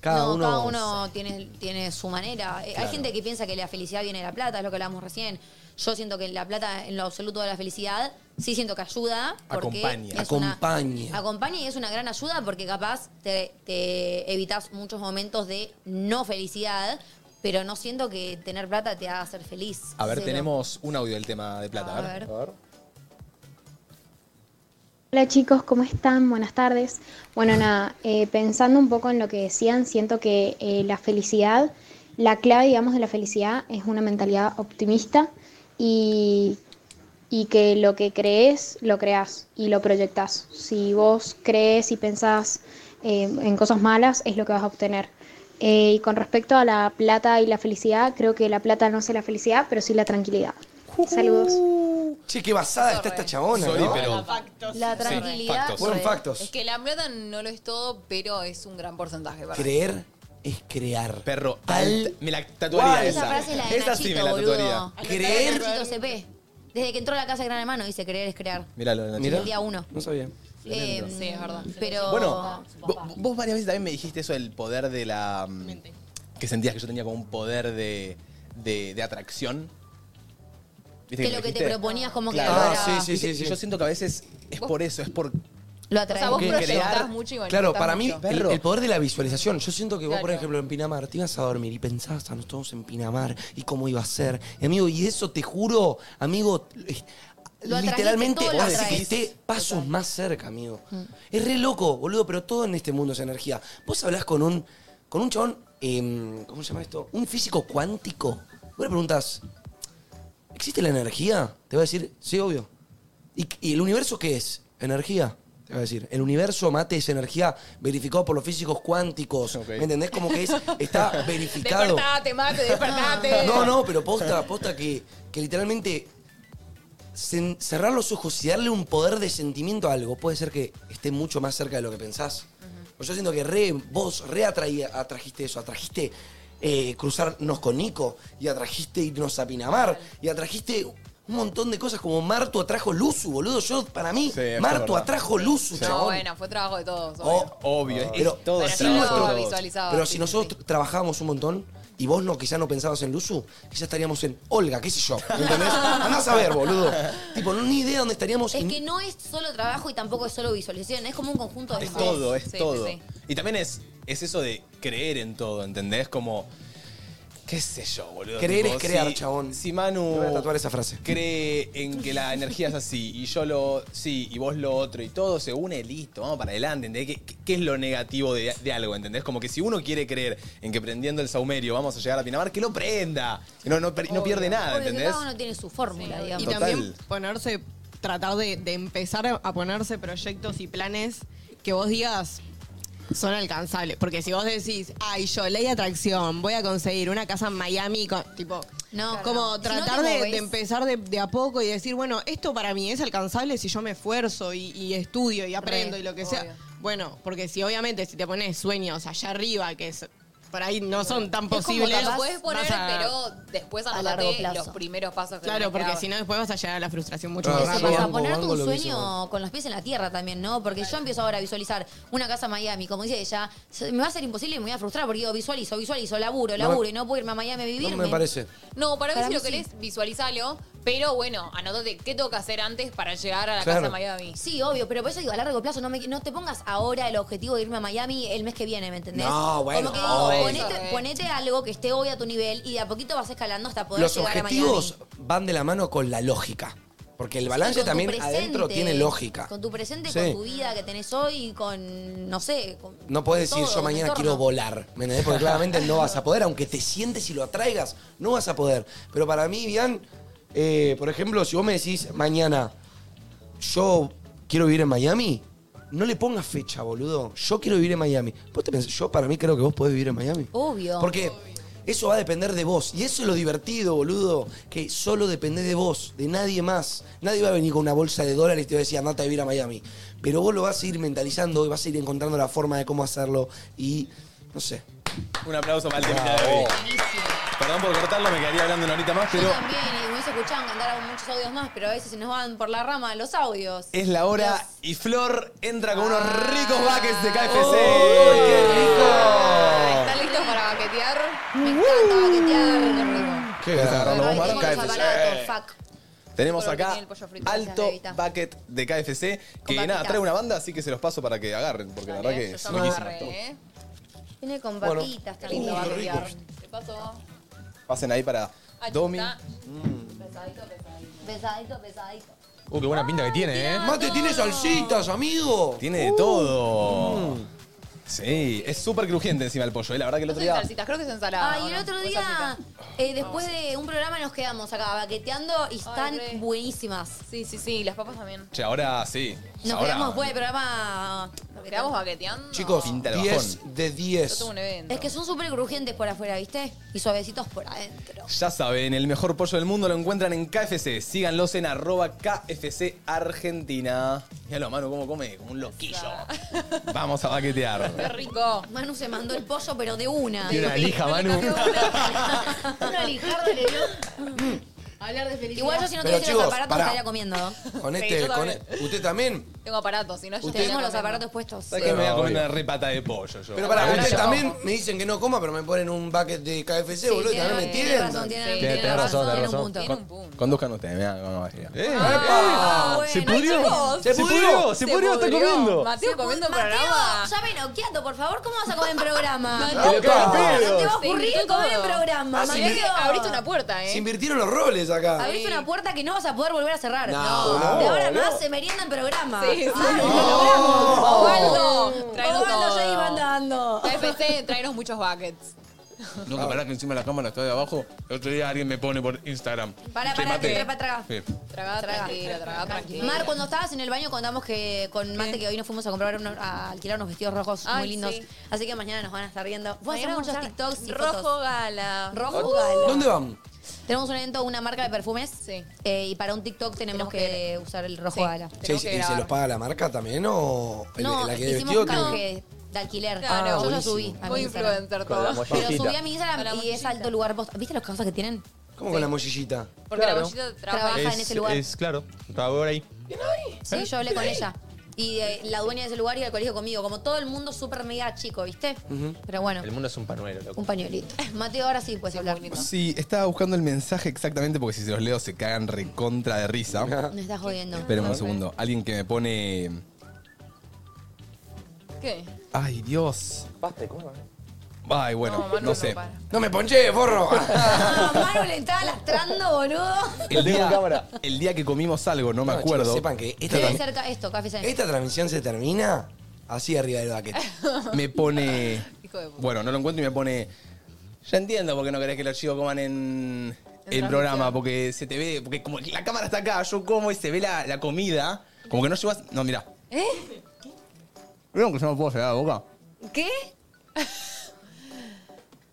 Cada no, uno. cada uno tiene, tiene su manera. Eh, Claro. Hay gente que piensa que la felicidad viene de la plata, es lo que hablábamos recién. Yo siento que la plata, en lo absoluto de la felicidad, sí siento que ayuda. Porque Acompaña. es una- Acompaña. acompaña y es una gran ayuda porque capaz te, te evitas muchos momentos de no felicidad, pero no siento que tener plata te haga ser feliz. A ver, Cero. tenemos un audio del tema de plata. A A ver. ver. A ver. Hola chicos, ¿cómo están? Buenas tardes. Bueno, nada, eh, pensando un poco en lo que decían, siento que eh, la felicidad, la clave, digamos, de la felicidad es una mentalidad optimista y, y que lo que crees, lo creas y lo proyectas. Si vos crees y pensás eh, en cosas malas, es lo que vas a obtener. Eh, y con respecto a la plata y la felicidad, creo que la plata no es la felicidad, pero sí la tranquilidad. Saludos. Che, qué basada está esta chabona, Sorry, ¿no? pero- La Sí, tranquilidad. factos. Fueron factos. Es que la plata no lo es todo, pero es un gran porcentaje. ¿verdad? Creer es crear. Perro, tal. Me la tatuaría cual. esa. Esa frase es la de Esa sí me la Nachito, tatuaría. boludo. Creer. Nachito CP. Desde que entró a la casa de Gran Hermano dice creer es crear. Míralo, Nachito. Desde el día uno. No sabía. Eh, Tremendo. sí, es verdad. Pero. Bueno, vo- vos varias veces también me dijiste eso del poder de la... mm, Que sentías que yo tenía como un poder de, de, de atracción. ¿Viste Que me lo que te dijiste? proponías como que Claro. Ah, Ah, lo lograbas. Viste, y Yo siento que a veces es por eso, es por... Lo O sea, vos Porque proyectás crear- mucho y Claro, manifestás para mí, mucho. el, el poder de la visualización. Yo siento que vos, por Claro. ejemplo, en Pinamar, te ibas a dormir y pensabas, "Ah, nos todos en Pinamar y cómo iba a ser. Y, amigo, y eso te juro, amigo, eh, Lo atrajiste, literalmente todo lo hace que atraes. esté pasos más cerca, amigo. Es re loco, boludo, pero todo en este mundo es energía. Vos hablás con un, con un chabón, em, ¿cómo se llama esto? Un físico cuántico. Vos le preguntas, ¿existe la energía? Te va a decir, sí, obvio. ¿Y, y el universo qué es? Energía. Te va a decir, el universo mate es energía verificado por los físicos cuánticos. ¿Me entendés? Como que es, está verificado. Despertate, mate, despertate. *laughs* No, no, pero posta, posta que, que literalmente cen- cerrar los ojos y darle un poder de sentimiento a algo puede ser que esté mucho más cerca de lo que pensás. Pues Yo siento que re, vos re atraía- atrajiste eso, atrajiste eh, cruzarnos con Nico y atrajiste irnos a Pinamar y atrajiste un montón de cosas como Martu atrajo Luzu, boludo. Yo, para mí, es Martu verdad. atrajo Luzu, No, chabón. Ah, bueno, fue trabajo de todos. Oh, obvio. Obvio, es- pero es todo si trabajo. nuestro- Estaba visualizado, pero sí, si nosotros trabajamos trabajábamos un montón y vos no, quizás no pensabas en Luzu, quizás estaríamos en Olga, qué sé yo. ¿me ¿Entendés? *laughs* Andás a ver, boludo. Tipo, no, ni idea dónde estaríamos. Es y- que no es solo trabajo y tampoco es solo visualización, es como un conjunto de Es cosas. todo, es todo. Y también es, es eso de creer en todo, ¿entendés? Como, qué sé yo, boludo. Creer tipo, es crear, si- chabón. Si Manu Me voy a tatuar esa frase. cree en que la energía es así, y yo lo, sí, y vos lo otro, y todo se une, listo, vamos para adelante, ¿entendés? ¿Qué, qué- qué es lo negativo de, de algo, entendés? Como que si uno quiere creer en que prendiendo el saumerio vamos a llegar a Pinamar, que lo prenda. Que no, no, per- no pierde nada, Porque ¿entendés? cada uno tiene su fórmula, digamos. Y Total. también ponerse, tratar de, de empezar a- a ponerse proyectos y planes que vos digas son alcanzables. Porque si vos decís, ay, yo, ley de atracción, voy a conseguir una casa en Miami, con- tipo, No, como no. Si tratar no te de, movés. de empezar de, de a poco y decir, bueno, esto para mí es alcanzable si yo me esfuerzo y, y estudio y aprendo Re, y lo que sea. Bueno, porque si obviamente si te pones sueños allá arriba, que es, por ahí no son tan Es como posibles. que lo puedes poner, vas a- pero después a anotate largo plazo. los primeros pasos que Claro, tenés que porque dar. si no después vas a llegar a la frustración mucho Eso, más o sea, rápido. ponerte banco un lo que hizo sueño con los pies en la tierra también, ¿no? Porque yo empiezo ahora a visualizar una casa en Miami, como dice ella, se- me va a ser imposible y me voy a frustrar porque digo, visualizo, visualizo, laburo, No laburo me- y no puedo irme a Miami a vivir. no me parece. No, para, Para ver si mí lo querés, visualizalo, pero bueno, anotate qué tengo que hacer antes para llegar a la Claro. casa de Miami. Sí, obvio, pero por eso digo, a largo plazo, no, me- no te pongas ahora el objetivo de irme a Miami el mes que viene, ¿me entendés? No, bueno, Como que este no, digo, eso, ponete, ponete algo que esté hoy a tu nivel y de a poquito vas escalando hasta poder Los llegar objetivos a Miami. van de la mano con la lógica. Porque el Sí, con balance tu también presente, adentro tiene lógica. Con tu presente, Sí. con tu vida que tenés hoy, y con, no sé. con- No podés con decir todo, con yo tu mañana entorno. quiero volar, ¿me *laughs* entendés? Porque claramente no vas a poder, aunque te sientes y lo atraigas, no vas a poder. Pero para mí, Bian, eh, por ejemplo, si vos me decís mañana, yo quiero vivir en Miami, no le pongas fecha, boludo. Yo quiero vivir en Miami. Vos te pensás, yo para mí creo que vos podés vivir en Miami. Obvio. Porque eso va a depender de vos. Y eso es lo divertido, boludo. Que solo depende de vos, de nadie más. Nadie va a venir con una bolsa de dólares y te va a decir, andate a vivir a Miami. Pero vos lo vas a ir mentalizando y vas a ir encontrando la forma de cómo hacerlo. Y no sé. Un aplauso para el temita de hoy. Perdón por cortarlo, me quedaría hablando una horita más, Yo pero... también, y me hubiese escuchado cantar muchos audios más, pero a veces se nos van por la rama los audios. Es la hora Ah. y Flor entra con unos ricos vaques de KFC. ¡Uy, qué rico! Me encanta baquetear. qué rico. ¿Qué? ¿Querés agarrarlo vos, Mar? Ay, tengo los KFC. aparatos, fuck. Tenemos Por lo que acá tiene el pollo frito, gracias, Alto bebita. Bucket de KFC, que papitas. nada, trae una banda, así que se los paso para que agarren, porque la Eh, verdad que es riquísimo. Viene con Bueno. vaquitas Uh, también. qué rico. ¿Qué Ah, pasó? Pasen ahí para Ah, Domi. está. Mm. Pesadito, pesadito. Pesadito, pesadito. Uh, qué buena pinta que tiene, ¿eh? Mate, tiene salsitas, amigo. Mm. Tiene de todo. Sí, es súper crujiente encima el pollo. ¿eh? La verdad que el No otro son día. salsitas, creo que es ensalada. Ay, ¿o el no? otro ¿O es día, salsita? eh, después de un programa nos quedamos acá baqueteando y están re. buenísimas. Sí, sí, sí, las papas también. Che, ahora sí. Nos ahora, quedamos después del programa. ¿Nos quedamos baqueteando? Chicos, pinta el bajón. 10 de 10. Yo tuve un evento. Es que son súper crujientes por afuera, ¿viste? Y suavecitos por adentro. Ya saben, el mejor pollo del mundo lo encuentran en KFC. Síganlos en arroba KFC Argentina. Míralo, mano, cómo come, como un loquillo. Vamos a Qué baquetear. rico. Manu se mandó el pollo, pero de una. Y una lija, *laughs* Manu. Una lijarda le dio. Hablar de felicidad. Igual yo si no Pero, tuviese chicos, los aparatos pará. estaría comiendo. Con Sí, este, yo con también. e- ¿Usted también? Tengo aparatos, si no, yo Tenemos estaría los comiendo. aparatos puestos. ¿Sabes que me voy a comer una repata de pollo yo? Pero para, Ahora usted yo. también me dicen que no coma, pero me ponen un bucket de KFC, boludo, y tiene- también me tiene tiendan. razón, tiene- Tiene- tiene razón, tiene tiene un razón. punto. Con- Conduzcan ustedes, mirá cómo va. ¡Eh! Ah, bueno. ¡Se pudrió! ¡Se pudrió! ¡Se pudrió! ¡Está comiendo! Mateo comiendo Mateo, programa. llame noqueando, por favor. ¿Cómo vas a comer en *laughs* programa? Mateo, no te va a Se ocurrir inventó comer en todo. programa, Así que Mateo. abriste una puerta, Se ¿eh? invirtieron los roles acá. Abriste una puerta que no vas a poder volver a cerrar. No, no, De ahora no. más se merienda en programa. Sí, *laughs* sí. Ah, No. Osvaldo, traenos Osvaldo, seguí todo. mandando. KFC, traeros muchos buckets. No, que pará que encima la cámara está de abajo. El otro día alguien me pone por Instagram. Pará, Che, pará, Mate. que trepa atrás. Sí. Tragá tranquilo, tragá tranquilo. Mar, cuando estabas en el baño contamos que con Mate que hoy nos fuimos a comprar unos- a alquilar unos vestidos rojos Ay, muy lindos. sí. Así que mañana nos van a estar viendo. Voy a hacer Mañana vamos muchos a estar TikToks y Rojo fotos. gala. Uh. Rojo gala. ¿Dónde van? Tenemos un evento, una marca de perfumes. Sí. eh, y para un TikTok tenemos, Tenemos que, usar el rojo Sí. gala. Che, ¿Y Tenemos que se grabar. los paga la marca también o el- No, la que de hicimos vestido? un canje de alquiler. Claro, yo lo buenísimo. subí a mi Muy Instagram. influencer Con la todo. mollejita. Pero subí a mi Con la Instagram y es mochilita. alto lugar posta. ¿Viste las cosas que tienen? ¿Cómo con la mochillita? Porque la Claro. mochila Trabaja trabaja. en ese lugar. Es, claro, trabajador ahí. Sí, yo hablé con ella. Y eh, la dueña de ese lugar y al colegio conmigo. Como todo el mundo súper mega chico, ¿viste? Pero bueno, El mundo es un panuelo, loco. un pañuelito. *laughs* Mateo, ahora sí puedes hablar. Me Sí, estaba buscando el mensaje exactamente porque si se los leo se cagan recontra de risa. estás jodiendo. Esperen un segundo. Alguien que me pone. ¿Qué? Ay, Dios. Ay, bueno, No, Manu, no, no sé. para. ¡No me ponché, forro! Ah, Manu le estaba lastrando, *laughs* boludo. El día, el día que comimos algo, no me No, acuerdo. chicos, sepan que esta, Debe tra- ser ca- esto, café Zen. esta transmisión se termina así arriba del baquete. *laughs* me pone. *laughs* Hijo de puta. Bueno, no lo encuentro y me pone. Ya entiendo por qué no querés que los chicos coman en el programa, porque se te ve. Porque como la cámara está acá, yo como y se ve la, la comida. Como que no llevas. No, mirá. ¿Eh? ¿Vieron que yo no puedo cerrar la boca? ¿Qué? *laughs*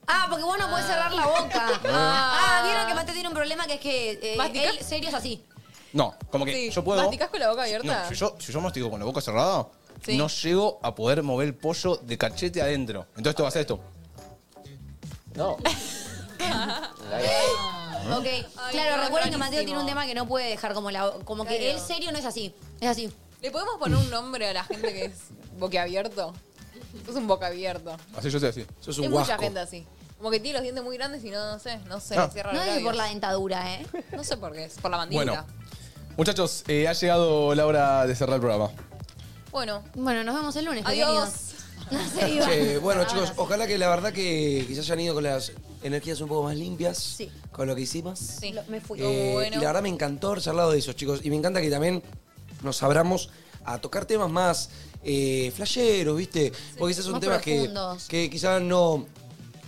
Ah, porque vos no podés cerrar la boca. Ah, Ah. vieron que Mate tiene un problema que es que eh, ¿Masticás? él serio es así. No, como que Sí. yo puedo. ¿Masticás con la boca abierta? No, si yo, si yo mastico con la boca cerrada, Sí. no llego a poder mover el pollo de cachete adentro. Entonces tú vas a hacer esto. No. Ok, claro, recuerden que Mateo tiene un tema que no puede dejar como la como que Claro. él serio no es así. Es así. ¿Le podemos poner un nombre a la gente que es boquiabierto? Es un boquiabierto. Así yo sé así. Sos Hay un mucha guasco. gente así. Como que tiene los dientes muy grandes y no, no sé, no sé, Ah. cierra No los es por la labios. dentadura, ¿eh? No sé por qué es, por la Bueno. mandíbula. Muchachos, eh, ha llegado la hora de cerrar el programa. Bueno. Bueno, nos vemos el lunes. Adiós. *laughs* pequeños. No se iba. Che, bueno, Ahora chicos, sí. ojalá que la verdad que, que se hayan ido con las energías un poco más limpias. Sí. Con lo que hicimos. Sí. Lo- me fui. Eh, bueno. Y la verdad me encantó haber charlado de esos chicos. Y me encanta que también nos abramos a tocar temas más eh, flasheros, ¿viste? Porque esos son más temas que, profundos. que quizás no,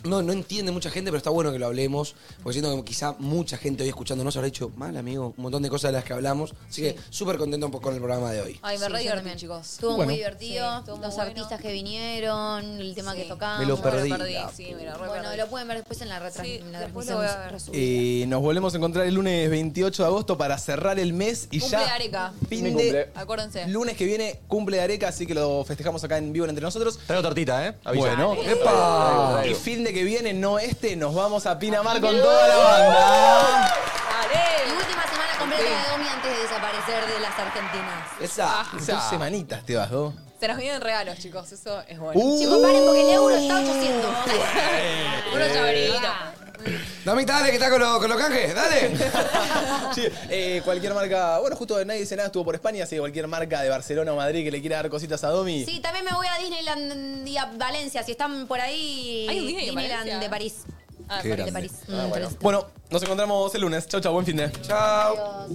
no, no entiende mucha gente, pero está bueno que lo hablemos. Porque siento que quizá mucha gente hoy escuchándonos habrá dicho mal, amigo, un montón de cosas de las que hablamos. Así que súper contento un poco con el programa de hoy. Ay, me Sí, yo re divertí, también. chicos. Estuvo Bueno. muy divertido. Sí, estuvo muy los bueno. artistas que vinieron, el tema Sí. que tocamos. Me lo perdí. Me lo perdí, sí, me lo re Bueno, perdí. lo pueden ver después en la, retrans Sí, en la después transmisión. lo voy a ver. resubida. Eh, nos volvemos a encontrar el lunes 28 de agosto para cerrar el mes y Cumple de ya. Areca. fin Mi de- cumple. Acuérdense. Lunes que viene cumple de Areca, así que lo festejamos acá en vivo entre nosotros. Traigo tortita, ¿eh? Avisa. Bueno, ¡Epa! y fin de que viene, no este, nos vamos a Ah, Pinamar con toda la Y banda. ¡Dale! última semana completa de Domi antes de desaparecer de las Argentinas. Esa. Dos semanitas te vas, dos. Uh. Uh. Se nos vienen regalos, chicos. Eso es bueno. *laughs* Chicos, paren porque el euro está 800. Unos llaveritos. Domi, dale, que está con, lo- con los canjes, dale. *laughs* Sí, eh, cualquier marca, bueno, justo nadie dice nada, estuvo por España, así que cualquier marca de Barcelona o Madrid que le quiera dar cositas a Domi. Sí, también me voy a Disneyland y a Valencia. Si están por ahí, Hay un Disney en Disneyland Valencia. de París. Ah, Qué de grande. París. Mm, Ah, bueno. Bueno, nos encontramos el lunes. Chau, chau, buen fin de. Chao.